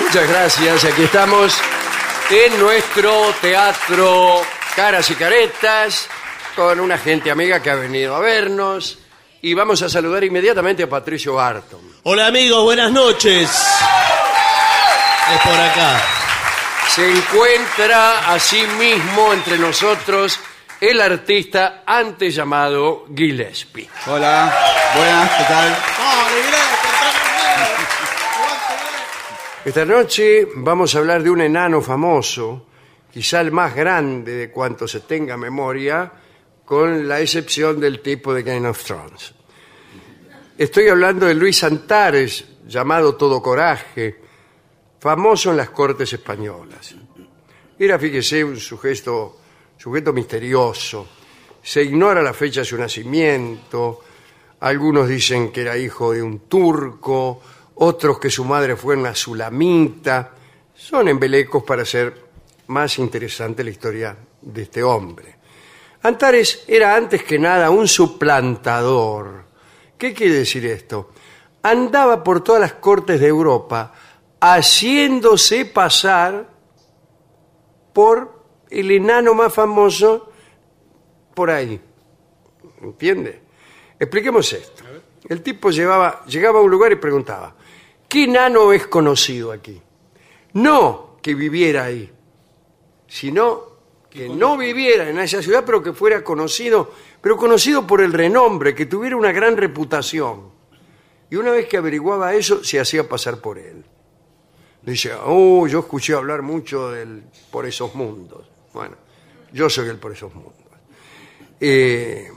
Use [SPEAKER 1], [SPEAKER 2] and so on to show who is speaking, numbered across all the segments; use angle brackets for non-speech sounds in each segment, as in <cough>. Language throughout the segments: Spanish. [SPEAKER 1] Muchas gracias. Aquí estamos en nuestro teatro Caras y Caretas con una gente amiga que ha venido a vernos y vamos a saludar inmediatamente a Patricio Barton.
[SPEAKER 2] Hola amigos, buenas noches. Es por acá.
[SPEAKER 1] Se encuentra a sí mismo entre nosotros el artista antes llamado Gillespie.
[SPEAKER 3] Hola, buenas, ¿qué tal?
[SPEAKER 1] Esta noche vamos a hablar de un enano famoso, quizá el más grande de cuantos se tenga memoria, con la excepción del tipo de Game of Thrones. Estoy hablando de Luis Antares, llamado Todo Coraje, famoso en las cortes españolas. Era, fíjese, un sujeto, sujeto misterioso. Se ignora la fecha de su nacimiento. Algunos dicen que era hijo de un turco, otros que su madre fue una sulamita. Son embelecos para hacer más interesante la historia de este hombre. Antares era antes que nada un suplantador. ¿Qué quiere decir esto? Andaba por todas las cortes de Europa haciéndose pasar por el enano más famoso por ahí. ¿Entiende? Expliquemos esto. El tipo llevaba, llegaba a un lugar y preguntaba, ¿qué enano es conocido aquí? No que viviera ahí, sino que no viviera en esa ciudad, pero que fuera conocido, pero conocido por el renombre, que tuviera una gran reputación. Y una vez que averiguaba eso, se hacía pasar por él. Dice, oh, yo escuché hablar mucho del por esos mundos. Bueno, yo soy el por esos mundos. Eh,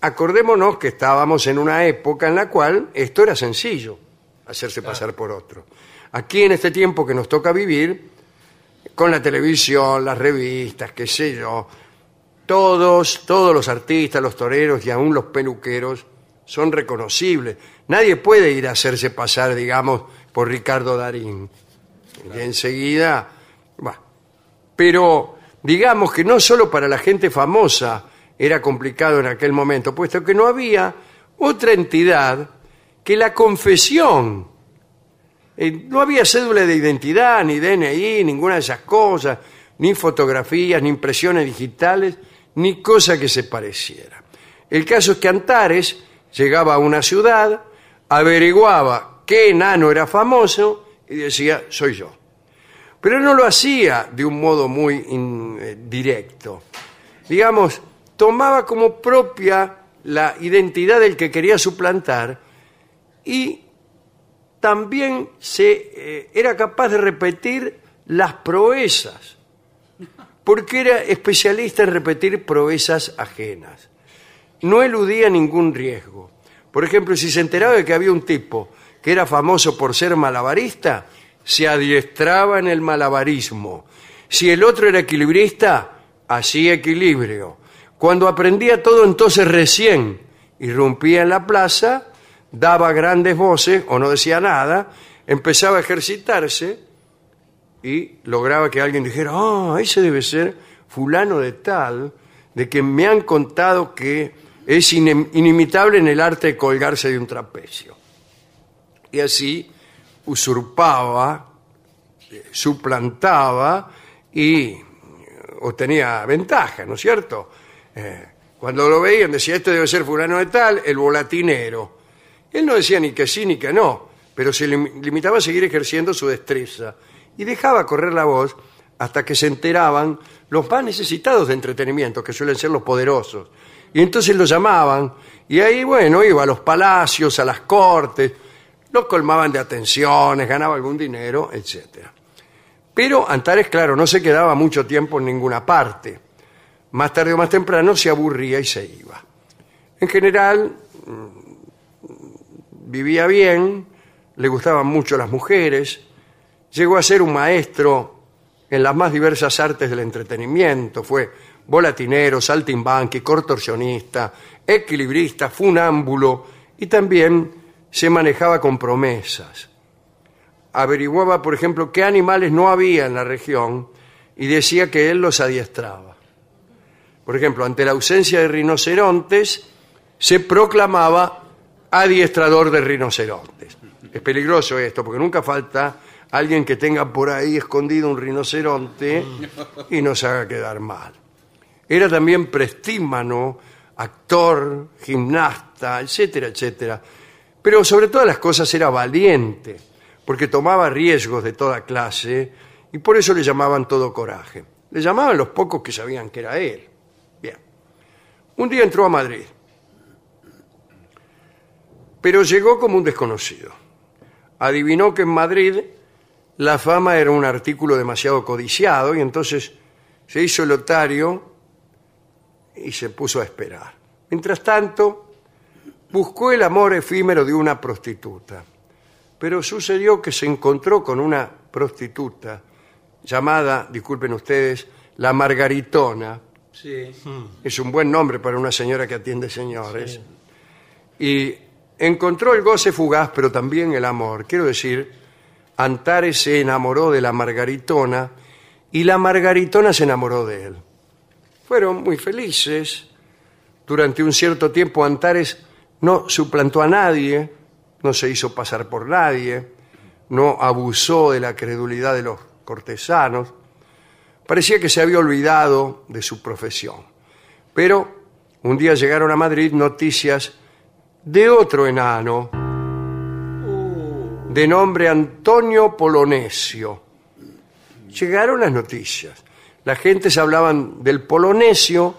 [SPEAKER 1] acordémonos que estábamos en una época en la cual esto era sencillo, hacerse pasar por otro. Aquí en este tiempo que nos toca vivir, con la televisión, las revistas, qué sé yo, todos, todos los artistas, los toreros y aún los peluqueros son reconocibles. Nadie puede ir a hacerse pasar, digamos, por Ricardo Darín. Y enseguida, bah. pero digamos que no solo para la gente famosa era complicado en aquel momento, puesto que no había otra entidad que la confesión. Eh, no había cédula de identidad, ni DNI, ninguna de esas cosas. ni fotografías, ni impresiones digitales, ni cosa que se pareciera. El caso es que Antares llegaba a una ciudad, averiguaba qué enano era famoso y decía, soy yo. Pero no lo hacía de un modo muy in- eh, directo. Digamos, tomaba como propia la identidad del que quería suplantar y también se eh, era capaz de repetir las proezas, porque era especialista en repetir proezas ajenas. No eludía ningún riesgo. Por ejemplo, si se enteraba de que había un tipo que era famoso por ser malabarista, se adiestraba en el malabarismo. Si el otro era equilibrista, hacía equilibrio. Cuando aprendía todo, entonces recién irrumpía en la plaza daba grandes voces o no decía nada, empezaba a ejercitarse y lograba que alguien dijera, ah, ese debe ser fulano de tal, de que me han contado que es inem- inimitable en el arte de colgarse de un trapecio. Y así usurpaba, eh, suplantaba y eh, obtenía ventaja, ¿no es cierto? Eh, cuando lo veían decía, esto debe ser fulano de tal, el volatinero. Él no decía ni que sí ni que no, pero se lim- limitaba a seguir ejerciendo su destreza y dejaba correr la voz hasta que se enteraban los más necesitados de entretenimiento, que suelen ser los poderosos. Y entonces lo llamaban y ahí, bueno, iba a los palacios, a las cortes, los colmaban de atenciones, ganaba algún dinero, etc. Pero Antares, claro, no se quedaba mucho tiempo en ninguna parte. Más tarde o más temprano se aburría y se iba. En general, mm, vivía bien, le gustaban mucho las mujeres, llegó a ser un maestro en las más diversas artes del entretenimiento, fue volatinero, saltimbanqui, cortorsionista, equilibrista, funámbulo y también se manejaba con promesas. Averiguaba, por ejemplo, qué animales no había en la región y decía que él los adiestraba. Por ejemplo, ante la ausencia de rinocerontes, se proclamaba adiestrador de rinocerontes. Es peligroso esto, porque nunca falta alguien que tenga por ahí escondido un rinoceronte y nos haga quedar mal. Era también prestímano, actor, gimnasta, etcétera, etcétera. Pero sobre todas las cosas era valiente, porque tomaba riesgos de toda clase y por eso le llamaban todo coraje. Le llamaban los pocos que sabían que era él. Bien. Un día entró a Madrid pero llegó como un desconocido. Adivinó que en Madrid la fama era un artículo demasiado codiciado y entonces se hizo el otario y se puso a esperar. Mientras tanto, buscó el amor efímero de una prostituta, pero sucedió que se encontró con una prostituta llamada, disculpen ustedes, la Margaritona. Es un buen nombre para una señora que atiende señores y encontró el goce fugaz, pero también el amor. Quiero decir, Antares se enamoró de la Margaritona y la Margaritona se enamoró de él. Fueron muy felices. Durante un cierto tiempo Antares no suplantó a nadie, no se hizo pasar por nadie, no abusó de la credulidad de los cortesanos. Parecía que se había olvidado de su profesión. Pero un día llegaron a Madrid noticias de otro enano, de nombre Antonio Polonesio. Llegaron las noticias. La gente se hablaban del Polonesio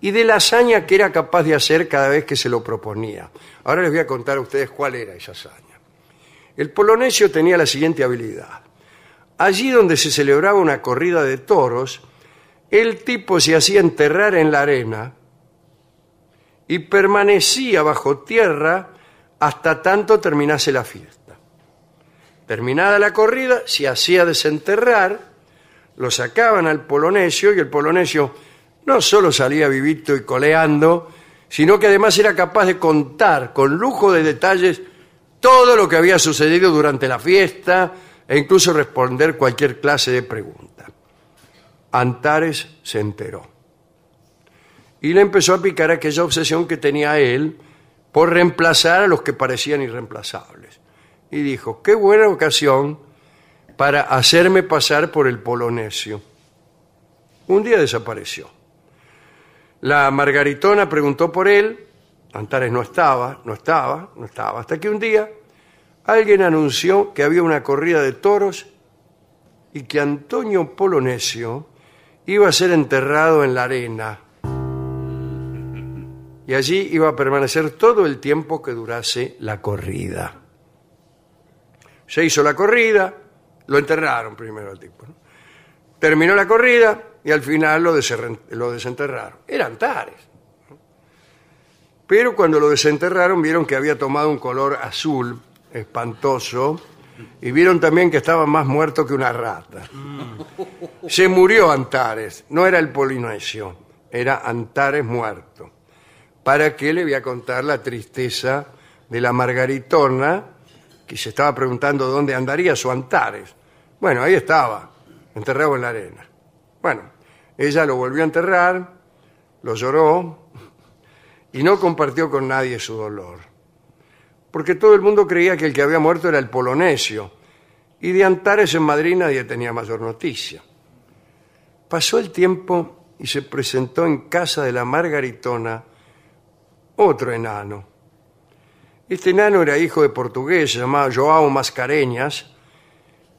[SPEAKER 1] y de la hazaña que era capaz de hacer cada vez que se lo proponía. Ahora les voy a contar a ustedes cuál era esa hazaña. El Polonesio tenía la siguiente habilidad. Allí donde se celebraba una corrida de toros, el tipo se hacía enterrar en la arena y permanecía bajo tierra hasta tanto terminase la fiesta. Terminada la corrida, se hacía desenterrar, lo sacaban al polonesio y el polonesio no solo salía vivito y coleando, sino que además era capaz de contar con lujo de detalles todo lo que había sucedido durante la fiesta e incluso responder cualquier clase de pregunta. Antares se enteró y le empezó a picar aquella obsesión que tenía él por reemplazar a los que parecían irreemplazables. Y dijo, qué buena ocasión para hacerme pasar por el polonesio. Un día desapareció. La margaritona preguntó por él, Antares no estaba, no estaba, no estaba, hasta que un día alguien anunció que había una corrida de toros y que Antonio Polonesio iba a ser enterrado en la arena. Y allí iba a permanecer todo el tiempo que durase la corrida. Se hizo la corrida, lo enterraron primero al tipo. ¿no? Terminó la corrida y al final lo, deserren- lo desenterraron. Era Antares. ¿no? Pero cuando lo desenterraron vieron que había tomado un color azul espantoso y vieron también que estaba más muerto que una rata. Se murió Antares, no era el polinesio, era Antares muerto. ¿Para qué le voy a contar la tristeza de la margaritona que se estaba preguntando dónde andaría su Antares? Bueno, ahí estaba, enterrado en la arena. Bueno, ella lo volvió a enterrar, lo lloró y no compartió con nadie su dolor. Porque todo el mundo creía que el que había muerto era el polonesio y de Antares en Madrid nadie tenía mayor noticia. Pasó el tiempo y se presentó en casa de la Margaritona otro enano. Este enano era hijo de portugués, se llamaba Joao Mascareñas,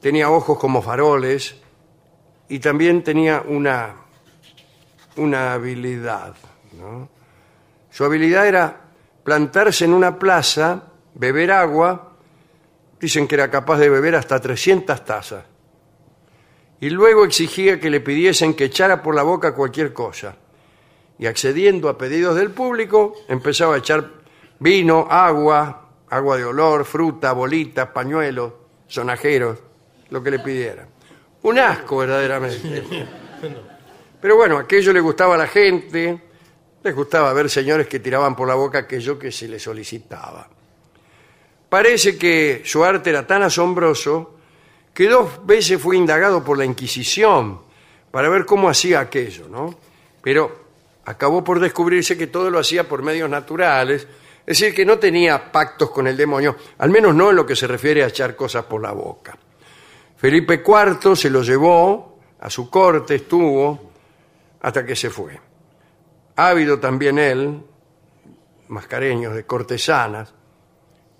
[SPEAKER 1] tenía ojos como faroles y también tenía una, una habilidad. ¿no? Su habilidad era plantarse en una plaza, beber agua, dicen que era capaz de beber hasta 300 tazas, y luego exigía que le pidiesen que echara por la boca cualquier cosa y accediendo a pedidos del público, empezaba a echar vino, agua, agua de olor, fruta, bolitas, pañuelos, sonajeros, lo que le pidieran. Un asco verdaderamente. Pero bueno, aquello le gustaba a la gente, les gustaba ver señores que tiraban por la boca aquello que se le solicitaba. Parece que su arte era tan asombroso que dos veces fue indagado por la Inquisición para ver cómo hacía aquello, ¿no? Pero acabó por descubrirse que todo lo hacía por medios naturales, es decir, que no tenía pactos con el demonio, al menos no en lo que se refiere a echar cosas por la boca. Felipe IV se lo llevó a su corte, estuvo, hasta que se fue. Ávido también él, mascareños de cortesanas,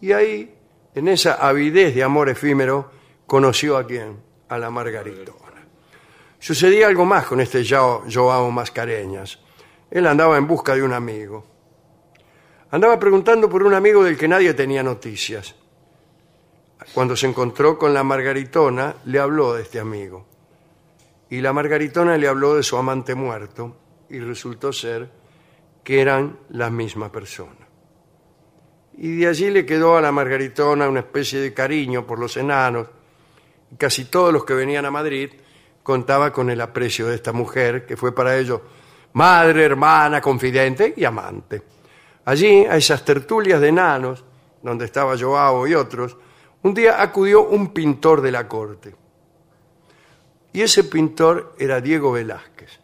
[SPEAKER 1] y ahí, en esa avidez de amor efímero, conoció a quién? A la Margaritona. Sucedía algo más con este Yao- Joao Mascareñas. Él andaba en busca de un amigo. Andaba preguntando por un amigo del que nadie tenía noticias. Cuando se encontró con la Margaritona, le habló de este amigo. Y la Margaritona le habló de su amante muerto y resultó ser que eran la misma persona. Y de allí le quedó a la Margaritona una especie de cariño por los enanos. Casi todos los que venían a Madrid contaba con el aprecio de esta mujer, que fue para ellos madre, hermana, confidente y amante. Allí, a esas tertulias de enanos, donde estaba Joao y otros, un día acudió un pintor de la corte. Y ese pintor era Diego Velázquez.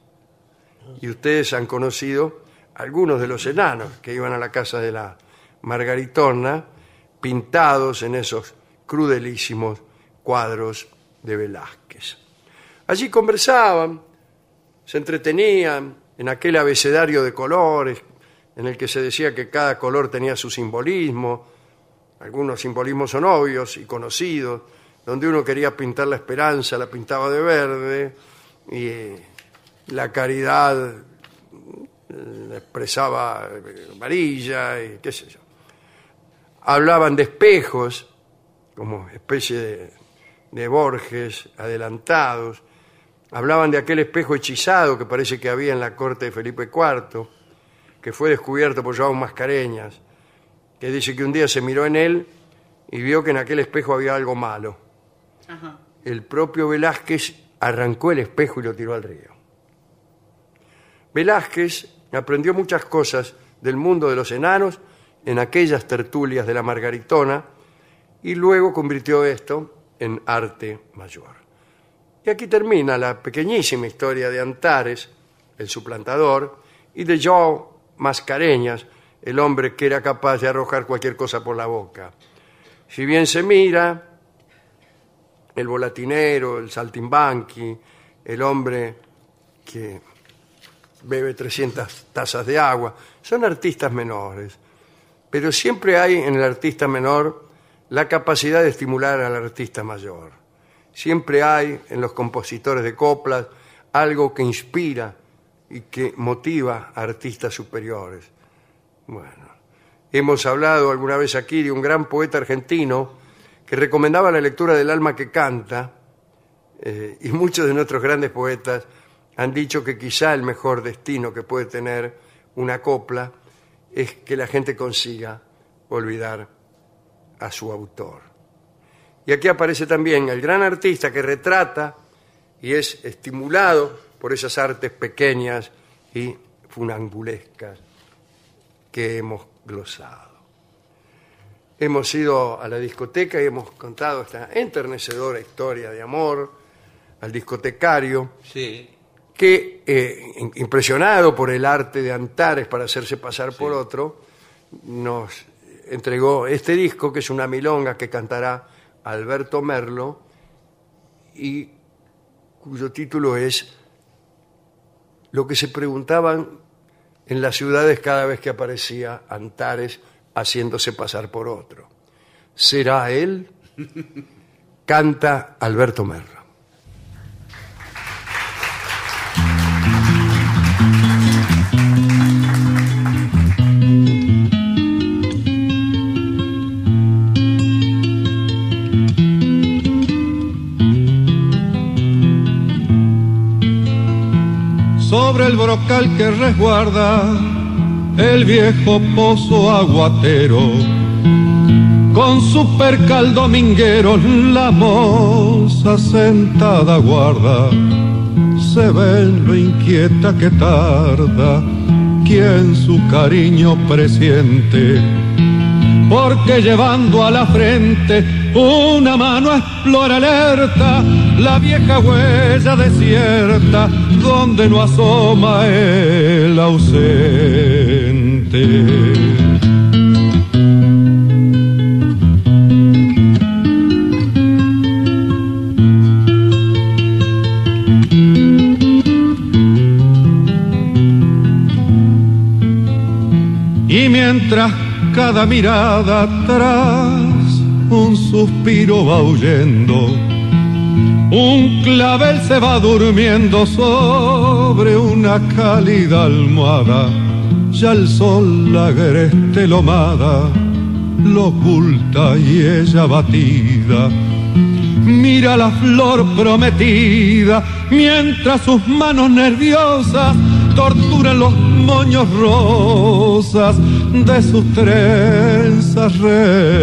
[SPEAKER 1] Y ustedes han conocido algunos de los enanos que iban a la casa de la Margaritona, pintados en esos crudelísimos cuadros de Velázquez. Allí conversaban, se entretenían en aquel abecedario de colores, en el que se decía que cada color tenía su simbolismo, algunos simbolismos son obvios y conocidos, donde uno quería pintar la esperanza, la pintaba de verde, y eh, la caridad eh, la expresaba eh, amarilla, y qué sé yo. Hablaban de espejos, como especie de, de Borges adelantados, hablaban de aquel espejo hechizado que parece que había en la corte de Felipe IV, que fue descubierto por Joao Mascareñas, que dice que un día se miró en él y vio que en aquel espejo había algo malo. El propio Velázquez arrancó el espejo y lo tiró al río. Velázquez aprendió muchas cosas del mundo de los enanos en aquellas tertulias de la Margaritona y luego convirtió esto en arte mayor. Y aquí termina la pequeñísima historia de Antares, el suplantador, y de Joao Mascareñas, el hombre que era capaz de arrojar cualquier cosa por la boca. Si bien se mira, el volatinero, el saltimbanqui, el hombre que bebe 300 tazas de agua. Son artistas menores, pero siempre hay en el artista menor la capacidad de estimular al artista mayor. Siempre hay en los compositores de coplas algo que inspira y que motiva a artistas superiores. Bueno, hemos hablado alguna vez aquí de un gran poeta argentino que recomendaba la lectura del alma que canta, eh, y muchos de nuestros grandes poetas han dicho que quizá el mejor destino que puede tener una copla es que la gente consiga olvidar a su autor. Y aquí aparece también el gran artista que retrata y es estimulado por esas artes pequeñas y funambulescas que hemos glosado. Hemos ido a la discoteca y hemos contado esta enternecedora historia de amor al discotecario
[SPEAKER 2] Sí.
[SPEAKER 1] que, eh, in- impresionado por el arte de Antares para hacerse pasar por otro, nos entregó este disco, que es una milonga que cantará Alberto Merlo y cuyo título es Lo que se preguntaban en las ciudades cada vez que aparecía Antares haciéndose pasar por otro. ¿Será él? Canta Alberto Merlo.
[SPEAKER 4] sobre el brocal que resguarda el viejo pozo aguatero. Con su percal dominguero la moza sentada guarda, se ve en lo inquieta que tarda, quien su cariño presiente, porque llevando a la frente una mano explora alerta la vieja huella desierta donde no asoma el ausente. Y mientras cada mirada atrás un suspiro va huyendo, un clavel se va durmiendo sobre una cálida almohada, ya el sol la agreste lomada lo oculta y ella batida. Mira la flor prometida, mientras sus manos nerviosas torturan los moños rosas de sus trenzas renegridas.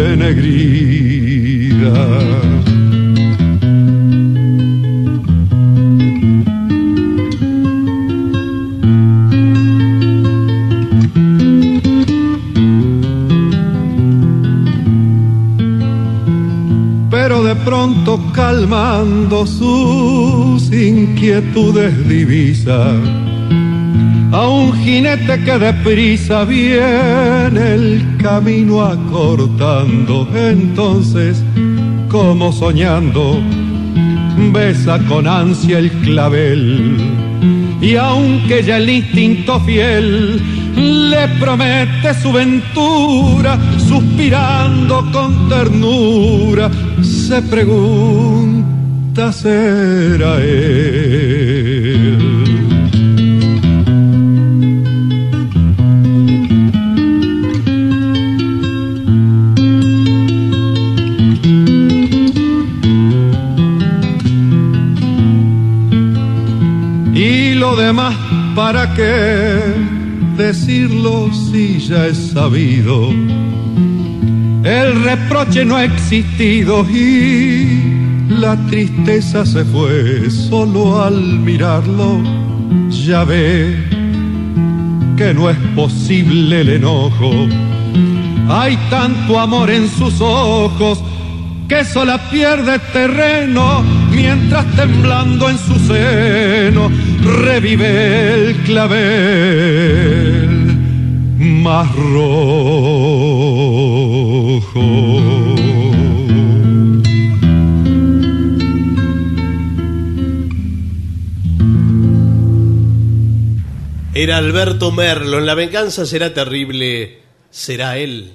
[SPEAKER 4] pero de pronto calmando sus inquietudes divisa a un jinete que deprisa viene el camino acortando. Entonces, como soñando, besa con ansia el clavel. Y aunque ya el instinto fiel le promete su ventura, suspirando con ternura, se pregunta será él. Y lo demás, ¿para qué decirlo si ya es sabido? El reproche no ha existido y la tristeza se fue solo al mirarlo. Ya ve que no es posible el enojo. Hay tanto amor en sus ojos que sola pierde terreno mientras temblando en su seno revive el clavel más rojo.
[SPEAKER 2] Era Alberto Merlo. En La venganza será terrible. Será él.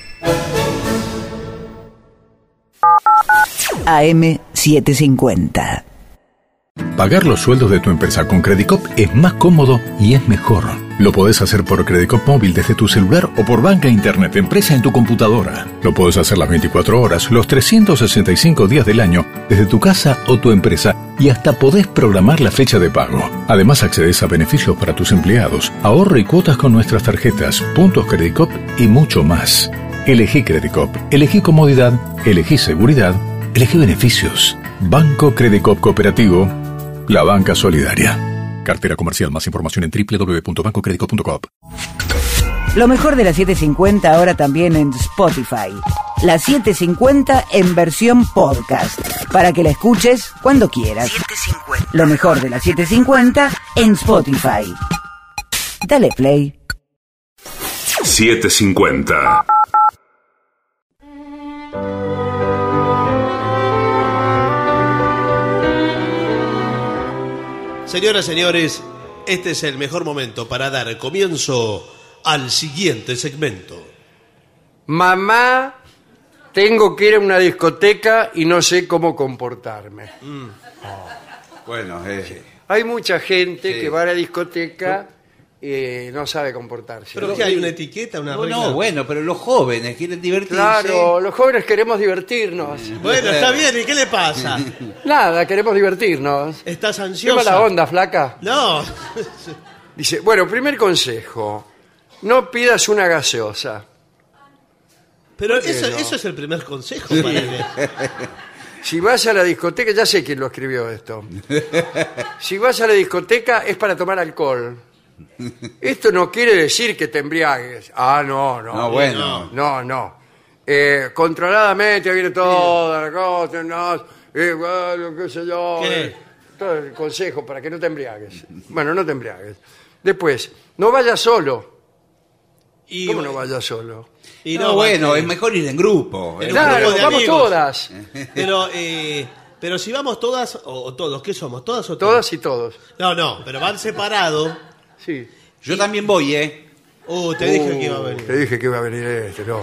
[SPEAKER 5] AM750.
[SPEAKER 6] Pagar los sueldos de tu empresa con Credicop es más cómodo y es mejor. Lo podés hacer por Credicop móvil desde tu celular o por banca internet empresa en tu computadora. Lo podés hacer las 24 horas, los 365 días del año, desde tu casa o tu empresa y hasta podés programar la fecha de pago. Además accedes a beneficios para tus empleados, ahorro y cuotas con nuestras tarjetas, puntos Credicop y mucho más. Elegí Credicop, elegí comodidad, elegí seguridad, elegí beneficios. Banco Credicop Cooperativo, la banca solidaria. Cartera comercial. Más información en www.bancocredico.com.
[SPEAKER 5] Lo mejor de la 750 ahora también en Spotify. La 750 en versión podcast. Para que la escuches cuando quieras. Lo mejor de la 750 en Spotify. Dale play.
[SPEAKER 7] 750.
[SPEAKER 2] Señoras, señores, este es el mejor momento para dar comienzo al siguiente segmento.
[SPEAKER 1] Mamá, tengo que ir a una discoteca y no sé cómo comportarme.
[SPEAKER 3] Bueno, eh,
[SPEAKER 1] Hay mucha gente
[SPEAKER 3] Sí.
[SPEAKER 1] que va a la discoteca y eh, no sabe comportarse.
[SPEAKER 2] ¿Pero qué hay? ¿Una etiqueta? ¿Una
[SPEAKER 3] no,
[SPEAKER 2] regla?
[SPEAKER 3] no, bueno, pero los jóvenes quieren divertirse.
[SPEAKER 1] Claro,
[SPEAKER 2] eh?
[SPEAKER 1] los jóvenes queremos divertirnos.
[SPEAKER 2] Bueno, está bien. ¿Y qué le pasa?
[SPEAKER 1] Nada, queremos divertirnos.
[SPEAKER 2] ¿Estás
[SPEAKER 1] Qué
[SPEAKER 2] ansiosa?
[SPEAKER 1] mala onda, flaca.
[SPEAKER 2] No.
[SPEAKER 1] Dice, bueno, primer consejo. No pidas una gaseosa.
[SPEAKER 2] Pero eso, eso es el primer consejo. padre.
[SPEAKER 1] Si vas a la discoteca, ya sé quién lo escribió
[SPEAKER 2] <laughs>
[SPEAKER 1] esto. Si vas a la discoteca es para tomar alcohol. Esto no quiere decir que te embriagues. Ah, no, no.
[SPEAKER 3] No, bueno.
[SPEAKER 1] No, no. Eh, controladamente viene toda la cosa, no, eh, bueno, qué sé yo.
[SPEAKER 2] ¿Qué?
[SPEAKER 1] eh, todo el consejo para que no te embriagues. Bueno, no te embriagues. Después, no vayas solo.
[SPEAKER 2] Y,
[SPEAKER 1] ¿Cómo no vayas solo?
[SPEAKER 2] y
[SPEAKER 3] no, bueno,
[SPEAKER 2] va-
[SPEAKER 3] es mejor ir en grupo.
[SPEAKER 2] En
[SPEAKER 3] eh.
[SPEAKER 2] un grupo
[SPEAKER 1] Claro,
[SPEAKER 2] de
[SPEAKER 1] vamos
[SPEAKER 2] amigos.
[SPEAKER 1] todas.
[SPEAKER 2] Pero, eh, pero si vamos todas o, o todos, ¿qué somos? ¿Todas o todos?
[SPEAKER 1] Todas y todos.
[SPEAKER 2] No, no, pero van separados.
[SPEAKER 1] Sí.
[SPEAKER 3] Yo también voy, ¿eh?
[SPEAKER 2] Uh, te dije que iba a
[SPEAKER 1] Te
[SPEAKER 2] venir.
[SPEAKER 1] dije que iba a venir este, no.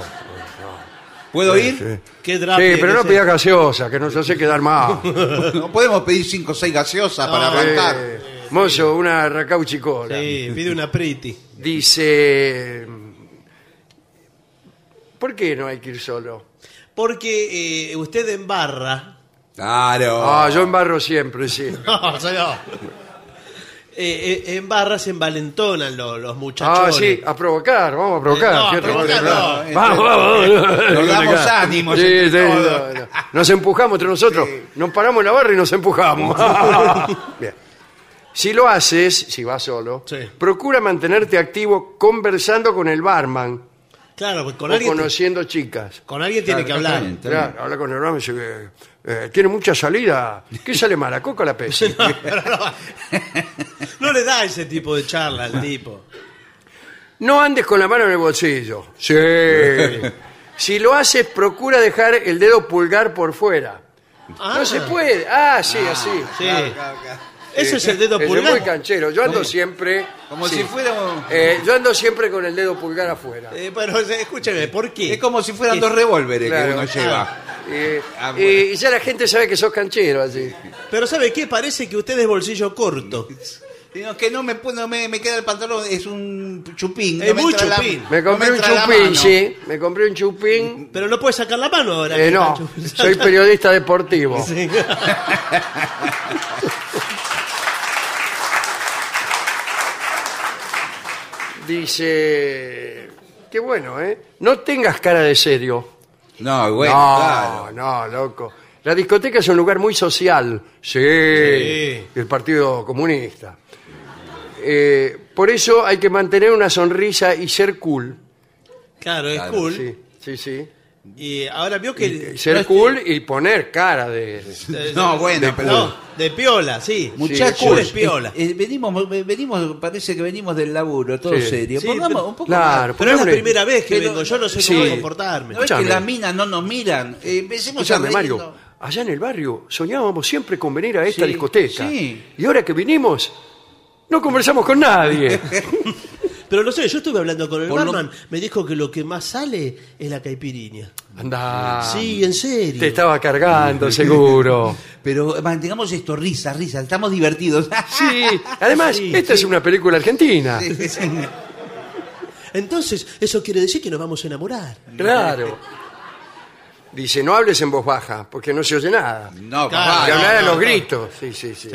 [SPEAKER 3] ¿Puedo
[SPEAKER 1] Sí.
[SPEAKER 3] ir?
[SPEAKER 2] Qué drama.
[SPEAKER 1] Sí, pero no pidas gaseosa, que no se hace quedar
[SPEAKER 2] <laughs>
[SPEAKER 1] más.
[SPEAKER 3] <laughs> No podemos pedir cinco o seis gaseosas para arrancar.
[SPEAKER 1] Eh, mozo, una racauchicola.
[SPEAKER 2] Sí, pide una pretty.
[SPEAKER 1] Dice... ¿Por qué no hay que ir solo?
[SPEAKER 2] Porque eh, usted embarra.
[SPEAKER 3] Claro.
[SPEAKER 1] Ah, yo embarro siempre, sí.
[SPEAKER 2] <laughs> No, o sea, no. Eh, eh, embarra se envalentonan los, los muchachos.
[SPEAKER 1] Ah, sí, a provocar, vamos a provocar.
[SPEAKER 2] Eh, No, a
[SPEAKER 1] ¿cierto?
[SPEAKER 2] provocar no.
[SPEAKER 3] Este-
[SPEAKER 1] Vamos, vamos, vamos. <laughs>
[SPEAKER 3] Nos damos ánimos
[SPEAKER 1] Sí,
[SPEAKER 3] entre
[SPEAKER 1] sí,
[SPEAKER 3] todos.
[SPEAKER 1] no, no. Nos empujamos entre nosotros. Nos paramos en la barra y nos empujamos. <laughs> Bien. Si lo haces, si vas solo,
[SPEAKER 2] Sí.
[SPEAKER 1] procura mantenerte activo conversando con el barman
[SPEAKER 2] Claro, porque con
[SPEAKER 1] o
[SPEAKER 2] alguien,
[SPEAKER 1] conociendo chicas.
[SPEAKER 2] con alguien tiene que hablar.
[SPEAKER 3] Exactamente.
[SPEAKER 1] Claro, habla con el barman y dice, eh, eh, tiene mucha salida. ¿Qué sale mal, la coca o la pez?
[SPEAKER 2] <laughs> No le da ese tipo de charla al tipo.
[SPEAKER 1] No andes con la mano en el bolsillo. Sí. <laughs> si lo haces, procura dejar el dedo pulgar por fuera.
[SPEAKER 2] Ah,
[SPEAKER 1] No se puede. Ah, sí, así.
[SPEAKER 2] Sí. Ese es el dedo
[SPEAKER 1] Eh, soy muy
[SPEAKER 2] pulgar.
[SPEAKER 1] canchero. Yo ando siempre.
[SPEAKER 3] Como
[SPEAKER 1] sí.
[SPEAKER 3] si fuéramos.
[SPEAKER 1] Eh, yo ando siempre con el dedo pulgar afuera.
[SPEAKER 2] Eh, bueno, escúcheme, ¿por qué?
[SPEAKER 3] Es como si fueran dos revólveres
[SPEAKER 1] Claro.
[SPEAKER 3] que uno lleva.
[SPEAKER 1] Eh,
[SPEAKER 3] Ah, bueno.
[SPEAKER 1] eh, y ya la gente sabe que sos canchero así.
[SPEAKER 2] Pero ¿sabe qué? Parece que usted es bolsillo corto.
[SPEAKER 3] Sino que no me, pu- no me, me queda el pantalón, es un chupín.
[SPEAKER 2] Es
[SPEAKER 3] no me
[SPEAKER 2] muy
[SPEAKER 3] entra la-
[SPEAKER 2] chupín.
[SPEAKER 1] Me
[SPEAKER 3] no
[SPEAKER 1] compré un
[SPEAKER 3] entra la mano. Mm,
[SPEAKER 1] chupín, sí. Me compré un chupín.
[SPEAKER 2] Pero no puede sacar la mano ahora.
[SPEAKER 1] Eh,
[SPEAKER 2] que
[SPEAKER 1] no,
[SPEAKER 2] está
[SPEAKER 1] soy periodista deportivo.
[SPEAKER 2] <laughs> Sí.
[SPEAKER 1] Dice, qué bueno, ¿eh? No tengas cara de serio.
[SPEAKER 3] No, bueno,
[SPEAKER 1] no,
[SPEAKER 3] claro.
[SPEAKER 1] no, loco. La discoteca es un lugar muy social. Sí.
[SPEAKER 2] Sí.
[SPEAKER 1] El Partido Comunista. Eh, por eso hay que mantener una sonrisa y ser cool.
[SPEAKER 2] Claro, es cool.
[SPEAKER 1] Sí, sí, sí.
[SPEAKER 2] Y ahora vio Eh, que.
[SPEAKER 1] Ser cool y poner cara de...
[SPEAKER 3] No, bueno,
[SPEAKER 2] eh, de,
[SPEAKER 3] pero-
[SPEAKER 2] no, de piola, sí.
[SPEAKER 3] Muchachos,
[SPEAKER 2] Cool es piola.
[SPEAKER 3] eh, eh, venimos, eh, venimos, parece que venimos del laburo, todo
[SPEAKER 1] Sí.
[SPEAKER 3] serio.
[SPEAKER 2] Sí,
[SPEAKER 3] Pongamos
[SPEAKER 2] pero-
[SPEAKER 3] un poco
[SPEAKER 1] Claro,
[SPEAKER 2] pero es la
[SPEAKER 1] pongámosle-
[SPEAKER 2] primera vez que
[SPEAKER 3] Pero-
[SPEAKER 2] vengo, yo no sé
[SPEAKER 1] sí.
[SPEAKER 2] cómo comportarme.
[SPEAKER 3] ¿No es que
[SPEAKER 1] escúchame.
[SPEAKER 3] las minas no nos miran? Eh, empecemos
[SPEAKER 1] Escúchame,
[SPEAKER 3] a reírnos.
[SPEAKER 1] Mario, allá en el barrio soñábamos siempre con venir a esta
[SPEAKER 3] Sí,
[SPEAKER 1] discoteca.
[SPEAKER 3] sí.
[SPEAKER 1] Y ahora que vinimos, no conversamos con
[SPEAKER 2] <laughs>
[SPEAKER 1] nadie.
[SPEAKER 2] Pero no sé, yo estuve hablando con el
[SPEAKER 3] Por lo-
[SPEAKER 2] barman, me dijo que lo que más sale es la caipirinha.
[SPEAKER 1] Andá.
[SPEAKER 2] sí, en serio.
[SPEAKER 1] Ah. Te estaba cargando, seguro.
[SPEAKER 3] Pero eh, mantengamos esto, risa, risa, estamos divertidos. <laughs>
[SPEAKER 1] Sí. Además,
[SPEAKER 2] <laughs> Sí,
[SPEAKER 1] esta es una película argentina.
[SPEAKER 2] Entonces, eso quiere decir que nos vamos a enamorar.
[SPEAKER 1] Claro. Dice, no hables en voz baja, porque no se oye nada.
[SPEAKER 3] No,
[SPEAKER 2] Claro.
[SPEAKER 3] papá.
[SPEAKER 1] Y
[SPEAKER 2] Ah, no,
[SPEAKER 1] hablar a
[SPEAKER 2] no,
[SPEAKER 1] los
[SPEAKER 2] no.
[SPEAKER 1] gritos. Sí, sí, sí.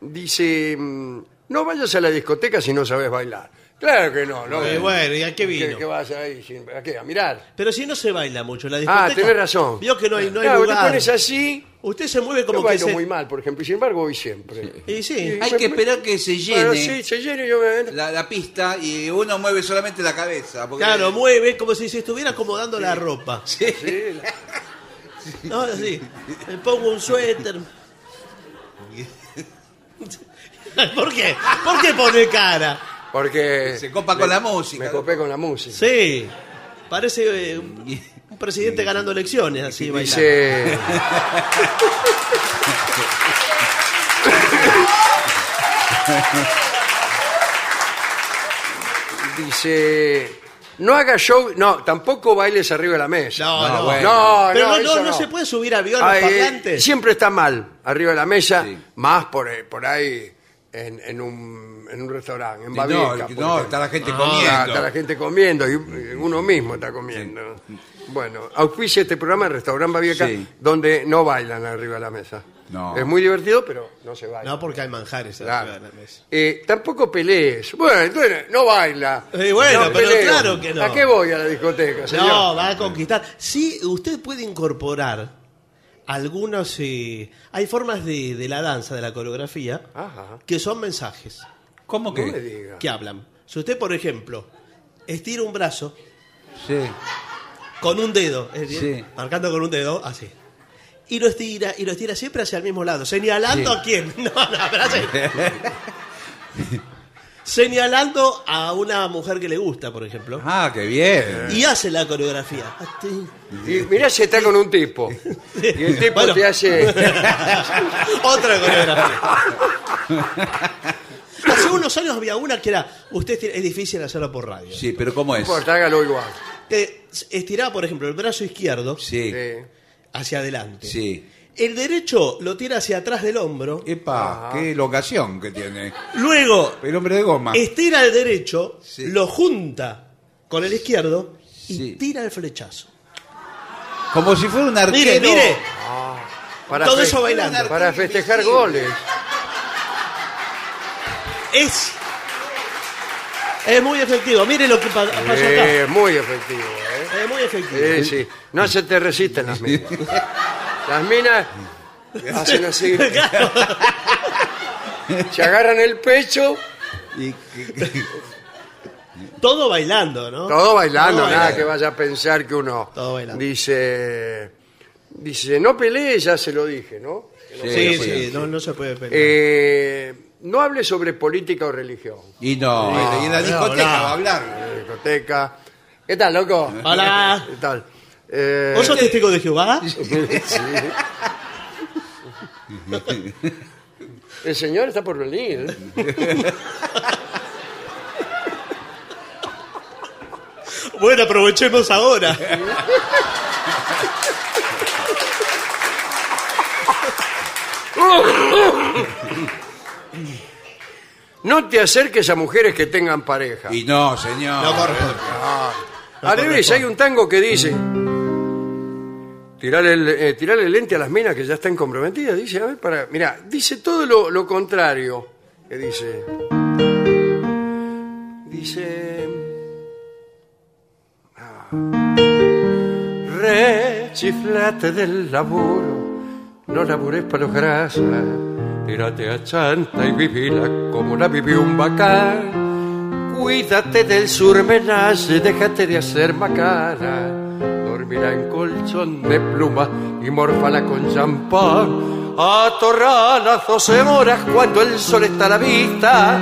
[SPEAKER 1] Dice, mm, no vayas a la discoteca si no sabes bailar. Claro que no. no
[SPEAKER 2] Eh, bueno, ¿y a qué vino?
[SPEAKER 1] ¿Qué, qué vas ahí? sin- ¿A qué? ¿A mirar?
[SPEAKER 2] Pero si no se baila mucho la discoteca.
[SPEAKER 1] Ah, tenés razón.
[SPEAKER 2] Vio que no hay, no hay
[SPEAKER 1] claro, te
[SPEAKER 2] lugar.
[SPEAKER 1] pones así,
[SPEAKER 2] Usted se mueve como
[SPEAKER 1] yo
[SPEAKER 2] que
[SPEAKER 1] bailo
[SPEAKER 2] se...
[SPEAKER 1] muy mal, por ejemplo, y sin embargo voy siempre.
[SPEAKER 2] Y sí.
[SPEAKER 3] Hay que esperar que se
[SPEAKER 1] Bueno,
[SPEAKER 3] llene
[SPEAKER 1] sí, se llena y yo me...
[SPEAKER 3] la, la pista y uno mueve solamente la cabeza. porque-
[SPEAKER 2] Claro, mueve como si se estuviera acomodando la ropa.
[SPEAKER 1] Sí, la-
[SPEAKER 2] No, así. Me pongo un suéter. ¿Por qué? ¿Por qué pone cara?
[SPEAKER 1] Porque...
[SPEAKER 3] Se copa con la música.
[SPEAKER 1] Me copé con la música.
[SPEAKER 2] Sí. Parece eh, un, un presidente ganando elecciones así bailando.
[SPEAKER 1] Dice. Dice. No hagas show. No, tampoco bailes arriba de la mesa.
[SPEAKER 2] No, no.
[SPEAKER 1] No,
[SPEAKER 2] Pero no,
[SPEAKER 1] eso
[SPEAKER 2] no, no se puede subir a aviones
[SPEAKER 1] Ay, eh,
[SPEAKER 2] parlantes.
[SPEAKER 1] siempre está mal arriba de la mesa, más por, eh, por ahí en, en un, en un restaurante, en
[SPEAKER 3] No,
[SPEAKER 1] Babieca. por
[SPEAKER 3] no,
[SPEAKER 1] ejemplo.
[SPEAKER 3] está la gente
[SPEAKER 2] Ah,
[SPEAKER 1] Ah, está
[SPEAKER 3] comiendo.
[SPEAKER 1] la gente comiendo y eh, uno mismo está comiendo. Bueno, auspicia este programa el restaurante Babieca,
[SPEAKER 3] Sí.
[SPEAKER 1] donde no bailan arriba de la mesa.
[SPEAKER 3] No.
[SPEAKER 1] Es muy divertido, pero no se baila.
[SPEAKER 2] No, porque hay manjares
[SPEAKER 1] Claro.
[SPEAKER 2] arriba de la mesa.
[SPEAKER 1] Eh, tampoco pelees. Bueno, entonces no baila.
[SPEAKER 2] Eh, bueno,
[SPEAKER 1] No
[SPEAKER 2] pero
[SPEAKER 1] peleo.
[SPEAKER 2] claro que no.
[SPEAKER 1] ¿A qué voy a la discoteca, señor?
[SPEAKER 2] No, va a conquistar. Sí, usted puede incorporar algunos... eh, hay formas de, de la danza, de la coreografía,
[SPEAKER 3] Ah.
[SPEAKER 1] Ajá.
[SPEAKER 2] que son mensajes
[SPEAKER 3] ¿Cómo
[SPEAKER 1] No me
[SPEAKER 3] que?
[SPEAKER 1] diga.
[SPEAKER 2] que hablan. Si usted, por ejemplo, estira un brazo
[SPEAKER 3] Sí.
[SPEAKER 2] con un dedo, es decir,
[SPEAKER 3] Sí.
[SPEAKER 2] marcando con un dedo, así. Y lo estira, y lo estira siempre hacia el mismo lado, señalando
[SPEAKER 3] Sí.
[SPEAKER 2] a quién. <laughs> No, no, pero así.
[SPEAKER 3] <laughs>
[SPEAKER 2] señalando a una mujer que le gusta, por ejemplo.
[SPEAKER 3] Ah, qué
[SPEAKER 1] Eh.
[SPEAKER 3] bien.
[SPEAKER 2] Y hace la coreografía. Así.
[SPEAKER 1] Y mirá si está con un tipo. Y el tipo
[SPEAKER 2] Bueno.
[SPEAKER 1] te
[SPEAKER 2] <laughs>
[SPEAKER 3] <laughs>
[SPEAKER 1] hace.
[SPEAKER 2] Otra coreografía. Hace unos años había una que era, usted estira- es difícil hacerlo por radio.
[SPEAKER 3] Sí, pero ¿cómo
[SPEAKER 1] No
[SPEAKER 3] es?
[SPEAKER 1] importa, hágalo igual.
[SPEAKER 2] Que estiraba, por ejemplo, el brazo izquierdo
[SPEAKER 3] Sí,
[SPEAKER 1] Sí.
[SPEAKER 2] hacia adelante.
[SPEAKER 3] sí.
[SPEAKER 2] El derecho lo tira hacia atrás del hombro.
[SPEAKER 3] Epa, qué locación que tiene.
[SPEAKER 2] Luego
[SPEAKER 3] El hombre de goma.
[SPEAKER 2] estira el derecho,
[SPEAKER 3] Sí.
[SPEAKER 2] lo junta con el izquierdo y
[SPEAKER 3] Sí.
[SPEAKER 2] tira el flechazo.
[SPEAKER 3] Como si fuera un arquero.
[SPEAKER 2] Mire, mire,
[SPEAKER 1] Para
[SPEAKER 2] Todo
[SPEAKER 1] fe-
[SPEAKER 2] eso bailando.
[SPEAKER 1] Para festejar goles.
[SPEAKER 2] es. Es muy efectivo. Mire lo que pa- pasó acá.
[SPEAKER 1] Eh, muy efectivo, ¿eh?
[SPEAKER 2] Es muy efectivo.
[SPEAKER 1] Sí, sí. No se te resisten las minas. Las minas hacen
[SPEAKER 2] <laughs>
[SPEAKER 1] así. Se agarran el pecho,
[SPEAKER 3] Y que-
[SPEAKER 2] Todo bailando, ¿no?
[SPEAKER 1] todo bailando,
[SPEAKER 2] Todo
[SPEAKER 1] nada que vaya a pensar que uno
[SPEAKER 2] Todo bailando.
[SPEAKER 1] dice, dice, no pelees, ya se lo dije, ¿no? Que no
[SPEAKER 3] Sí,
[SPEAKER 1] pelees.
[SPEAKER 2] Sí, sí, no, no se puede pelear.
[SPEAKER 1] Eh, no hable sobre política o religión.
[SPEAKER 3] Y no, y en la
[SPEAKER 2] no,
[SPEAKER 3] discoteca
[SPEAKER 2] no.
[SPEAKER 3] va a hablar.
[SPEAKER 1] Eh, Discoteca. ¿Qué tal, loco?
[SPEAKER 2] Ah. Hola.
[SPEAKER 1] ¿Qué tal? Eh,
[SPEAKER 2] ¿Vos sos testigo de Jehová?
[SPEAKER 1] El señor está por venir.
[SPEAKER 2] Bueno,
[SPEAKER 1] <laughs>
[SPEAKER 2] aprovechemos ahora.
[SPEAKER 1] No te acerques a mujeres que tengan pareja.
[SPEAKER 3] Y no, señor.
[SPEAKER 2] No corresponde.
[SPEAKER 1] Al revés, hay un tango que dice. Tirar el, eh, tirar el lente a las minas que ya están comprometidas, dice, a ver, para. Mirá, dice todo lo, lo contrario que dice. Dice. ah, Rechiflate del laburo, no labures para los grasas, Tírate a chanta y vivila como la vivió un bacán. Cuídate del surmenaje, déjate de hacer macara. Dormirá en colchón de pluma y morfala con champán. Atorrá las 12 horas cuando el sol está a la vista.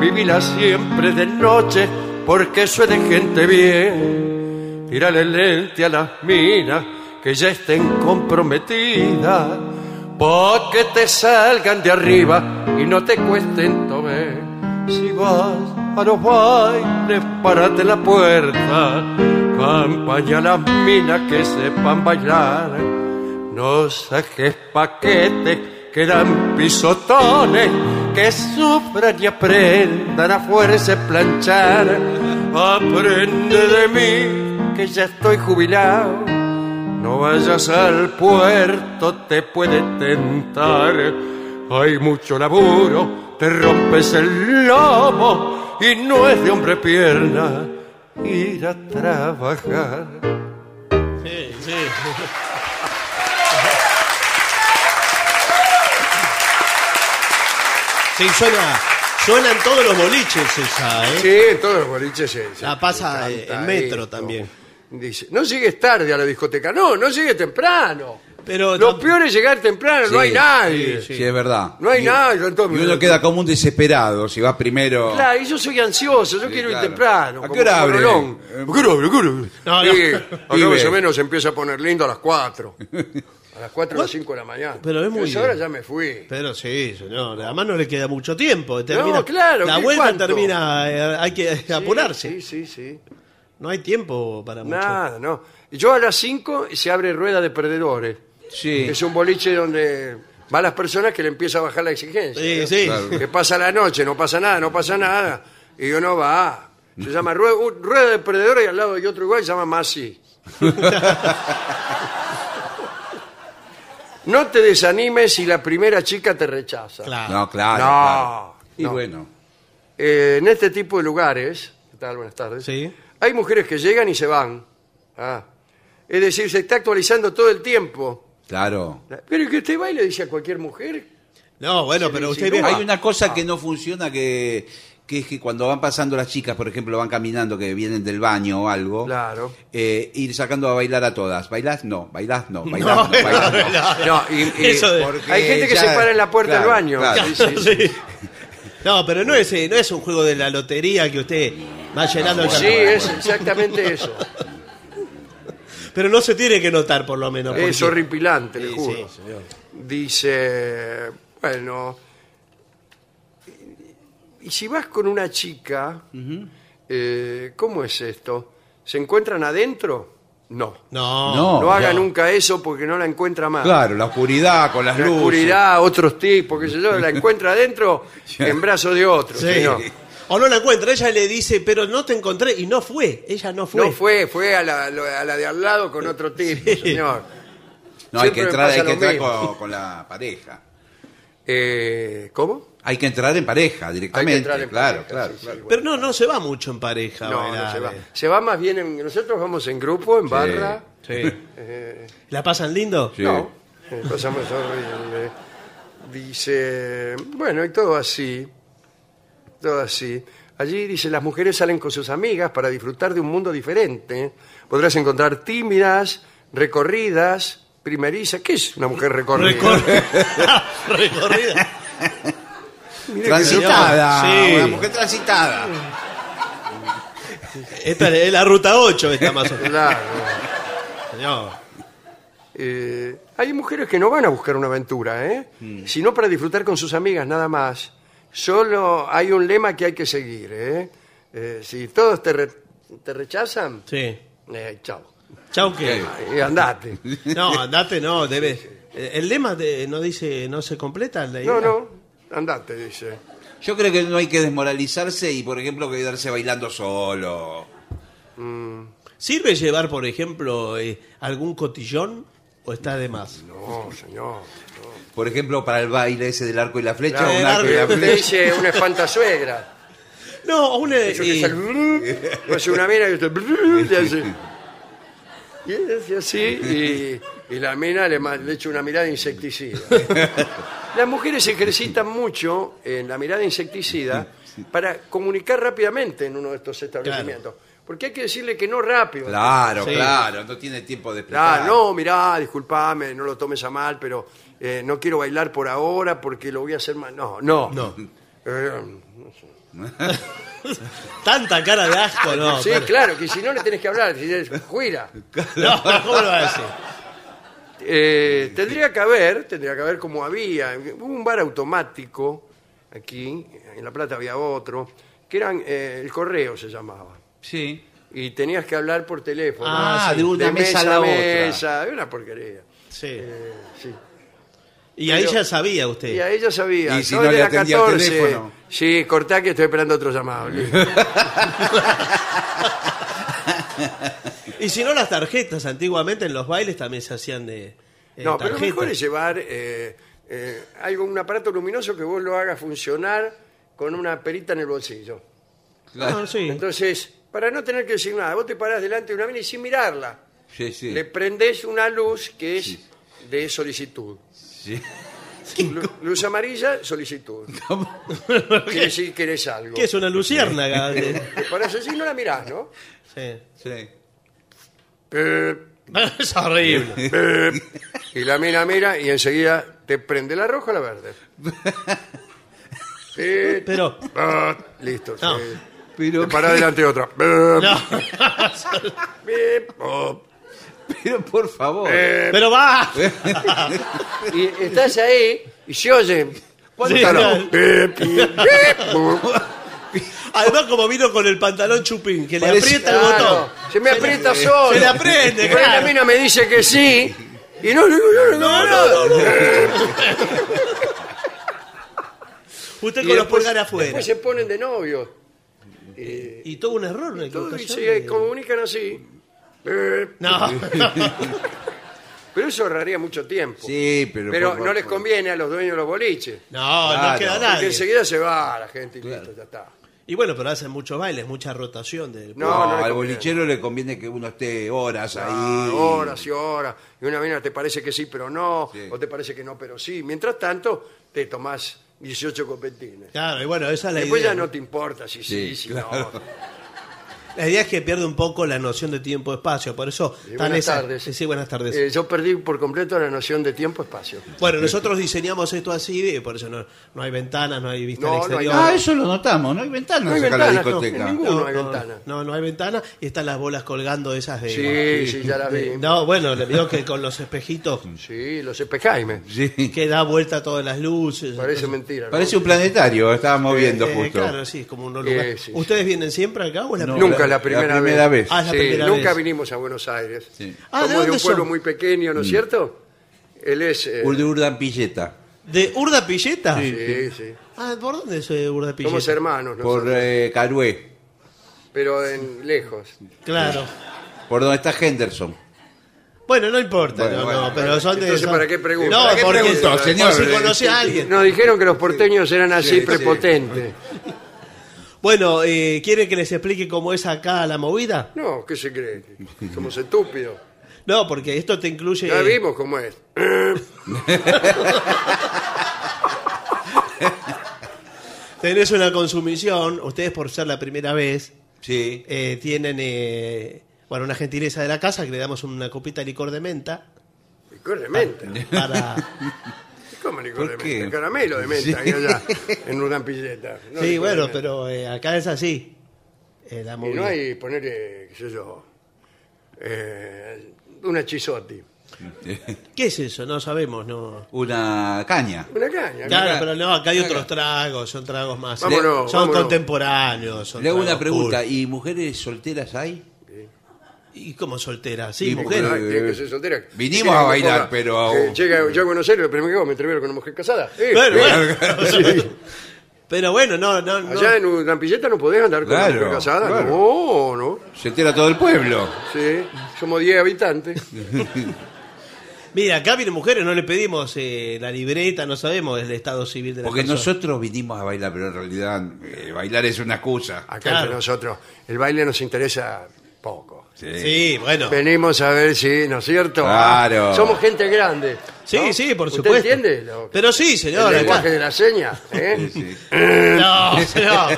[SPEAKER 1] Vivila siempre de noche porque eso es de gente bien. Tírale lente a las minas que ya estén comprometidas. Pa' que te salgan de arriba y no te cuesten tomar. Si vas a los bailes, párate en la puerta. Campaña a las minas que sepan bailar. No saques paquetes que dan pisotones, que sufran y aprendan a fuerza de planchar. Aprende de mí que ya estoy jubilado. No vayas al puerto, te puede tentar. Hay mucho laburo, te rompes el lomo y no es de hombre pierna ir a trabajar.
[SPEAKER 2] Sí, sí. Sí, suena, suenan todos los boliches esa, ¿eh?
[SPEAKER 1] Sí, en todos los boliches se- se-
[SPEAKER 2] La pasa
[SPEAKER 1] se
[SPEAKER 2] eh,
[SPEAKER 1] canta
[SPEAKER 2] en metro
[SPEAKER 1] esto.
[SPEAKER 2] también.
[SPEAKER 1] Dice, no llegues tarde a la discoteca, no, no llegues temprano.
[SPEAKER 2] Pero
[SPEAKER 1] Lo
[SPEAKER 2] tam-
[SPEAKER 1] peor es llegar temprano, no hay
[SPEAKER 3] Sí,
[SPEAKER 1] nadie.
[SPEAKER 3] Sí, es verdad.
[SPEAKER 1] No hay
[SPEAKER 3] Y-
[SPEAKER 1] nadie, entonces-
[SPEAKER 3] Y uno queda como un desesperado si vas primero.
[SPEAKER 1] Claro, y yo soy ansioso, yo quiero
[SPEAKER 3] claro.
[SPEAKER 1] ir temprano.
[SPEAKER 3] ¿A qué
[SPEAKER 1] como
[SPEAKER 3] hora abre? Eh,
[SPEAKER 1] Colón. ¿A qué hora abre? ¿A qué hora abre?
[SPEAKER 2] No, no.
[SPEAKER 1] Sí, acá
[SPEAKER 3] Pibe.
[SPEAKER 1] más o menos se empieza a poner lindo a las
[SPEAKER 3] <laughs>
[SPEAKER 1] 4. A las 4 o las 5 de la mañana.
[SPEAKER 2] Pero es muy
[SPEAKER 1] Yo ahora
[SPEAKER 2] bien.
[SPEAKER 1] ya me fui.
[SPEAKER 2] Pero sí, señor. Además no le queda mucho tiempo. Termina,
[SPEAKER 1] No, claro,
[SPEAKER 2] La
[SPEAKER 1] ¿qué
[SPEAKER 2] vuelta
[SPEAKER 1] cuánto?
[SPEAKER 2] termina. eh, hay que apurarse.
[SPEAKER 1] Sí, sí, sí.
[SPEAKER 2] No hay tiempo para mucho.
[SPEAKER 1] Nada, no. Y Yo a las 5 se abre Rueda de Perdedores.
[SPEAKER 3] Sí.
[SPEAKER 1] Es un boliche donde van las personas que le empieza a bajar la exigencia.
[SPEAKER 2] Sí, sí.
[SPEAKER 3] Claro.
[SPEAKER 1] que pasa la noche, no pasa nada, no pasa nada. Y uno va. Se llama Rueda, uh, Rueda de Perdedores y al lado hay otro igual, se llama
[SPEAKER 2] <laughs>
[SPEAKER 1] Masi. no te desanimes si la primera chica te rechaza.
[SPEAKER 2] Claro.
[SPEAKER 3] No, claro.
[SPEAKER 1] No,
[SPEAKER 3] claro. Y
[SPEAKER 1] no.
[SPEAKER 3] bueno.
[SPEAKER 1] Eh, en este tipo de lugares, ¿qué tal? Buenas tardes.
[SPEAKER 2] Sí.
[SPEAKER 1] Hay mujeres que llegan y se van. Ah. Es decir, se está actualizando todo el tiempo.
[SPEAKER 3] Claro.
[SPEAKER 1] Pero el que usted va y le dice a cualquier mujer
[SPEAKER 2] No, bueno, pero usted
[SPEAKER 1] sí, Ah.
[SPEAKER 2] ve.
[SPEAKER 1] no,
[SPEAKER 3] Hay una cosa que no funciona que, que es que cuando van pasando las chicas, por ejemplo, van caminando que vienen del baño o algo.
[SPEAKER 2] Oh.
[SPEAKER 1] Claro.
[SPEAKER 3] eh, ir sacando a bailar a todas. ¿Bailás? No, bailás
[SPEAKER 1] <laughs>
[SPEAKER 3] no, bailás no, bailás no.
[SPEAKER 2] <laughs>
[SPEAKER 1] No, y- y-
[SPEAKER 2] Eso de-
[SPEAKER 3] porque
[SPEAKER 1] hay gente que
[SPEAKER 3] ya-
[SPEAKER 1] se para en la puerta
[SPEAKER 3] claro,
[SPEAKER 1] del baño.
[SPEAKER 3] claro.
[SPEAKER 1] Sí, sí, sí.
[SPEAKER 2] <laughs> Sí. No, pero no es, eh, no es un juego de la lotería que usted va llenando el
[SPEAKER 1] Sí,
[SPEAKER 2] cartón.
[SPEAKER 1] es exactamente eso.
[SPEAKER 2] Pero no se tiene que notar, por lo menos.
[SPEAKER 1] Es
[SPEAKER 2] porque-
[SPEAKER 1] horripilante, le
[SPEAKER 2] Sí,
[SPEAKER 1] juro.
[SPEAKER 2] sí, señor.
[SPEAKER 1] Dice, bueno, y si vas con una chica, eh, ¿cómo es esto? ¿Se encuentran adentro? No.
[SPEAKER 2] No,
[SPEAKER 3] No.
[SPEAKER 1] No haga
[SPEAKER 2] no.
[SPEAKER 1] nunca eso porque no la encuentra más.
[SPEAKER 3] Claro, la oscuridad con las
[SPEAKER 1] La
[SPEAKER 3] luces.
[SPEAKER 1] oscuridad, otros tipos, qué sé yo,
[SPEAKER 3] <laughs>
[SPEAKER 1] la encuentra adentro en brazos de otro.
[SPEAKER 2] Sí.
[SPEAKER 1] señor.
[SPEAKER 2] O no la encuentra. Ella le dice, pero no te encontré. Y no fue. Ella no fue.
[SPEAKER 1] No fue, fue a la, lo- a la de al lado con otro tipo, señor.
[SPEAKER 3] No, hay que
[SPEAKER 1] Siempre me
[SPEAKER 3] entrar, hay
[SPEAKER 1] pasa
[SPEAKER 3] que
[SPEAKER 1] lo
[SPEAKER 3] entrar
[SPEAKER 1] mismo.
[SPEAKER 3] con, con la pareja.
[SPEAKER 1] Eh, ¿Cómo?
[SPEAKER 3] Hay que entrar en pareja directamente.
[SPEAKER 1] entrar en
[SPEAKER 3] claro,
[SPEAKER 1] pareja,
[SPEAKER 3] claro,
[SPEAKER 1] sí,
[SPEAKER 3] claro.
[SPEAKER 2] Pero no, no se va mucho en pareja. a
[SPEAKER 1] No, no
[SPEAKER 2] bailar,
[SPEAKER 1] se va.
[SPEAKER 2] eh.
[SPEAKER 1] Se va más bien, en- nosotros vamos en grupo, en barra.
[SPEAKER 2] Sí.
[SPEAKER 1] <laughs>
[SPEAKER 2] ¿La pasan lindo?
[SPEAKER 3] Sí.
[SPEAKER 1] No, eh, pasamos horrible. Dice, bueno, y todo así, todo así. Allí dice, las mujeres salen con sus amigas para disfrutar de un mundo diferente. Podrás encontrar tímidas, recorridas, primerizas. ¿Qué es una mujer recorrida?
[SPEAKER 2] Recorrida. <laughs> Recorrida.
[SPEAKER 1] Mire que-
[SPEAKER 3] Transitada.
[SPEAKER 2] Sí.
[SPEAKER 3] Una mujer transitada.
[SPEAKER 2] Esta es la ruta 8, esta más o menos.
[SPEAKER 1] Claro.
[SPEAKER 2] Señor.
[SPEAKER 1] Eh, hay mujeres que no van a buscar una aventura, ¿eh? sino para disfrutar con sus amigas nada más. Solo hay un lema que hay que seguir. ¿eh? Eh, si todos te, re- te rechazan,
[SPEAKER 2] Sí.
[SPEAKER 1] eh, chao.
[SPEAKER 2] Chau que.
[SPEAKER 1] Eh, andate.
[SPEAKER 2] <laughs> No, andate, no, debes. Eh, El lema de- no dice, no se completa. la idea.
[SPEAKER 1] No, no, andate, dice.
[SPEAKER 3] Yo creo que no hay que desmoralizarse y, por ejemplo, quedarse bailando solo.
[SPEAKER 2] ¿Sirve llevar, por ejemplo, eh, algún cotillón o está de más?
[SPEAKER 1] No, señor.
[SPEAKER 3] Por ejemplo, para el baile ese del arco y la flecha,
[SPEAKER 1] Claro,
[SPEAKER 3] un arco y la
[SPEAKER 1] Usted
[SPEAKER 3] flecha.
[SPEAKER 1] dice una espantazuegra.
[SPEAKER 2] No, una.
[SPEAKER 1] Eso que <laughs>
[SPEAKER 2] eh,
[SPEAKER 1] sale- hace una mira y usted- y hace- Y él hace así y, y la mina le, ma- le echa una mirada insecticida. Las mujeres se ejercitan mucho en la mirada insecticida para comunicar rápidamente en uno de estos establecimientos. Porque hay que decirle que no rápido.
[SPEAKER 3] Claro,
[SPEAKER 2] Sí.
[SPEAKER 3] claro, no tiene tiempo de explicar.
[SPEAKER 1] Ah, no, mirá, disculpame, no lo tomes a mal, pero eh, no quiero bailar por ahora porque lo voy a hacer mal. No, no.
[SPEAKER 2] No.
[SPEAKER 1] Eh,
[SPEAKER 2] Tanta cara de asco, no.
[SPEAKER 1] <laughs> sí,
[SPEAKER 2] pero-
[SPEAKER 1] claro, que si no le tenés que hablar, si es, "Juira".
[SPEAKER 2] No, ¿cómo lo va a decir?
[SPEAKER 1] Eh, tendría que haber, tendría que haber como había, hubo un bar automático aquí, en La Plata había otro, que eran, eh, el correo se llamaba.
[SPEAKER 3] Sí.
[SPEAKER 1] Y tenías que hablar por teléfono.
[SPEAKER 2] Ah,
[SPEAKER 3] de una mesa a la otra.
[SPEAKER 1] mesa, era una porquería.
[SPEAKER 2] Sí.
[SPEAKER 1] Eh, sí.
[SPEAKER 2] y ahí
[SPEAKER 1] pero-
[SPEAKER 2] ya sabía
[SPEAKER 1] Y
[SPEAKER 2] usted.
[SPEAKER 1] a ella sabía.
[SPEAKER 3] Y si
[SPEAKER 1] "Soy
[SPEAKER 3] no
[SPEAKER 1] de
[SPEAKER 3] le
[SPEAKER 1] la
[SPEAKER 3] atendía el teléfono.
[SPEAKER 1] Sí, cortá que estoy esperando otro llamado.
[SPEAKER 2] Y si no, las tarjetas antiguamente en los bailes también se hacían de. eh,
[SPEAKER 1] No, pero lo
[SPEAKER 2] tarjetas.
[SPEAKER 1] mejor es llevar eh, eh, algo, un aparato luminoso que vos lo hagas funcionar con una perita en el bolsillo.
[SPEAKER 2] No, Ah, sí.
[SPEAKER 1] Entonces, para no tener que decir nada, vos te parás delante de una mina y sin mirarla,
[SPEAKER 3] Sí, sí.
[SPEAKER 1] le prendés una luz que es de solicitud.
[SPEAKER 3] Sí.
[SPEAKER 1] Lu- Luz amarilla,
[SPEAKER 2] <laughs>
[SPEAKER 1] solicitud. Quiere decir que eres algo.
[SPEAKER 2] ¿Qué es una
[SPEAKER 1] <laughs>
[SPEAKER 2] luciérnaga? De-
[SPEAKER 1] Te parás así y no la mirás, ¿no?
[SPEAKER 2] sí.
[SPEAKER 3] Sí.
[SPEAKER 1] Pep,
[SPEAKER 2] <laughs> es horrible.
[SPEAKER 1] pep. Y la mina mira y enseguida te prende la roja o la verde. Pep,
[SPEAKER 2] Pero.
[SPEAKER 1] Ah, listo.
[SPEAKER 2] No.
[SPEAKER 1] sí.
[SPEAKER 3] Pero,
[SPEAKER 1] Te parás delante de otra. Pep,
[SPEAKER 2] <laughs> No.
[SPEAKER 1] <laughs> pep, oh,
[SPEAKER 3] pero por favor.
[SPEAKER 1] pep.
[SPEAKER 2] Pero va.
[SPEAKER 1] y estás ahí y se oye.
[SPEAKER 2] Sí, claro. <laughs> Además, como vino con el pantalón chupín, que le
[SPEAKER 3] Parece-
[SPEAKER 2] aprieta el
[SPEAKER 1] Claro,
[SPEAKER 2] botón.
[SPEAKER 1] Se me aprieta solo.
[SPEAKER 2] se le aprende,
[SPEAKER 1] Pero
[SPEAKER 2] claro.
[SPEAKER 1] la mina me dice que sí. Y no, no, no, no, no, no.
[SPEAKER 2] Usted
[SPEAKER 1] Y
[SPEAKER 2] con los
[SPEAKER 1] después-
[SPEAKER 2] pulgares afuera.
[SPEAKER 1] Después se ponen de novio. Eh,
[SPEAKER 2] Y todo un error, una
[SPEAKER 1] todo, y
[SPEAKER 2] equivocación.
[SPEAKER 1] se comunican así. Eh,
[SPEAKER 2] No.
[SPEAKER 1] Pero eso ahorraría mucho tiempo.
[SPEAKER 3] Sí, pero por
[SPEAKER 1] no les
[SPEAKER 3] favor.
[SPEAKER 1] conviene a los dueños de los boliches.
[SPEAKER 2] No, no
[SPEAKER 3] Claro.
[SPEAKER 2] queda
[SPEAKER 1] Porque
[SPEAKER 2] nadie.
[SPEAKER 1] enseguida se va la gente y listo, ya está.
[SPEAKER 2] Y bueno, pero hacen muchos bailes, mucha rotación del
[SPEAKER 1] No,
[SPEAKER 3] No,
[SPEAKER 1] no le
[SPEAKER 3] al
[SPEAKER 1] conviene.
[SPEAKER 3] bolichero le conviene que uno esté horas
[SPEAKER 1] Ah,
[SPEAKER 3] ahí.
[SPEAKER 1] horas y horas. Y una mina te parece que sí, pero no.
[SPEAKER 3] Sí.
[SPEAKER 1] O te parece que no, pero sí. Mientras tanto, te tomás 18 copetines.
[SPEAKER 2] Claro, y bueno, esa es la
[SPEAKER 1] Después
[SPEAKER 2] idea.
[SPEAKER 1] ya no te importa si sí,
[SPEAKER 3] Sí,
[SPEAKER 1] si
[SPEAKER 3] claro.
[SPEAKER 1] no.
[SPEAKER 2] La idea es que pierde un poco la noción de tiempo-espacio, por eso
[SPEAKER 1] Eh,
[SPEAKER 2] tan
[SPEAKER 1] buenas
[SPEAKER 2] esa-
[SPEAKER 1] tardes.
[SPEAKER 2] eh, Sí, buenas tardes.
[SPEAKER 1] Eh, yo perdí por completo la noción de tiempo-espacio.
[SPEAKER 2] bueno, nosotros diseñamos esto así, eh, por eso no, no hay ventanas, no hay vista al
[SPEAKER 1] No, no hay
[SPEAKER 2] exterior.
[SPEAKER 1] nada.
[SPEAKER 3] Ah, eso lo notamos, no hay ventanas
[SPEAKER 1] No hay
[SPEAKER 3] acá en
[SPEAKER 1] ventanas,
[SPEAKER 3] la
[SPEAKER 1] no,
[SPEAKER 3] discoteca.
[SPEAKER 1] en ningún- no hay ventana.
[SPEAKER 2] No, no hay ventana y están las bolas colgando esas de...
[SPEAKER 1] Sí, sí, ya la vi.
[SPEAKER 2] de- no, bueno, le digo que con los espejitos
[SPEAKER 1] Sí, los espejaimes.
[SPEAKER 3] <laughs> Sí.
[SPEAKER 2] que da vuelta todas las luces.
[SPEAKER 1] Parece
[SPEAKER 2] entonces-
[SPEAKER 1] mentira. ¿no?
[SPEAKER 3] Parece un planetario, estábamos viendo
[SPEAKER 2] Eh,
[SPEAKER 3] justo.
[SPEAKER 2] Claro, sí, es como un lugar.
[SPEAKER 1] Eh, sí,
[SPEAKER 2] ¿Ustedes vienen siempre acá o es la primera
[SPEAKER 1] Nunca
[SPEAKER 2] vez?
[SPEAKER 1] la primera,
[SPEAKER 3] la primera vez.
[SPEAKER 2] Ah, es la
[SPEAKER 1] Sí,
[SPEAKER 2] primera
[SPEAKER 1] nunca
[SPEAKER 2] vez.
[SPEAKER 1] vinimos a Buenos Aires.
[SPEAKER 3] Sí.
[SPEAKER 2] Ah, ¿de
[SPEAKER 1] Somos de,
[SPEAKER 2] dónde
[SPEAKER 1] un pueblo
[SPEAKER 2] son?
[SPEAKER 1] muy pequeño, ¿no es cierto? Él es... eh,
[SPEAKER 3] Ur- Urdan Pilleta.
[SPEAKER 2] ¿De Urda Pilleta?
[SPEAKER 1] sí, sí.
[SPEAKER 2] Ah, ¿por dónde es eh, Urda Pilleta?
[SPEAKER 1] Somos hermanos, nosotros,
[SPEAKER 3] Por eh, Carué,
[SPEAKER 1] pero en lejos.
[SPEAKER 2] Claro.
[SPEAKER 3] por donde está Henderson.
[SPEAKER 2] Bueno, no importa,
[SPEAKER 3] Bueno,
[SPEAKER 2] no,
[SPEAKER 3] bueno,
[SPEAKER 2] no, pero son de.
[SPEAKER 1] Entonces,
[SPEAKER 2] son-
[SPEAKER 1] ¿para qué pregunto?
[SPEAKER 2] No,
[SPEAKER 1] ¿Para qué
[SPEAKER 2] porque
[SPEAKER 3] pregunto,
[SPEAKER 2] por
[SPEAKER 3] señor?
[SPEAKER 2] si conoce a alguien.
[SPEAKER 1] Nos dijeron que los porteños eran así
[SPEAKER 3] Sí, sí.
[SPEAKER 1] prepotentes.
[SPEAKER 2] Bueno, eh, ¿quiere que les explique cómo es acá la movida?
[SPEAKER 1] No, ¿qué se cree? Somos estúpidos.
[SPEAKER 2] No, porque esto te incluye. eh,
[SPEAKER 1] Ya vimos cómo es.
[SPEAKER 2] Tenés una consumición, ustedes por ser la primera vez,
[SPEAKER 3] Sí.
[SPEAKER 2] eh, tienen. eh, bueno, una gentileza de la casa que le damos una copita de licor de menta
[SPEAKER 1] Licor de menta.
[SPEAKER 2] Ah, para.
[SPEAKER 1] ¿Cómo licor de
[SPEAKER 3] ¿Por qué?
[SPEAKER 1] menta? Caramelo de menta, y allá, en una pilleta. <laughs> No, licor
[SPEAKER 2] sí,
[SPEAKER 1] de
[SPEAKER 2] bueno,
[SPEAKER 1] menta.
[SPEAKER 2] pero eh, acá es así. eh, la
[SPEAKER 1] Y
[SPEAKER 2] movida.
[SPEAKER 1] no hay poner, eh, qué sé yo, eh, una chisotti.
[SPEAKER 2] ¿Qué es eso? No sabemos, no.
[SPEAKER 3] Una caña.
[SPEAKER 1] Una caña.
[SPEAKER 2] Claro,
[SPEAKER 3] acá-
[SPEAKER 2] pero no, acá hay otros tragos, son tragos más.
[SPEAKER 1] Vámonos,
[SPEAKER 2] son
[SPEAKER 1] vámonos.
[SPEAKER 2] contemporáneos. son
[SPEAKER 3] Le hago una
[SPEAKER 2] tragos
[SPEAKER 3] pregunta, ¿y mujeres solteras hay?
[SPEAKER 2] cool. ¿Y como soltera? Sí,
[SPEAKER 3] Y
[SPEAKER 2] mujer.
[SPEAKER 3] mujer.
[SPEAKER 1] Ah, tiene que ser soltera.
[SPEAKER 3] Vinimos
[SPEAKER 1] Llega
[SPEAKER 3] a
[SPEAKER 1] una
[SPEAKER 3] bailar,
[SPEAKER 1] poca-
[SPEAKER 3] pero-
[SPEAKER 1] eh, llega, yo a Buenos Aires, lo primero que hago, me entrevero con una mujer casada. Eh,
[SPEAKER 2] Bueno,
[SPEAKER 1] eh,
[SPEAKER 2] bueno. <laughs> Pero bueno, no, no, no.
[SPEAKER 1] Allá en una pilleta no podés andar con
[SPEAKER 3] Claro,
[SPEAKER 1] una mujer casada.
[SPEAKER 3] claro.
[SPEAKER 1] No, Oh, no.
[SPEAKER 3] Se entera todo el pueblo.
[SPEAKER 1] Sí, somos 10 habitantes.
[SPEAKER 2] Mira, acá vienen mujeres, no le pedimos eh, la libreta, no sabemos el estado civil de la
[SPEAKER 3] Porque
[SPEAKER 2] persona.
[SPEAKER 3] nosotros vinimos a bailar, pero en realidad eh, bailar es una excusa.
[SPEAKER 1] Acá
[SPEAKER 2] Claro.
[SPEAKER 1] entre nosotros. El baile nos interesa poco.
[SPEAKER 3] Sí.
[SPEAKER 2] Sí, bueno.
[SPEAKER 1] Venimos a ver si, ¿no es cierto?
[SPEAKER 3] Claro.
[SPEAKER 1] Ah, somos gente grande.
[SPEAKER 2] Sí,
[SPEAKER 1] ¿no?
[SPEAKER 2] sí, por
[SPEAKER 1] ¿Usted
[SPEAKER 2] supuesto.
[SPEAKER 1] entiende? lo-
[SPEAKER 2] Pero sí,
[SPEAKER 1] el
[SPEAKER 2] señor. acá-
[SPEAKER 1] lenguaje de la seña. ¿eh?
[SPEAKER 2] No,
[SPEAKER 1] <laughs>
[SPEAKER 2] señor.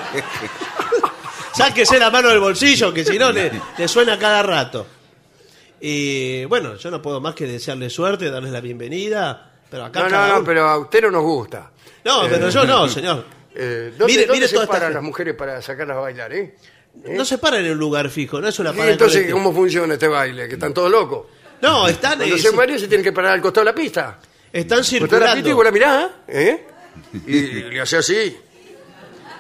[SPEAKER 2] Sáquese la mano del bolsillo, que si
[SPEAKER 1] <laughs>
[SPEAKER 2] no le, le suena cada rato. Y bueno, yo no puedo más que desearle suerte, darles la bienvenida. Pero acá
[SPEAKER 1] No,
[SPEAKER 2] cada
[SPEAKER 1] no, no,
[SPEAKER 2] uno-
[SPEAKER 1] pero a usted no nos gusta.
[SPEAKER 2] No, pero yo no, señor.
[SPEAKER 1] Eh, ¿Dónde,
[SPEAKER 2] Mire-
[SPEAKER 1] dónde
[SPEAKER 2] mire
[SPEAKER 1] se
[SPEAKER 2] toda esta
[SPEAKER 1] paran
[SPEAKER 2] gente.
[SPEAKER 1] las mujeres para sacarlas a bailar? ¿eh?
[SPEAKER 2] No se paran en un lugar fijo, no es una
[SPEAKER 1] Y
[SPEAKER 2] parada
[SPEAKER 1] entonces,
[SPEAKER 2] colectiva.
[SPEAKER 1] ¿cómo funciona este baile? Que están todos locos.
[SPEAKER 2] No, están,
[SPEAKER 1] Cuando
[SPEAKER 2] eh,
[SPEAKER 1] se
[SPEAKER 2] sí,
[SPEAKER 1] mueren se tienen que parar al costado de la pista.
[SPEAKER 2] están
[SPEAKER 1] Costado de la pista y
[SPEAKER 2] circulando.
[SPEAKER 1] vos la mirá, ¿eh?
[SPEAKER 2] <laughs>
[SPEAKER 1] Y, y le hace así.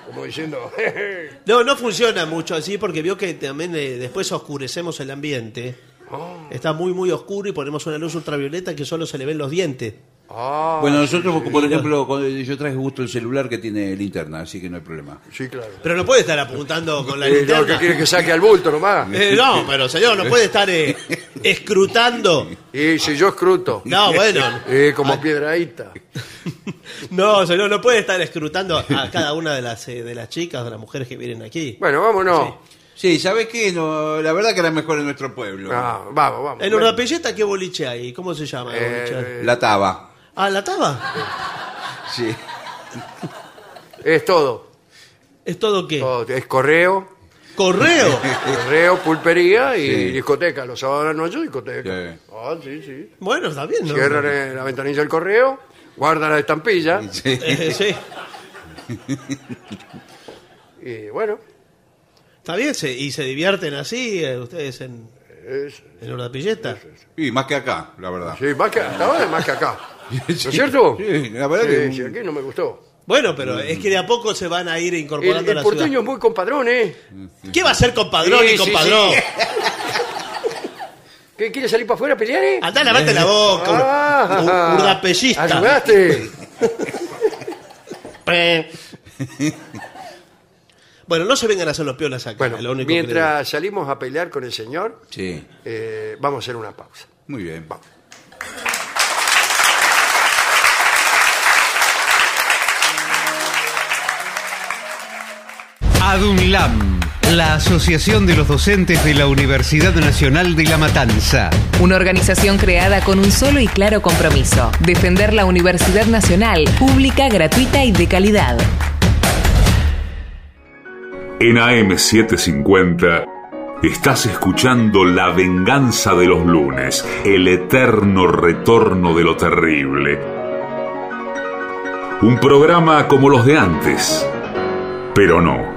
[SPEAKER 1] Como diciendo, <laughs> jeje.
[SPEAKER 2] No, no funciona mucho así porque vio que también eh, después oscurecemos el ambiente.
[SPEAKER 1] Oh.
[SPEAKER 2] Está muy, muy oscuro y ponemos una luz ultravioleta que solo se le ven los dientes.
[SPEAKER 1] Ah,
[SPEAKER 3] <laughs> Bueno, nosotros, por ejemplo, con- yo traje justo el celular que tiene linterna, así que no hay problema.
[SPEAKER 1] sí, claro.
[SPEAKER 2] Pero no puede estar apuntando con la
[SPEAKER 1] <laughs> Eh, no,
[SPEAKER 2] linterna.
[SPEAKER 1] que quiere que saque al bulto
[SPEAKER 2] <laughs>
[SPEAKER 1] nomás.
[SPEAKER 2] Eh,
[SPEAKER 1] <laughs>
[SPEAKER 2] no, pero señor, no puede estar eh, escrutando.
[SPEAKER 1] Y si yo escruto,
[SPEAKER 2] No,
[SPEAKER 1] <laughs>
[SPEAKER 2] bueno.
[SPEAKER 1] eh, como piedradita.
[SPEAKER 2] No, señor, no puede estar escrutando a cada una de las, eh, de las chicas, de las mujeres que vienen aquí.
[SPEAKER 1] Bueno, vámonos.
[SPEAKER 3] Sí, ¿sabes qué? No, la verdad que era mejor en nuestro pueblo.
[SPEAKER 1] Ah, vamos, vamos.
[SPEAKER 2] En Urnapelleta, ¿qué boliche hay? ¿Cómo se llama? el boliche?
[SPEAKER 1] Eh,
[SPEAKER 3] La taba.
[SPEAKER 2] Ah, la taba.
[SPEAKER 3] Sí. <laughs>
[SPEAKER 1] es todo.
[SPEAKER 2] ¿Es todo qué?
[SPEAKER 1] Todo. Es correo, <laughs>
[SPEAKER 2] Correo.
[SPEAKER 1] correo, pulpería y
[SPEAKER 3] Sí.
[SPEAKER 1] discoteca. Los sábados a la noche, discoteca.
[SPEAKER 3] Sí.
[SPEAKER 1] Ah, sí, sí.
[SPEAKER 2] Bueno, está bien, ¿no?
[SPEAKER 1] Cierran eh, la ventanilla del correo, guardan la estampilla
[SPEAKER 3] Sí.
[SPEAKER 2] <laughs> Eh, sí.
[SPEAKER 1] y bueno,
[SPEAKER 2] Está bien, se- y se divierten así eh, ustedes en,
[SPEAKER 1] es-
[SPEAKER 2] en Urnapelleta.
[SPEAKER 3] Y más que acá, la verdad.
[SPEAKER 1] sí, más que hasta ahora más que acá. ¿No es
[SPEAKER 3] Sí.
[SPEAKER 1] cierto?
[SPEAKER 3] Sí, la verdad
[SPEAKER 1] Sí,
[SPEAKER 3] que-
[SPEAKER 1] sí, aquí no me gustó.
[SPEAKER 2] Bueno, pero es que de a poco se van a ir
[SPEAKER 1] El,
[SPEAKER 2] incorporando
[SPEAKER 1] el
[SPEAKER 2] a la ciudad.
[SPEAKER 1] porteño es muy compadrón, ¿eh?
[SPEAKER 2] ¿Qué va a ser compadrón
[SPEAKER 1] Sí,
[SPEAKER 2] y
[SPEAKER 1] sí,
[SPEAKER 2] compadrón?
[SPEAKER 1] ¿Qué quiere salir para afuera a pelear, eh?
[SPEAKER 2] Andá, lavate la boca,
[SPEAKER 1] Ah,
[SPEAKER 2] ur-
[SPEAKER 1] <laughs>
[SPEAKER 2] ur- urdapellista. <laughs>
[SPEAKER 1] Ayudaste.
[SPEAKER 2] Pe. bueno, no se vengan a hacer los piolas acá.
[SPEAKER 1] Bueno,
[SPEAKER 2] es lo único que
[SPEAKER 1] mientras salimos a pelear con el señor,
[SPEAKER 3] Sí.
[SPEAKER 1] eh, vamos a hacer una pausa.
[SPEAKER 3] Muy bien.
[SPEAKER 8] ADUNLAM, la Asociación de los Docentes de la Universidad Nacional de La Matanza.
[SPEAKER 9] Una organización creada con un solo y claro compromiso, defender la Universidad Nacional, pública, gratuita y de calidad.
[SPEAKER 7] En AM750 estás escuchando La venganza de los lunes, el eterno retorno de lo terrible. Un programa como los de antes, pero no.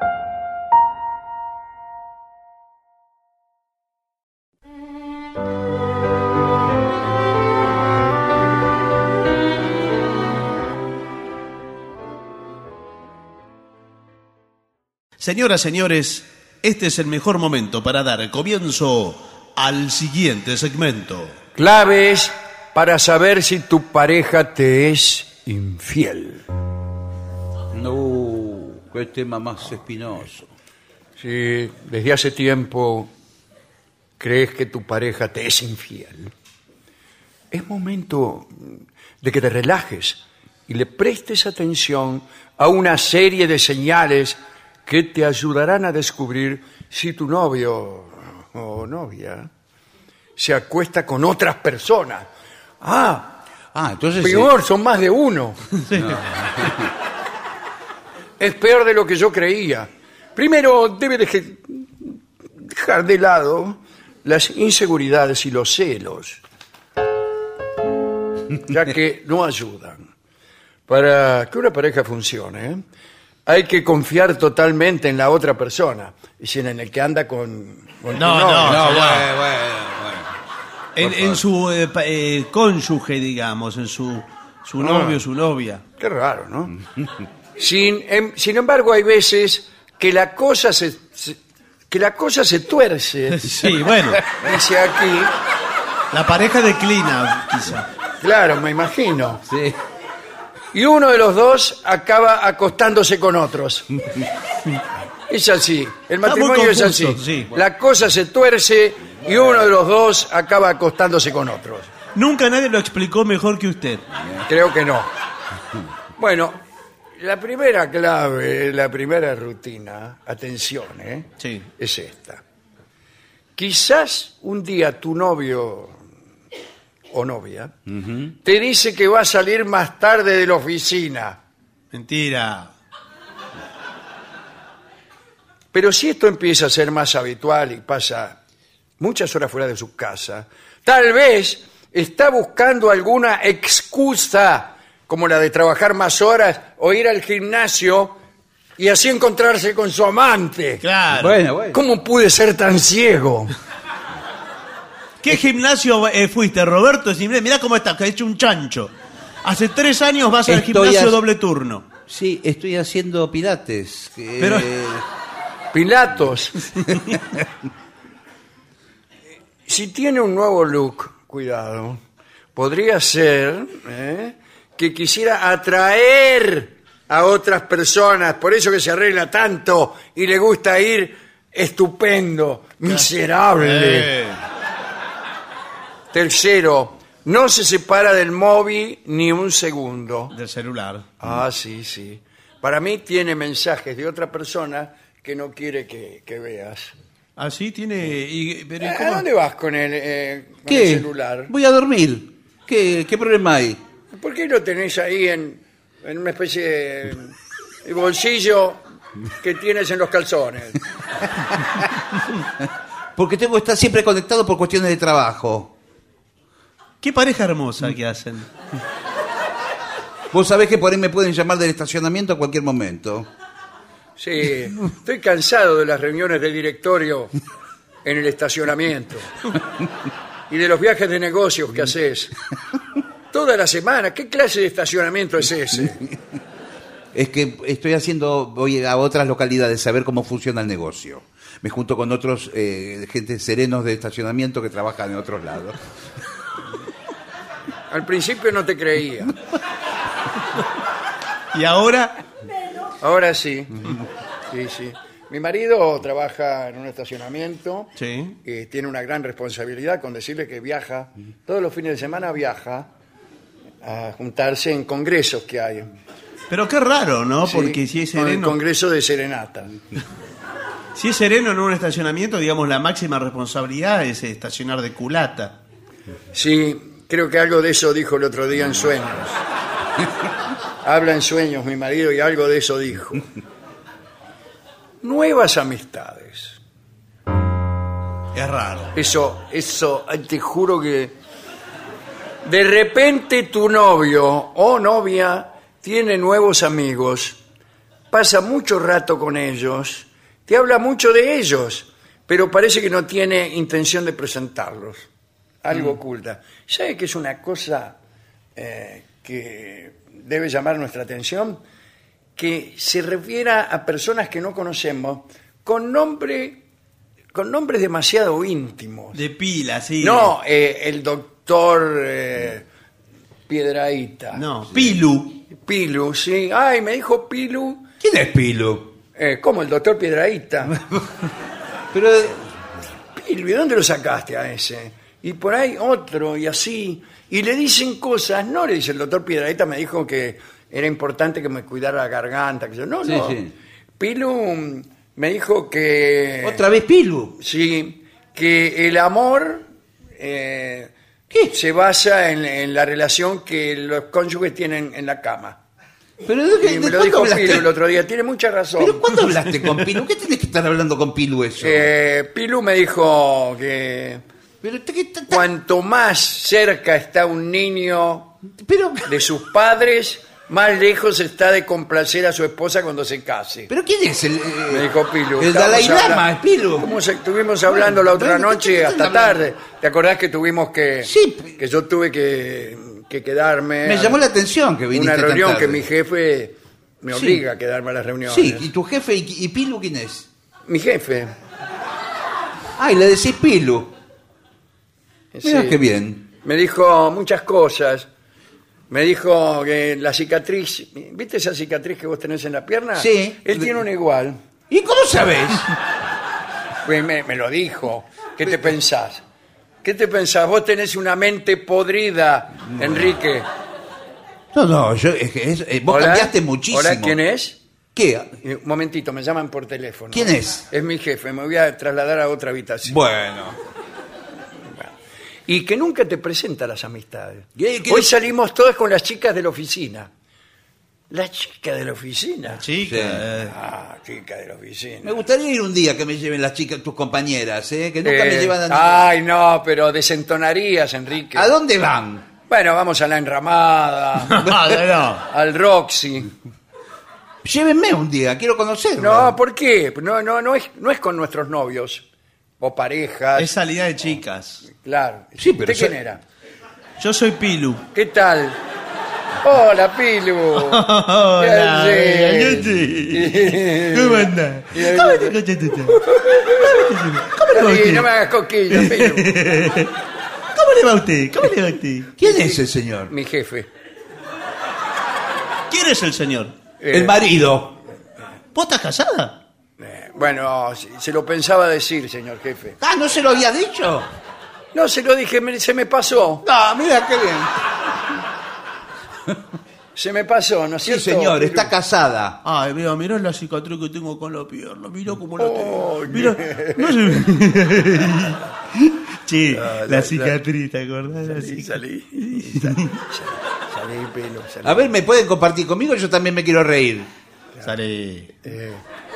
[SPEAKER 2] Señoras, señores, este es el mejor momento para dar comienzo al siguiente segmento.
[SPEAKER 1] Claves para saber si tu pareja te es infiel.
[SPEAKER 3] No, qué tema más espinoso.
[SPEAKER 1] Si desde hace tiempo crees que tu pareja te es infiel, es momento de que te relajes y le prestes atención a una serie de señales que te ayudarán a descubrir si tu novio o novia se acuesta con otras personas. Ah,
[SPEAKER 3] Ah, entonces. eh,
[SPEAKER 1] peor, son más de
[SPEAKER 2] <laughs>
[SPEAKER 1] uno. <laughs> es peor de lo que yo creía. Primero, debe deje- dejar de lado las inseguridades y los celos, ya
[SPEAKER 2] <laughs>
[SPEAKER 1] que no ayudan. Para que una pareja funcione, ¿eh? hay que confiar totalmente en la otra persona, y si en el que anda con... con tu
[SPEAKER 2] No,
[SPEAKER 1] novio.
[SPEAKER 2] no,
[SPEAKER 3] no,
[SPEAKER 2] señor.
[SPEAKER 3] bueno, bueno, bueno.
[SPEAKER 2] En, en su eh, pa- eh, cónyuge, digamos, en su,
[SPEAKER 1] Ah.
[SPEAKER 2] su novio, su
[SPEAKER 1] <laughs>
[SPEAKER 2] novia.
[SPEAKER 1] Qué raro, ¿no? sin, em- sin embargo, hay veces que la cosa se, se- que la cosa se
[SPEAKER 2] <laughs>
[SPEAKER 1] tuerce.
[SPEAKER 2] Sí, bueno,
[SPEAKER 1] Dice aquí,
[SPEAKER 2] la pareja declina, quizá.
[SPEAKER 1] Claro, me imagino. Y uno de los dos acaba acostándose con otros. Es así, el
[SPEAKER 2] Está muy
[SPEAKER 1] matrimonio es así.
[SPEAKER 2] confuso, sí.
[SPEAKER 1] La cosa se tuerce y uno de los dos acaba acostándose con otros.
[SPEAKER 2] Nunca nadie lo explicó mejor que usted.
[SPEAKER 1] Creo que no. Bueno, la primera clave, la primera rutina, atención, ¿eh?
[SPEAKER 2] Sí.
[SPEAKER 1] es esta. Quizás un día tu novio o novia te dice que va a salir más tarde de la oficina.
[SPEAKER 2] Mentira.
[SPEAKER 1] Pero si esto empieza a ser más habitual y pasa muchas horas fuera de su casa, tal vez está buscando alguna excusa, como la de trabajar más horas o ir al gimnasio y así encontrarse con su amante.
[SPEAKER 2] Claro.
[SPEAKER 3] Bueno, bueno.
[SPEAKER 1] ¿Cómo pude ser tan ciego?
[SPEAKER 2] ¿Qué gimnasio eh, fuiste, Roberto? Si Mirá mirá cómo estás, que has hecho un chancho. Hace tres años vas al
[SPEAKER 3] Estoy
[SPEAKER 2] gimnasio
[SPEAKER 3] as-
[SPEAKER 2] doble turno.
[SPEAKER 3] Sí, estoy haciendo pilates. que-
[SPEAKER 2] Pero-
[SPEAKER 1] Pilatos. si tiene un nuevo look, cuidado, podría ser ¿eh? que quisiera atraer a otras personas, por eso que se arregla tanto y le gusta ir estupendo, miserable.
[SPEAKER 2] Eh.
[SPEAKER 1] Tercero, no se separa del móvil ni un segundo.
[SPEAKER 2] Del celular.
[SPEAKER 1] Ah, sí, sí. Para mí tiene mensajes de otra persona que no quiere que, que veas.
[SPEAKER 2] Así tiene. y- pero ¿y
[SPEAKER 1] Eh, ¿A
[SPEAKER 2] cómo?
[SPEAKER 1] dónde vas con el, eh, con
[SPEAKER 3] ¿Qué?
[SPEAKER 1] el celular?
[SPEAKER 3] Voy a dormir. ¿Qué, qué problema hay?
[SPEAKER 1] ¿Por qué lo tenés ahí en, en una especie de, de bolsillo que tienes en los calzones?
[SPEAKER 3] Porque tengo que estar siempre conectado por cuestiones de trabajo.
[SPEAKER 2] Qué pareja hermosa que hacen.
[SPEAKER 3] Vos sabés que por ahí me pueden llamar del estacionamiento a cualquier momento.
[SPEAKER 1] Sí, estoy cansado de las reuniones de directorio en el estacionamiento y de los viajes de negocios que haces. Toda la semana, ¿qué clase de estacionamiento es ese?
[SPEAKER 3] Es que estoy haciendo, voy a otras localidades a ver cómo funciona el negocio. Me junto con otros eh, gente serenos de estacionamiento que trabajan en otros lados.
[SPEAKER 1] Al principio no te creía.
[SPEAKER 2] Y ahora.
[SPEAKER 1] Ahora sí. Sí, sí. Mi marido trabaja en un estacionamiento.
[SPEAKER 2] Sí.
[SPEAKER 1] Y tiene una gran responsabilidad con decirle que viaja, todos los fines de semana viaja a juntarse en congresos que hay.
[SPEAKER 2] Pero qué raro, ¿no?
[SPEAKER 1] Sí,
[SPEAKER 2] Porque si es
[SPEAKER 1] con El
[SPEAKER 2] sereno.
[SPEAKER 1] congreso de Serenata.
[SPEAKER 2] Si es sereno en un estacionamiento, digamos, la máxima responsabilidad es estacionar de culata.
[SPEAKER 1] Sí, creo que algo de eso dijo el otro día en
[SPEAKER 2] <laughs>
[SPEAKER 1] sueños. Habla en sueños mi marido y algo de eso dijo. Nuevas amistades.
[SPEAKER 2] Es raro.
[SPEAKER 1] Eso, eso, ay, te juro que. De repente tu novio o novia tiene nuevos amigos, pasa mucho rato con ellos, te habla mucho de ellos, pero parece que no tiene intención de presentarlos. Algo oculta. ¿Sabe que es una cosa eh, que debe llamar nuestra atención? Que se refiera a personas que no conocemos con nombre con nombres demasiado íntimos.
[SPEAKER 2] De pila, sí.
[SPEAKER 1] No, eh, el doctor eh, Piedraíta.
[SPEAKER 2] No. Pilu.
[SPEAKER 1] Pilu, sí. Ay, me dijo Pilu.
[SPEAKER 3] ¿Quién es Pilo?
[SPEAKER 1] Eh, ¿Cómo? El doctor Piedraíta.
[SPEAKER 3] <laughs> Pero eh,
[SPEAKER 1] Pilu, ¿y dónde lo sacaste a ese? Y por ahí otro, y así. Y le dicen cosas. No, le dice el doctor Piedraíta, me dijo que era importante que me cuidara la garganta. que yo- No,
[SPEAKER 3] Sí,
[SPEAKER 1] no.
[SPEAKER 3] sí.
[SPEAKER 1] Pilu mm, me dijo que...
[SPEAKER 3] Eh. otra vez Pilo.
[SPEAKER 1] Sí, que el amor eh, se basa en, en la relación que los cónyuges tienen en la cama.
[SPEAKER 3] Pero ¿de, qué-
[SPEAKER 1] Y
[SPEAKER 3] de
[SPEAKER 1] me lo
[SPEAKER 3] cuándo
[SPEAKER 1] dijo
[SPEAKER 3] hablaste?
[SPEAKER 1] Pilu el otro día, tiene mucha razón.
[SPEAKER 3] ¿Pero cuándo hablaste con Pilu? ¿Qué tenés que estar hablando con Pilu eso?
[SPEAKER 1] Eh, Pilu me dijo que
[SPEAKER 3] Pero, te- que- ta- ta-
[SPEAKER 1] cuanto más cerca está un niño
[SPEAKER 3] pero,
[SPEAKER 1] de sus padres, más lejos está de complacer a su esposa cuando se case.
[SPEAKER 3] pero ¿quién es el...? eh,
[SPEAKER 1] Me dijo Pilu.
[SPEAKER 3] El Dalai
[SPEAKER 1] Estábamos
[SPEAKER 3] Lama,
[SPEAKER 1] habla-
[SPEAKER 3] es Pilu.
[SPEAKER 1] ¿Cómo se- estuvimos hablando la otra
[SPEAKER 3] bueno, ¿qué- qué-
[SPEAKER 1] noche
[SPEAKER 3] qué
[SPEAKER 1] hasta
[SPEAKER 3] están hablando?
[SPEAKER 1] tarde? ¿Te acordás que tuvimos que...
[SPEAKER 3] Sí, p-
[SPEAKER 1] Que yo tuve que, que quedarme...
[SPEAKER 3] Me
[SPEAKER 1] a
[SPEAKER 3] llamó la atención que viniste
[SPEAKER 1] Una
[SPEAKER 3] tan
[SPEAKER 1] reunión
[SPEAKER 3] tarde.
[SPEAKER 1] que mi jefe me
[SPEAKER 3] Sí.
[SPEAKER 1] obliga a quedarme a las reuniones.
[SPEAKER 3] Sí, ¿y tu jefe y, y Pilu quién es?
[SPEAKER 1] Mi jefe.
[SPEAKER 3] Ah, y le decís Pilu. Mira
[SPEAKER 1] sí.
[SPEAKER 3] qué bien.
[SPEAKER 1] me dijo muchas cosas. Me dijo que la cicatriz, ¿viste esa cicatriz que vos tenés en la pierna?
[SPEAKER 3] Sí.
[SPEAKER 1] Él tiene una igual.
[SPEAKER 3] ¿Y cómo
[SPEAKER 2] <laughs>
[SPEAKER 3] sabés?
[SPEAKER 1] Pues me, me lo dijo. ¿Qué te pensás? ¿Qué te pensás? Vos tenés una mente podrida, Enrique.
[SPEAKER 3] No, no, yo, es que es- eh, vos
[SPEAKER 1] Hola.
[SPEAKER 3] cambiaste muchísimo.
[SPEAKER 1] Hola, ¿quién es?
[SPEAKER 3] ¿Qué?
[SPEAKER 1] Eh, Un momentito, me llaman por teléfono.
[SPEAKER 3] ¿Quién es?
[SPEAKER 1] Es mi jefe, me voy a trasladar a otra habitación.
[SPEAKER 3] Bueno.
[SPEAKER 1] Y que nunca te presenta las amistades.
[SPEAKER 3] ¿Qué- qué-
[SPEAKER 1] Hoy salimos todas con las chicas de la oficina. ¿Las chicas de la oficina?
[SPEAKER 2] Chica.
[SPEAKER 3] Sí.
[SPEAKER 2] eh,
[SPEAKER 1] Ah, chicas de la oficina.
[SPEAKER 3] Me gustaría ir un día que me lleven las chicas, tus compañeras, ¿eh? Que nunca me
[SPEAKER 1] Eh,
[SPEAKER 3] llevan a ningún-
[SPEAKER 1] Ay, no, pero desentonarías, Enrique.
[SPEAKER 3] ¿A dónde van?
[SPEAKER 1] Bueno, vamos a la enramada,
[SPEAKER 2] <laughs> no,
[SPEAKER 3] <laughs>
[SPEAKER 2] no, no.
[SPEAKER 1] al Roxy.
[SPEAKER 3] Llévenme un día, quiero conocerla.
[SPEAKER 1] No, ¿por qué? No, no, no es, no es con nuestros novios o parejas.
[SPEAKER 2] Es salida de chicas.
[SPEAKER 1] Claro.
[SPEAKER 3] Sí, pero
[SPEAKER 1] ¿Usted quién
[SPEAKER 3] yo-
[SPEAKER 1] era?
[SPEAKER 2] Yo soy Pilu.
[SPEAKER 1] ¿Qué tal? Hola,
[SPEAKER 3] <laughs>
[SPEAKER 1] Pilu.
[SPEAKER 2] Hola,
[SPEAKER 1] ¿Qué haces?
[SPEAKER 3] <laughs>
[SPEAKER 2] ¿qué ¿Cómo andás?
[SPEAKER 1] Bien.
[SPEAKER 2] ¿Cómo te conchaste?
[SPEAKER 1] Sí,
[SPEAKER 2] ¿Cómo te va a usted?
[SPEAKER 1] no me hagas coquillas, Pilu.
[SPEAKER 2] ¿Cómo le va a usted? ¿Cómo le va a usted?
[SPEAKER 3] ¿Quién es el señor?
[SPEAKER 1] Mi jefe.
[SPEAKER 2] ¿Quién es el señor?
[SPEAKER 1] Eh,
[SPEAKER 3] El marido.
[SPEAKER 2] ¿Vos estás casada?
[SPEAKER 1] eh, Bueno, se se lo pensaba decir, señor jefe.
[SPEAKER 3] Ah, ¿no se lo había dicho?
[SPEAKER 1] No, se lo dije, me- se me pasó.
[SPEAKER 3] No, mira qué bien.
[SPEAKER 1] Se me pasó, ¿no es
[SPEAKER 3] Sí,
[SPEAKER 1] cierto?
[SPEAKER 3] señor,
[SPEAKER 1] Pilu?
[SPEAKER 3] está casada.
[SPEAKER 2] Ay, mira, mirá la cicatriz que tengo con la pierna. Mirá cómo la tengo.
[SPEAKER 1] Oh,
[SPEAKER 2] Mirá, no se ve.
[SPEAKER 1] <laughs>
[SPEAKER 2] Che, la cicatriz, ¿te acordás? de la
[SPEAKER 1] Salí, salí.
[SPEAKER 2] cicatriz? <laughs>
[SPEAKER 1] Salí, Pilu, salí.
[SPEAKER 3] A ver, ¿me pueden compartir conmigo? Yo también me quiero reír.
[SPEAKER 2] Sale.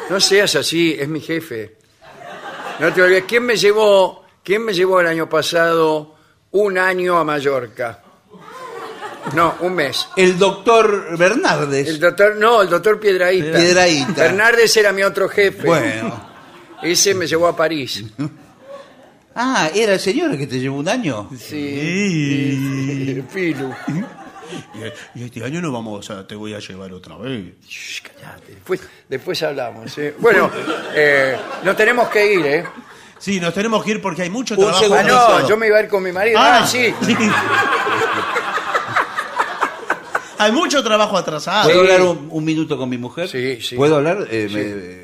[SPEAKER 1] No seas así, es mi jefe. No te olvides. ¿Quién me llevó, quién me llevó el año pasado un año a Mallorca? No, un mes.
[SPEAKER 3] El doctor Bernardes.
[SPEAKER 1] El doctor, no, el doctor Piedraíta.
[SPEAKER 3] Piedrahíta.
[SPEAKER 1] Fernández era mi otro jefe.
[SPEAKER 3] Bueno.
[SPEAKER 1] Ese me llevó a París.
[SPEAKER 3] Ah, ¿era el señor el que te llevó un año?
[SPEAKER 1] Sí.
[SPEAKER 2] Y,
[SPEAKER 1] Pilu.
[SPEAKER 2] y este año no vamos a, te voy a llevar otra vez.
[SPEAKER 1] Shh, cállate. Después, después hablamos. ¿eh?
[SPEAKER 3] <laughs>
[SPEAKER 1] Bueno, eh, no tenemos que ir, ¿eh?
[SPEAKER 2] Sí, nos tenemos que ir porque hay mucho
[SPEAKER 3] Un
[SPEAKER 2] trabajo.
[SPEAKER 3] segundo.
[SPEAKER 1] Ah, no,
[SPEAKER 2] atrasado.
[SPEAKER 1] yo me iba a ir con mi marido.
[SPEAKER 2] Ah,
[SPEAKER 1] Ah, sí.
[SPEAKER 2] hay mucho trabajo atrasado.
[SPEAKER 3] ¿Puedo hablar un, un minuto con mi mujer?
[SPEAKER 1] Sí, sí.
[SPEAKER 3] ¿Puedo hablar? Eh,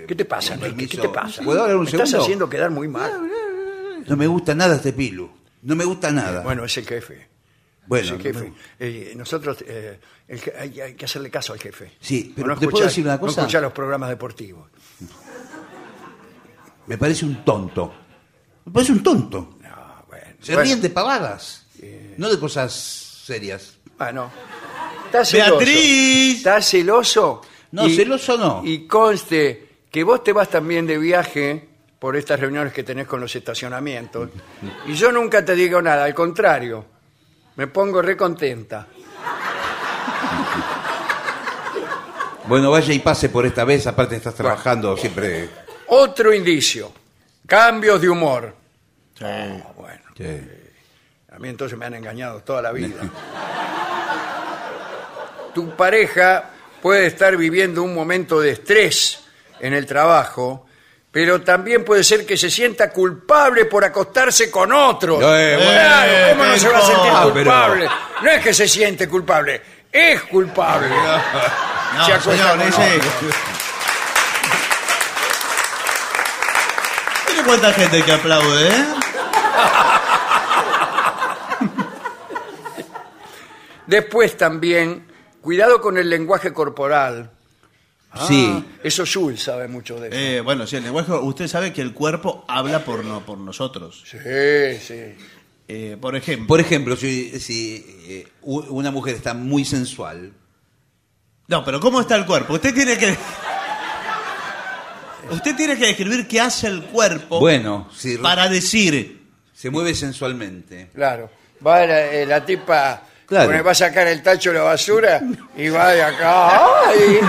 [SPEAKER 3] me-
[SPEAKER 1] ¿Qué te pasa,
[SPEAKER 3] con
[SPEAKER 1] Enrique? ¿Qué
[SPEAKER 3] permiso.
[SPEAKER 1] te pasa?
[SPEAKER 3] ¿Puedo hablar un
[SPEAKER 1] me Estás
[SPEAKER 3] segundo?
[SPEAKER 1] haciendo quedar muy mal.
[SPEAKER 3] No me gusta nada este pilu. No me gusta nada.
[SPEAKER 1] Bueno, es el jefe.
[SPEAKER 3] Bueno,
[SPEAKER 1] es el
[SPEAKER 3] no
[SPEAKER 1] jefe.
[SPEAKER 3] me-
[SPEAKER 1] Eh, nosotros eh, el je- hay, hay que hacerle caso al jefe.
[SPEAKER 3] Sí, pero
[SPEAKER 1] O
[SPEAKER 3] ¿te puedo decir una
[SPEAKER 1] no
[SPEAKER 3] cosa?
[SPEAKER 1] escuchar los programas deportivos.
[SPEAKER 3] me parece un tonto. Me parece un tonto.
[SPEAKER 1] No, Ah, bueno.
[SPEAKER 3] Se
[SPEAKER 1] Bueno,
[SPEAKER 3] ríen de pavadas, no de cosas serias.
[SPEAKER 1] Bueno. Estás celoso.
[SPEAKER 2] Beatriz.
[SPEAKER 1] Estás celoso.
[SPEAKER 3] No, celoso no.
[SPEAKER 1] Y conste que vos te vas también de viaje por estas reuniones que tenés con los
[SPEAKER 3] <laughs>
[SPEAKER 1] estacionamientos. Y yo nunca te digo nada, al contrario. Me pongo recontenta.
[SPEAKER 3] Bueno, vaya y pase por esta vez, aparte estás trabajando siempre.
[SPEAKER 1] Otro indicio. Cambios de humor.
[SPEAKER 2] Sí.
[SPEAKER 1] Ah, Bueno,
[SPEAKER 3] Sí.
[SPEAKER 1] a mí entonces me han engañado toda la vida. <laughs> tu pareja puede estar viviendo un momento de estrés en el trabajo, pero también puede ser que se sienta culpable por acostarse con otro.
[SPEAKER 3] Eh, bueno,
[SPEAKER 1] claro, ¿cómo no
[SPEAKER 2] qué
[SPEAKER 1] se va a sentir
[SPEAKER 3] cosa,
[SPEAKER 1] culpable? No es que se siente culpable, es culpable.
[SPEAKER 2] No,
[SPEAKER 1] Se acuesta
[SPEAKER 2] señor,
[SPEAKER 1] con
[SPEAKER 2] ese- Mire cuánta gente que aplaude, ¿eh?
[SPEAKER 1] Después también, cuidado con el lenguaje corporal. Ah.
[SPEAKER 3] Sí.
[SPEAKER 1] Eso Jules sabe mucho de eso.
[SPEAKER 2] Eh, Bueno, sí, el lenguaje. Usted sabe que el cuerpo habla por, no, por nosotros.
[SPEAKER 1] Sí, sí.
[SPEAKER 2] Eh, por ejemplo.
[SPEAKER 3] Por ejemplo, si, si, eh, u- una mujer está muy sensual,
[SPEAKER 2] No, pero ¿cómo está el cuerpo? Usted tiene que. Usted tiene que describir qué hace el cuerpo
[SPEAKER 3] bueno, si re-
[SPEAKER 2] para decir.
[SPEAKER 3] se mueve sensualmente.
[SPEAKER 1] Claro. Va la, eh, la tipa,
[SPEAKER 3] Claro.
[SPEAKER 1] pone- va a sacar el tacho de la basura y va de acá. ¡Ay!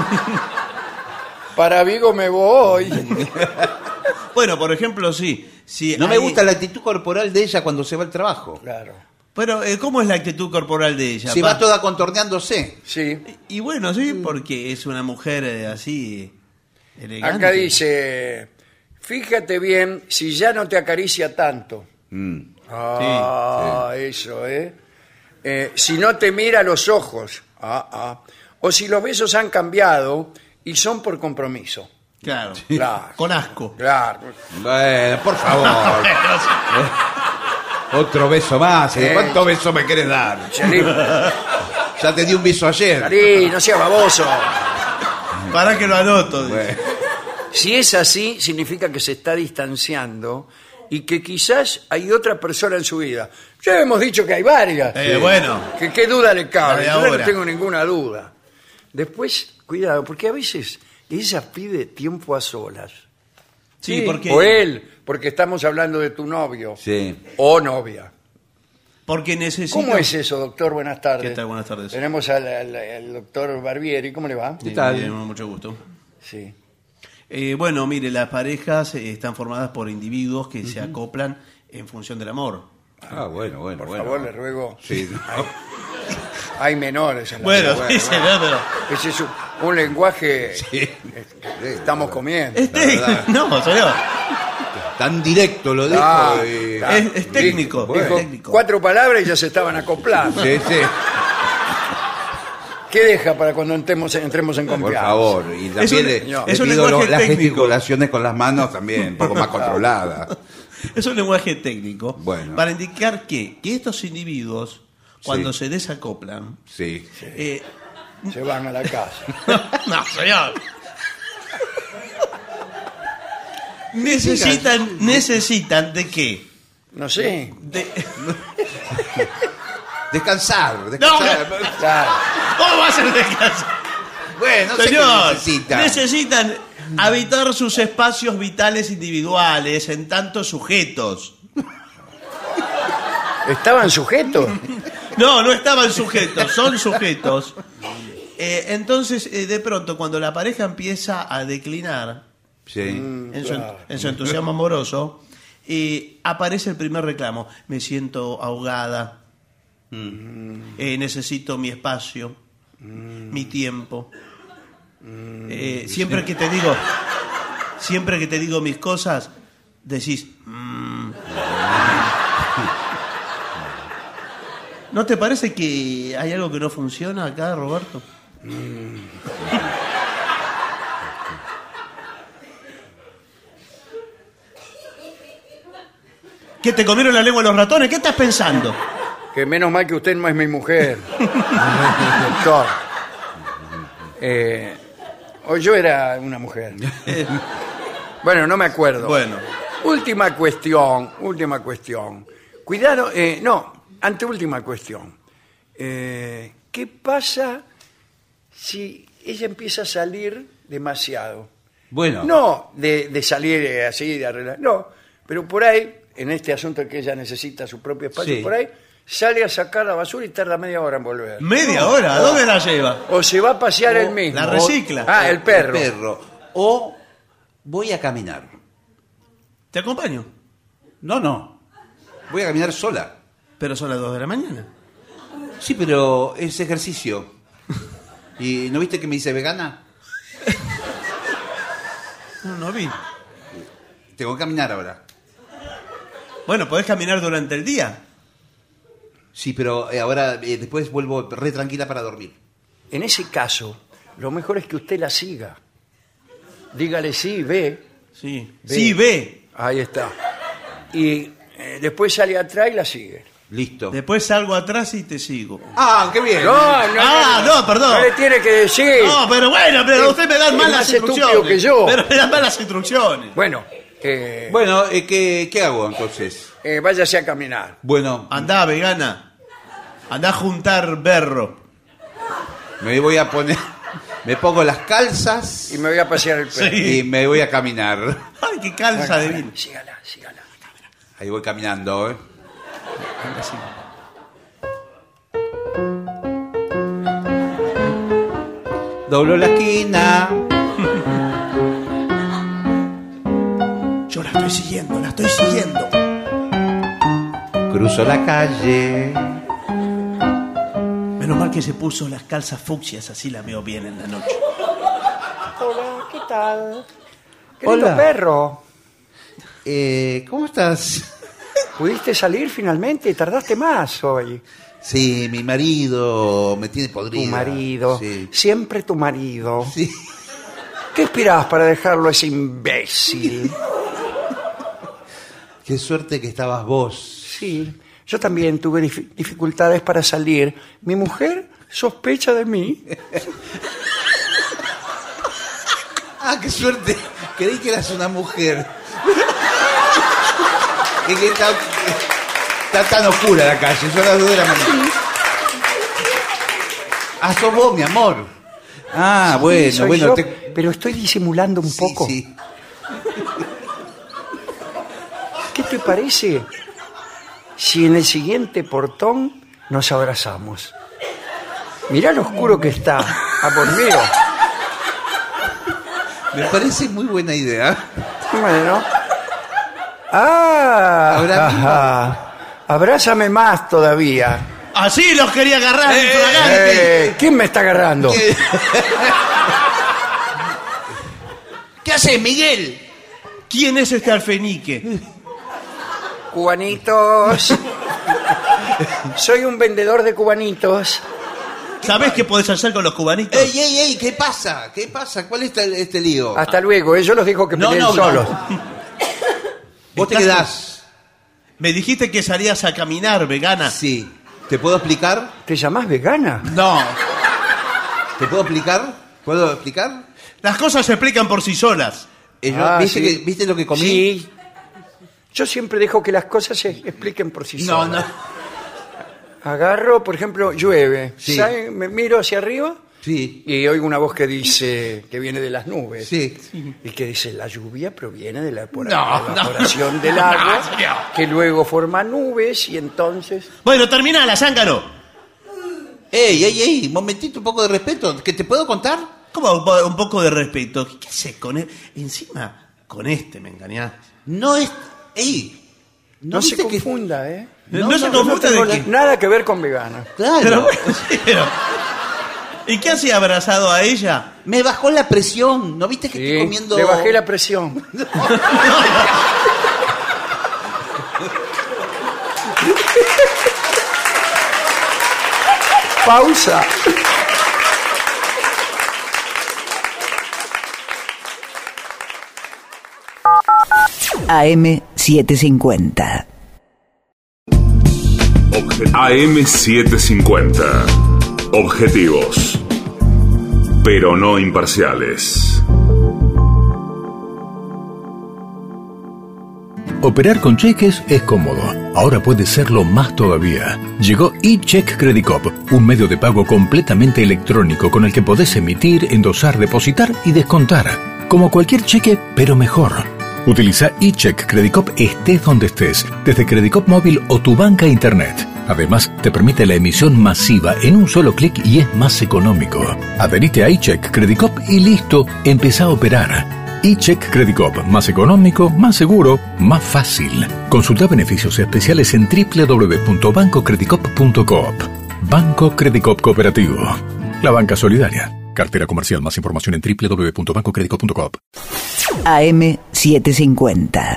[SPEAKER 1] Para Vigo me voy.
[SPEAKER 2] Bueno, por ejemplo, sí. sí
[SPEAKER 3] No me
[SPEAKER 2] hay-
[SPEAKER 3] gusta la actitud corporal de ella cuando se va al trabajo.
[SPEAKER 1] Claro.
[SPEAKER 2] Pero, eh, ¿cómo es la actitud corporal de ella?
[SPEAKER 3] Se
[SPEAKER 2] Pa-
[SPEAKER 3] va toda contorneándose.
[SPEAKER 1] Sí.
[SPEAKER 2] Y bueno, sí,
[SPEAKER 1] Mm.
[SPEAKER 2] porque es una mujer eh, así. eh, Elegante.
[SPEAKER 1] Acá dice, fíjate bien si ya no te acaricia tanto. Ah, eso, ¿eh? eh, si no te mira a los ojos, ah, ah, o si los besos han cambiado y son por compromiso.
[SPEAKER 2] Claro.
[SPEAKER 1] Claro,
[SPEAKER 2] Con asco. <laughs>
[SPEAKER 1] claro.
[SPEAKER 3] Bueno, por favor. <laughs> Otro beso más. ¿eh? ¿Cuántos besos me quieres dar?
[SPEAKER 1] Salí,
[SPEAKER 3] Ya te di un beso ayer.
[SPEAKER 1] salí, no seas baboso.
[SPEAKER 2] Para que lo anoto. dice.
[SPEAKER 1] Si es así, significa que se está distanciando y que quizás hay otra persona en su vida. Ya hemos dicho que hay varias.
[SPEAKER 2] Eh, bueno.
[SPEAKER 1] Que qué duda le
[SPEAKER 2] La
[SPEAKER 1] cabe.
[SPEAKER 2] de
[SPEAKER 1] Yo no
[SPEAKER 2] ahora.
[SPEAKER 1] tengo ninguna duda. Después, cuidado, porque a veces ella pide tiempo a solas.
[SPEAKER 2] Sí, porque,
[SPEAKER 1] O él, porque estamos hablando de tu novio.
[SPEAKER 3] Sí.
[SPEAKER 1] O novia.
[SPEAKER 2] porque necesito.
[SPEAKER 1] ¿Cómo es eso, doctor? Buenas tardes.
[SPEAKER 2] ¿Qué tal? Buenas tardes.
[SPEAKER 1] Tenemos al, al- al doctor Barbieri. ¿Cómo le va?
[SPEAKER 3] ¿Qué tal?
[SPEAKER 2] Bien, mucho gusto.
[SPEAKER 1] Sí.
[SPEAKER 2] Eh, bueno, mire, las parejas eh, están formadas por individuos que se acoplan en función del amor.
[SPEAKER 3] Ah, bueno, bueno,
[SPEAKER 1] Por
[SPEAKER 3] bueno.
[SPEAKER 1] favor, le ruego.
[SPEAKER 3] Sí, <laughs> no.
[SPEAKER 1] Hay menores en la vida, bueno,
[SPEAKER 2] dice
[SPEAKER 1] bueno.
[SPEAKER 2] no, pero-
[SPEAKER 1] Ese es un, un lenguaje que estamos comiendo.
[SPEAKER 2] Es te-
[SPEAKER 3] verdad.
[SPEAKER 2] Este, <laughs> no, señor.
[SPEAKER 3] Tan directo lo dijo.
[SPEAKER 1] Ah,
[SPEAKER 3] y-
[SPEAKER 1] claro.
[SPEAKER 2] Es, es técnico.
[SPEAKER 3] Bueno.
[SPEAKER 2] es
[SPEAKER 1] Dijo
[SPEAKER 2] técnico.
[SPEAKER 1] cuatro palabras y ya se estaban acoplando.
[SPEAKER 3] Sí, sí.
[SPEAKER 1] ¿Qué deja para cuando entremos, entremos en
[SPEAKER 3] Por
[SPEAKER 1] confianza?
[SPEAKER 3] favor. Y también
[SPEAKER 2] un-
[SPEAKER 3] le-
[SPEAKER 2] no.
[SPEAKER 3] le
[SPEAKER 2] es un
[SPEAKER 3] pido
[SPEAKER 2] lenguaje
[SPEAKER 3] lo- las
[SPEAKER 2] técnico.
[SPEAKER 3] gesticulaciones con las manos también,
[SPEAKER 2] <laughs>
[SPEAKER 3] un poco más controladas.
[SPEAKER 2] Es un lenguaje técnico.
[SPEAKER 3] Bueno.
[SPEAKER 2] Para indicar que, que estos individuos, cuando se desacoplan.
[SPEAKER 3] Sí.
[SPEAKER 2] eh, <laughs>
[SPEAKER 1] Se van a la casa.
[SPEAKER 2] no, señor. necesitan, necesitan de qué?
[SPEAKER 1] No sé.
[SPEAKER 2] De- <laughs>
[SPEAKER 3] Descansar, descansar.
[SPEAKER 1] Claro.
[SPEAKER 2] ¿Cómo va a ser de casa?
[SPEAKER 3] Bueno, no sé qué
[SPEAKER 2] Señor,
[SPEAKER 3] necesita.
[SPEAKER 2] necesitan habitar sus espacios vitales individuales en tantos sujetos.
[SPEAKER 1] ¿Estaban sujetos?
[SPEAKER 2] No, no estaban sujetos, son sujetos. Eh, entonces, eh, de pronto, cuando la pareja empieza a declinar
[SPEAKER 1] Mm,
[SPEAKER 3] Sí.
[SPEAKER 2] en su, en su entusiasmo amoroso, eh, aparece el primer reclamo. Me siento ahogada, Eh, necesito mi espacio, mi tiempo. Eh, siempre que te digo, siempre que te digo mis cosas, decís... "Mm". ¿No te parece que hay algo que no funciona acá, Roberto? ¿Que te comieron la lengua los ratones? ¿Qué estás pensando?
[SPEAKER 1] Que menos mal que usted no es mi mujer. Doctor. Eh, o yo era una mujer. Bueno, no me acuerdo.
[SPEAKER 2] Bueno.
[SPEAKER 1] Última cuestión, última cuestión. Cuidado, eh, no, anteúltima cuestión. Eh, ¿Qué pasa si ella empieza a salir demasiado?
[SPEAKER 3] Bueno.
[SPEAKER 1] No de, de salir eh, así, de arreglar, no, pero por ahí, en este asunto que ella necesita su propio espacio,
[SPEAKER 3] Sí.
[SPEAKER 1] por ahí sale a sacar la basura y tarda media hora en volver.
[SPEAKER 2] ¿Media hora? ¿A dónde la lleva?
[SPEAKER 1] O se va a pasear él mismo.
[SPEAKER 2] la recicla.
[SPEAKER 1] Ah, el perro.
[SPEAKER 3] El perro. O voy a caminar.
[SPEAKER 2] Te acompaño.
[SPEAKER 3] No, no. Voy a caminar sola.
[SPEAKER 2] Pero son las 2 de la mañana.
[SPEAKER 3] Sí, pero es ejercicio.
[SPEAKER 2] <laughs>
[SPEAKER 3] ¿Y no viste que me dice vegana?
[SPEAKER 2] No, no vi.
[SPEAKER 3] Tengo que caminar ahora.
[SPEAKER 2] Bueno, podés caminar durante el día.
[SPEAKER 3] Sí, pero eh, ahora eh, después vuelvo re tranquila para dormir.
[SPEAKER 1] En ese caso, lo mejor es que usted la siga. Dígale sí, ve.
[SPEAKER 2] Sí. Sí, ve.
[SPEAKER 1] Ahí está. Y eh, después sale atrás y la sigue.
[SPEAKER 3] Listo.
[SPEAKER 2] Después salgo atrás y te sigo.
[SPEAKER 3] Ah, qué bien.
[SPEAKER 2] Eh, Ah, no, perdón.
[SPEAKER 1] No le tiene que decir.
[SPEAKER 2] No, pero bueno, pero usted me
[SPEAKER 1] Es
[SPEAKER 2] dan
[SPEAKER 1] más
[SPEAKER 2] malas
[SPEAKER 1] estúpido
[SPEAKER 2] instrucciones.
[SPEAKER 1] que yo.
[SPEAKER 2] Pero me dan malas instrucciones.
[SPEAKER 1] Bueno, eh,
[SPEAKER 3] Bueno, eh, ¿qué, qué hago entonces?
[SPEAKER 1] eh, váyase a caminar.
[SPEAKER 3] Bueno,
[SPEAKER 2] Andá, vegana. Andá a juntar berro.
[SPEAKER 3] me voy a poner. Me pongo las calzas
[SPEAKER 1] Y me voy a pasear el perro.
[SPEAKER 2] Sí.
[SPEAKER 3] y me voy a caminar.
[SPEAKER 2] Ay, qué calza de vino.
[SPEAKER 1] Sígala, sígala.
[SPEAKER 3] Ahí voy caminando, ¿eh? Doblo la esquina.
[SPEAKER 2] Yo la estoy siguiendo, la estoy siguiendo.
[SPEAKER 3] Cruzo la calle.
[SPEAKER 2] Menos mal que se puso las calzas fucsias, así la veo bien en la noche.
[SPEAKER 1] Hola, ¿qué tal? Qué
[SPEAKER 3] Hola.
[SPEAKER 1] lindo perro.
[SPEAKER 3] Eh, ¿Cómo estás?
[SPEAKER 1] ¿Pudiste salir finalmente? Tardaste más hoy.
[SPEAKER 3] Sí, mi marido me tiene podrido.
[SPEAKER 1] Tu marido. Siempre tu marido. ¿Qué esperabas para dejarlo a ese imbécil?
[SPEAKER 3] Qué suerte que estabas vos.
[SPEAKER 1] Sí, yo también tuve dif- dificultades para salir. Mi mujer sospecha de mí.
[SPEAKER 3] Ah, qué suerte. Creí que eras una mujer. <laughs> Es que está, está tan oscura la calle, son las dos de la mañana. Ah, sos vos, mi amor. Ah,
[SPEAKER 1] Sí,
[SPEAKER 3] bueno,
[SPEAKER 1] soy
[SPEAKER 3] bueno.
[SPEAKER 1] yo,
[SPEAKER 3] te-
[SPEAKER 1] Pero estoy disimulando un poco.
[SPEAKER 3] sí.
[SPEAKER 1] ¿Qué te parece si en el siguiente portón nos abrazamos? Mirá lo oscuro que está. A Borneo.
[SPEAKER 3] Me parece muy buena idea.
[SPEAKER 1] Bueno. Ah,
[SPEAKER 3] Ahora mismo.
[SPEAKER 1] ajá. abrázame más todavía.
[SPEAKER 2] Así los quería
[SPEAKER 3] Eh,
[SPEAKER 2] agarrar, infragante.
[SPEAKER 1] Eh, ¿Quién me está agarrando?
[SPEAKER 3] ¿Qué haces, Miguel?
[SPEAKER 2] ¿Quién es este alfenique?
[SPEAKER 1] Cubanitos. Soy un vendedor de cubanitos.
[SPEAKER 2] ¿Sabés qué podés hacer con los cubanitos?
[SPEAKER 3] Ey, ey, ey, ¿qué pasa? ¿Qué pasa? ¿Cuál es este, este lío?
[SPEAKER 1] Hasta luego. Ellos los dijo que
[SPEAKER 3] No,
[SPEAKER 1] peleen
[SPEAKER 3] no, no.
[SPEAKER 1] solos.
[SPEAKER 3] Vos te
[SPEAKER 2] estás-
[SPEAKER 3] quedás. Ah.
[SPEAKER 2] Me dijiste que salías a caminar, vegana.
[SPEAKER 3] Sí. ¿Te puedo explicar?
[SPEAKER 1] ¿Te llamás vegana?
[SPEAKER 3] No. ¿Te puedo explicar? ¿Puedo explicar?
[SPEAKER 2] Las cosas se explican por sí solas.
[SPEAKER 3] Eh, yo-
[SPEAKER 1] Ah,
[SPEAKER 3] ¿viste,
[SPEAKER 1] sí.
[SPEAKER 3] que- ¿Viste lo que comí?
[SPEAKER 1] Sí. Yo siempre dejo que las cosas se expliquen por sí
[SPEAKER 3] No,
[SPEAKER 1] solas.
[SPEAKER 3] no.
[SPEAKER 1] Agarro, por ejemplo, llueve.
[SPEAKER 3] Sí.
[SPEAKER 1] ¿Sabe? Me miro hacia arriba
[SPEAKER 3] Sí.
[SPEAKER 1] y oigo una voz que dice que viene de las nubes.
[SPEAKER 3] Sí.
[SPEAKER 1] Y que dice, la lluvia proviene de la evapora-
[SPEAKER 2] No, no.
[SPEAKER 1] evaporación <laughs> del agua,
[SPEAKER 2] No, señor.
[SPEAKER 1] que luego forma nubes y entonces...
[SPEAKER 2] Bueno, termina la zángano.
[SPEAKER 3] Ey, ey, ey, momentito, un poco de respeto. ¿Que te puedo contar?
[SPEAKER 2] Como un po- un poco de respeto. ¿Qué haces con él? Encima, con este me engañás.
[SPEAKER 3] No es. Ey.
[SPEAKER 1] No, se
[SPEAKER 3] viste que-
[SPEAKER 1] confunda, ¿eh?
[SPEAKER 2] No, se
[SPEAKER 1] Yo no
[SPEAKER 2] confunda
[SPEAKER 1] tengo
[SPEAKER 2] de
[SPEAKER 1] la-
[SPEAKER 2] qué.
[SPEAKER 1] nada que ver con vegana.
[SPEAKER 3] Claro.
[SPEAKER 2] Pero bueno, <laughs> sí, pero- ¿Y qué hacía abrazado a ella?
[SPEAKER 3] Me bajó la presión. ¿No viste que estoy
[SPEAKER 1] Sí,
[SPEAKER 3] comiendo.?
[SPEAKER 1] Le bajé la presión. Pausa.
[SPEAKER 5] AM750.
[SPEAKER 7] AM750. Objetivos. Pero no imparciales.
[SPEAKER 4] Operar con cheques es cómodo. Ahora puede serlo más todavía. Llegó eCheck Credit Cop, un medio de pago completamente electrónico con el que podés emitir, endosar, depositar y descontar. Como cualquier cheque, pero mejor. Utiliza eCheck Credit Cop estés donde estés, desde Credit Cop móvil o tu banca internet. Además, te permite la emisión masiva en un solo clic y es más económico. Adherite a eCheck Credit Cop y listo, empezá a operar. E-Check Credit Cop, más económico, más seguro, más fácil. Consulta beneficios especiales en www.bancocreditcop.coop. Banco Credit Cop Cooperativo. La banca solidaria. Cartera comercial. Más información en www.bancocreditcop.coop.
[SPEAKER 5] AM750.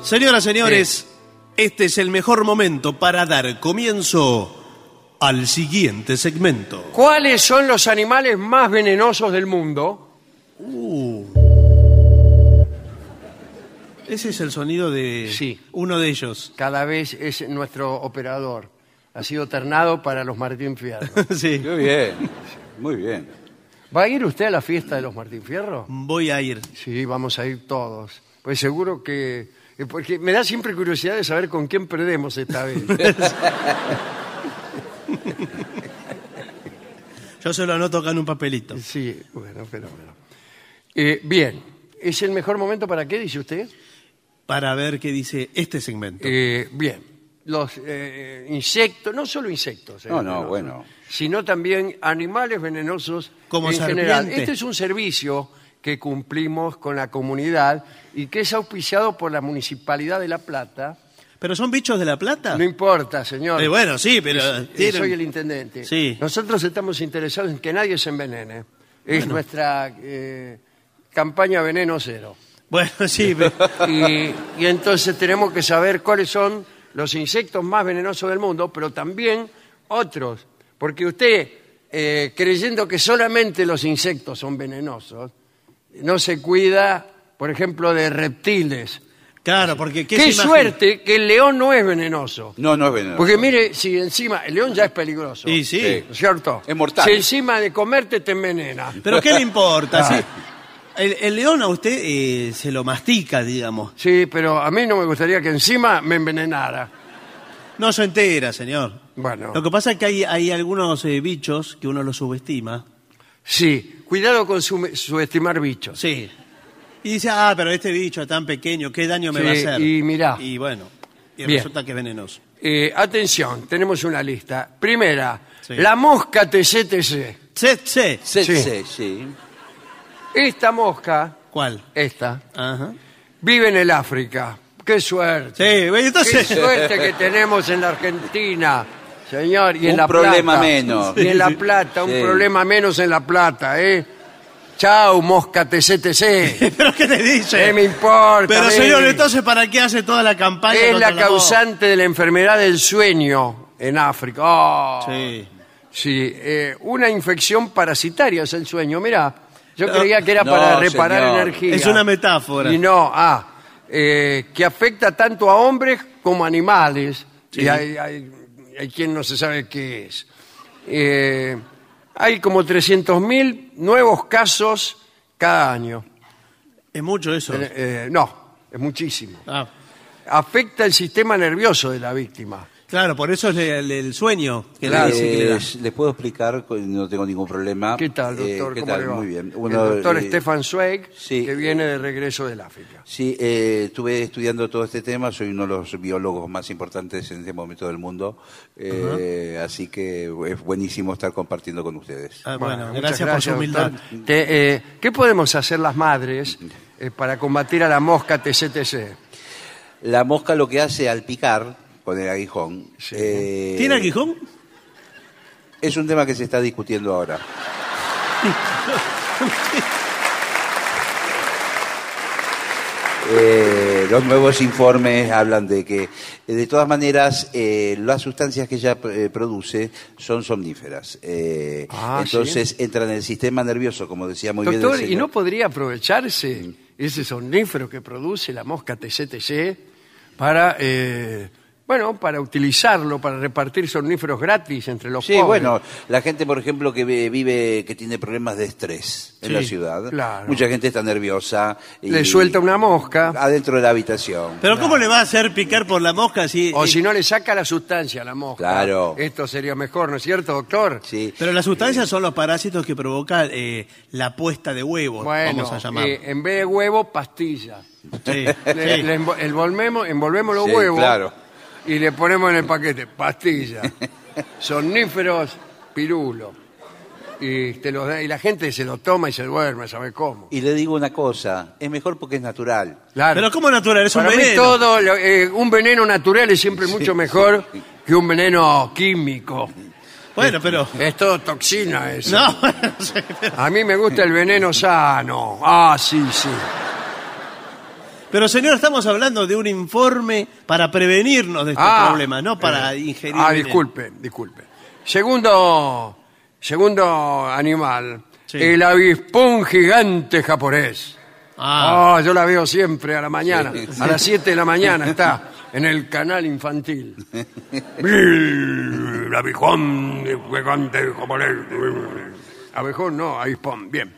[SPEAKER 2] Señoras, señores, este es el mejor momento para dar comienzo al siguiente segmento.
[SPEAKER 1] ¿Cuáles son los animales más venenosos del mundo?
[SPEAKER 2] Ese es el sonido de
[SPEAKER 1] Sí.
[SPEAKER 2] uno de ellos. <laughs>
[SPEAKER 1] Cada vez es nuestro operador. Ha sido ternado para los Martín Fierro.
[SPEAKER 2] sí.
[SPEAKER 3] Muy bien. Muy bien.
[SPEAKER 1] ¿Va a ir usted a la fiesta de los Martín Fierro?
[SPEAKER 2] Voy a ir.
[SPEAKER 1] Sí, vamos a ir todos. Pues seguro que... eh, Porque me da siempre curiosidad de saber con quién perdemos esta <laughs> vez.
[SPEAKER 2] Yo se lo anoto acá en un papelito.
[SPEAKER 1] Sí, bueno, pero bueno. Eh, bien. ¿Es el mejor momento para qué, dice usted?
[SPEAKER 2] Para ver qué dice este segmento.
[SPEAKER 1] Eh, bien. Los eh, insectos, no solo insectos. eh,
[SPEAKER 3] No,
[SPEAKER 1] venenosos,
[SPEAKER 3] no, bueno.
[SPEAKER 1] Sino también animales venenosos
[SPEAKER 2] Como
[SPEAKER 1] en
[SPEAKER 2] serpiente.
[SPEAKER 1] general. Este es un servicio que cumplimos con la comunidad y que es auspiciado por la Municipalidad de La Plata.
[SPEAKER 2] ¿Pero son bichos de la plata?
[SPEAKER 1] No importa, señor.
[SPEAKER 2] Eh, bueno, sí, pero
[SPEAKER 1] Eh,
[SPEAKER 2] tienen-
[SPEAKER 1] Soy el intendente.
[SPEAKER 2] Sí.
[SPEAKER 1] Nosotros estamos interesados en que nadie se envenene. Es nuestra eh, campaña Veneno Cero.
[SPEAKER 2] Bueno,
[SPEAKER 1] <laughs>
[SPEAKER 2] sí, pero...
[SPEAKER 1] Y, y entonces tenemos que saber cuáles son los insectos más venenosos del mundo, pero también otros. Porque usted, eh, creyendo que solamente los insectos son venenosos, no se cuida, por ejemplo, de reptiles.
[SPEAKER 2] Claro, porque...
[SPEAKER 1] Qué,
[SPEAKER 2] ¿qué se imagina?
[SPEAKER 1] suerte que el león no es venenoso.
[SPEAKER 3] No, no es venenoso.
[SPEAKER 1] Porque mire, si encima, el león ya es peligroso.
[SPEAKER 2] Y sí.
[SPEAKER 3] Sí.
[SPEAKER 1] ¿no es ¿Cierto?
[SPEAKER 3] Es mortal.
[SPEAKER 1] Si encima de comerte te envenena.
[SPEAKER 2] ¿Pero qué le importa?
[SPEAKER 1] Ah.
[SPEAKER 2] Sí. El, el león a usted eh, se lo mastica, digamos.
[SPEAKER 1] Sí, pero a mí no me gustaría que encima me envenenara.
[SPEAKER 2] No se entera, señor.
[SPEAKER 1] Bueno.
[SPEAKER 2] Lo que pasa es que hay, hay algunos eh, bichos que uno los subestima.
[SPEAKER 1] Sí, cuidado con su- subestimar bichos.
[SPEAKER 2] Sí. Y dice, ah, pero este bicho es tan pequeño, ¿qué daño me
[SPEAKER 1] Sí,
[SPEAKER 2] va a hacer?
[SPEAKER 1] y mirá.
[SPEAKER 2] Y bueno, y
[SPEAKER 1] Bien.
[SPEAKER 2] resulta que es venenoso.
[SPEAKER 1] Eh, atención, tenemos una lista. Primera,
[SPEAKER 2] Sí.
[SPEAKER 1] la mosca TCTC.
[SPEAKER 2] Sí, sí.
[SPEAKER 3] Sí,
[SPEAKER 1] Sí.
[SPEAKER 3] sí, sí.
[SPEAKER 1] Esta mosca,
[SPEAKER 2] ¿Cuál?
[SPEAKER 1] esta,
[SPEAKER 2] Ajá.
[SPEAKER 1] vive en el África. ¡Qué suerte!
[SPEAKER 2] Sí, ve,
[SPEAKER 1] ¡Qué
[SPEAKER 2] entonces...
[SPEAKER 1] suerte que tenemos en la Argentina, señor! Y en
[SPEAKER 3] Un
[SPEAKER 1] La
[SPEAKER 3] problema
[SPEAKER 1] Plata.
[SPEAKER 3] menos.
[SPEAKER 1] Y en La Plata, un
[SPEAKER 3] Sí.
[SPEAKER 1] problema menos en La Plata, ¿eh? Chau, mosca
[SPEAKER 2] <laughs>
[SPEAKER 1] TCTC.
[SPEAKER 2] <laughs> ¿Pero qué le dice?
[SPEAKER 1] ¿Qué me importa?
[SPEAKER 2] Pero
[SPEAKER 1] a mí?
[SPEAKER 2] señor, entonces, ¿para qué hace toda la campaña
[SPEAKER 1] Es
[SPEAKER 2] contra
[SPEAKER 1] la
[SPEAKER 2] la voz?
[SPEAKER 1] causante de la enfermedad del sueño en África. ¡Oh!
[SPEAKER 2] Sí.
[SPEAKER 1] Sí, eh, una infección parasitaria es el sueño. Mirá, yo
[SPEAKER 2] No.
[SPEAKER 1] creía que era
[SPEAKER 3] No,
[SPEAKER 1] para reparar
[SPEAKER 3] señor.
[SPEAKER 1] energía.
[SPEAKER 2] Es una metáfora.
[SPEAKER 1] Y no, ah, eh, que afecta tanto a hombres como a animales. Y hay, hay- hay quien no se sabe qué es. Eh, hay como 300.000 nuevos casos cada año.
[SPEAKER 2] Es mucho eso.
[SPEAKER 1] Eh, eh, no, es muchísimo.
[SPEAKER 2] Ah,
[SPEAKER 1] Afecta el sistema nervioso de la víctima.
[SPEAKER 2] claro, por eso es el, el sueño que
[SPEAKER 3] Claro,
[SPEAKER 2] le dice que le da.
[SPEAKER 3] les, les puedo explicar, pues, no tengo ningún problema.
[SPEAKER 1] ¿Qué tal,
[SPEAKER 3] Eh,
[SPEAKER 1] doctor?
[SPEAKER 3] ¿Qué
[SPEAKER 1] ¿Cómo
[SPEAKER 3] tal?
[SPEAKER 1] le va?
[SPEAKER 3] Muy bien.
[SPEAKER 1] el doctor
[SPEAKER 3] eh,
[SPEAKER 1] Stefan Zweig,
[SPEAKER 3] sí,
[SPEAKER 1] que viene de regreso del África.
[SPEAKER 3] Sí, eh, estuve estudiando todo este tema, soy uno de los biólogos más importantes en este momento del mundo, eh, así que es buenísimo estar compartiendo con ustedes.
[SPEAKER 2] Ah,
[SPEAKER 1] Bueno,
[SPEAKER 2] bueno,
[SPEAKER 1] muchas
[SPEAKER 2] gracias por su humildad.
[SPEAKER 1] doctor. Te, eh, ¿Qué podemos hacer las madres eh, para combatir a la mosca TCTC?
[SPEAKER 3] La mosca lo que hace al picar con el aguijón... eh,
[SPEAKER 2] ¿Tiene aguijón?
[SPEAKER 3] Es un tema que se está
[SPEAKER 1] <laughs>
[SPEAKER 3] discutiendo ahora. Eh, los nuevos informes hablan de que, eh, de todas maneras, eh, las sustancias que ella eh, produce son somníferas. Eh,
[SPEAKER 1] Ah,
[SPEAKER 3] entonces entran en el sistema nervioso, como decía muy bien. el
[SPEAKER 1] Doctor, ¿y
[SPEAKER 3] señor. Mm.
[SPEAKER 1] no podría aprovecharse ese somnífero que produce la mosca TCTC para, eh, bueno, para utilizarlo, para repartir somníferos gratis entre los
[SPEAKER 3] Sí,
[SPEAKER 1] pobres?
[SPEAKER 3] bueno, la gente, por ejemplo, que ve- vive, que tiene problemas de estrés en la ciudad,
[SPEAKER 1] claro.
[SPEAKER 3] mucha gente está nerviosa. y-
[SPEAKER 1] Le suelta una mosca.
[SPEAKER 3] Adentro de la habitación.
[SPEAKER 2] Pero ¿cómo le va a hacer picar por la mosca si...
[SPEAKER 1] O
[SPEAKER 2] eh,
[SPEAKER 1] si no le saca la sustancia a la mosca.
[SPEAKER 3] Claro.
[SPEAKER 1] Esto sería mejor, ¿no es cierto, doctor?
[SPEAKER 3] Sí.
[SPEAKER 2] Pero las sustancias son los parásitos que provocan eh, la puesta de huevos,
[SPEAKER 1] Bueno,
[SPEAKER 2] vamos a llamar.
[SPEAKER 1] eh, en vez de huevo,
[SPEAKER 2] <laughs>
[SPEAKER 1] pastilla.
[SPEAKER 2] Sí,
[SPEAKER 1] Le-
[SPEAKER 2] sí.
[SPEAKER 1] le envo- envolvemos, envolvemos los
[SPEAKER 3] Sí,
[SPEAKER 1] huevos
[SPEAKER 3] claro.
[SPEAKER 1] y le ponemos en el paquete
[SPEAKER 2] <laughs>
[SPEAKER 1] pastilla, somníferos, pirulo. Y, te los da- y la gente se lo toma y se duerme, ¿sabe cómo?
[SPEAKER 3] Y le digo una cosa, es mejor porque es natural.
[SPEAKER 1] Claro.
[SPEAKER 2] Pero ¿cómo natural? Es un
[SPEAKER 1] Para mí
[SPEAKER 2] veneno.
[SPEAKER 1] todo, lo- eh, un veneno natural es siempre mucho mejor que un veneno químico.
[SPEAKER 2] Bueno, pero...
[SPEAKER 1] Es todo toxina eso.
[SPEAKER 2] No, <laughs> no sé, pero,
[SPEAKER 1] A mí me gusta el veneno sano. Ah, sí, sí.
[SPEAKER 2] pero, señor, estamos hablando de un informe para prevenirnos de estos
[SPEAKER 1] Ah,
[SPEAKER 2] problemas, no para
[SPEAKER 1] eh,
[SPEAKER 2] ingerir...
[SPEAKER 1] Ah,
[SPEAKER 2] veneno.
[SPEAKER 1] disculpe, disculpe. Segundo, segundo animal,
[SPEAKER 2] Sí.
[SPEAKER 1] el avispón gigante japonés.
[SPEAKER 2] Ah,
[SPEAKER 1] Oh, yo la veo siempre a la mañana, a las 7 de la mañana está en el canal
[SPEAKER 2] <laughs>
[SPEAKER 1] infantil. el avispón gigante japonés. Abejón no, avispón, bien.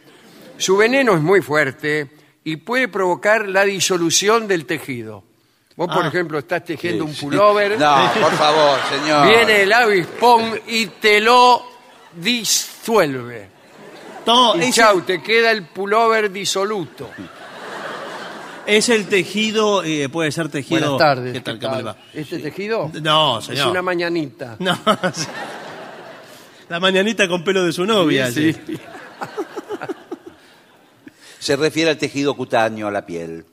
[SPEAKER 1] Su veneno es muy fuerte y puede provocar la disolución del tejido. Vos, por
[SPEAKER 2] Ah.
[SPEAKER 1] ejemplo, estás tejiendo un pullover.
[SPEAKER 3] No, por favor, señor.
[SPEAKER 1] Viene el avispón y te lo disuelve.
[SPEAKER 2] No,
[SPEAKER 1] Ah, y
[SPEAKER 2] ese-
[SPEAKER 1] chau, te queda el pullover disoluto.
[SPEAKER 2] Es el tejido, eh, puede ser tejido.
[SPEAKER 1] Buenas tardes.
[SPEAKER 2] ¿Qué tal?
[SPEAKER 1] ¿qué
[SPEAKER 2] ¿Cómo le
[SPEAKER 1] tal?
[SPEAKER 2] va? <laughs>
[SPEAKER 1] ¿Este tejido?
[SPEAKER 2] No,
[SPEAKER 1] Es
[SPEAKER 2] señor.
[SPEAKER 1] una mañanita.
[SPEAKER 2] No. La mañanita con pelo de su novia.
[SPEAKER 1] Sí,
[SPEAKER 2] sí.
[SPEAKER 3] Se refiere al tejido cutáneo, a la piel.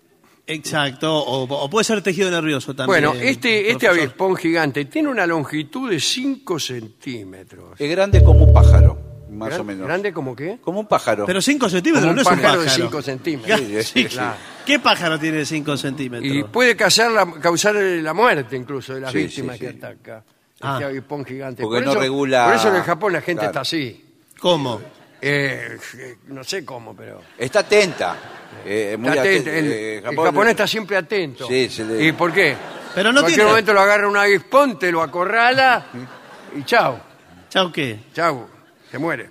[SPEAKER 2] Exacto. O, o puede ser tejido nervioso también.
[SPEAKER 1] Bueno, este, este
[SPEAKER 2] profesor.
[SPEAKER 1] avispón gigante tiene una longitud de 5 centímetros.
[SPEAKER 3] Es grande como un pájaro, más
[SPEAKER 1] Gran-
[SPEAKER 3] o menos.
[SPEAKER 1] ¿Grande como qué?
[SPEAKER 3] Como un pájaro.
[SPEAKER 2] Pero 5 centímetros
[SPEAKER 1] Como un
[SPEAKER 2] no es un
[SPEAKER 1] pájaro
[SPEAKER 2] pájaro.
[SPEAKER 1] de 5 centímetros.
[SPEAKER 2] Sí, sí.
[SPEAKER 1] Claro.
[SPEAKER 2] ¿Qué pájaro tiene 5
[SPEAKER 1] Y pues-
[SPEAKER 2] centímetros?
[SPEAKER 1] puede causar la, causar la muerte incluso de la
[SPEAKER 3] Sí,
[SPEAKER 1] víctima
[SPEAKER 3] sí,
[SPEAKER 1] que
[SPEAKER 3] sí.
[SPEAKER 1] ataca.
[SPEAKER 2] Ah.
[SPEAKER 1] Este avispón gigante.
[SPEAKER 3] Porque
[SPEAKER 1] por
[SPEAKER 3] no
[SPEAKER 1] eso,
[SPEAKER 3] regula-
[SPEAKER 1] Por eso en el Japón la gente
[SPEAKER 3] Claro.
[SPEAKER 1] está así.
[SPEAKER 2] ¿Cómo?
[SPEAKER 1] Eh, je- no sé cómo, pero...
[SPEAKER 3] Está atenta. Eh, muy
[SPEAKER 1] está atento.
[SPEAKER 3] atenta.
[SPEAKER 1] El,
[SPEAKER 3] Eh,
[SPEAKER 1] el
[SPEAKER 3] Japón-
[SPEAKER 1] japonés está siempre atento.
[SPEAKER 3] Sí, se le-
[SPEAKER 1] ¿Y por qué?
[SPEAKER 2] Pero no
[SPEAKER 1] en cualquier
[SPEAKER 2] tiene-
[SPEAKER 1] momento lo agarra un avispón, te lo acorrala y chao,
[SPEAKER 2] ¿Chao qué?
[SPEAKER 1] chao, se muere.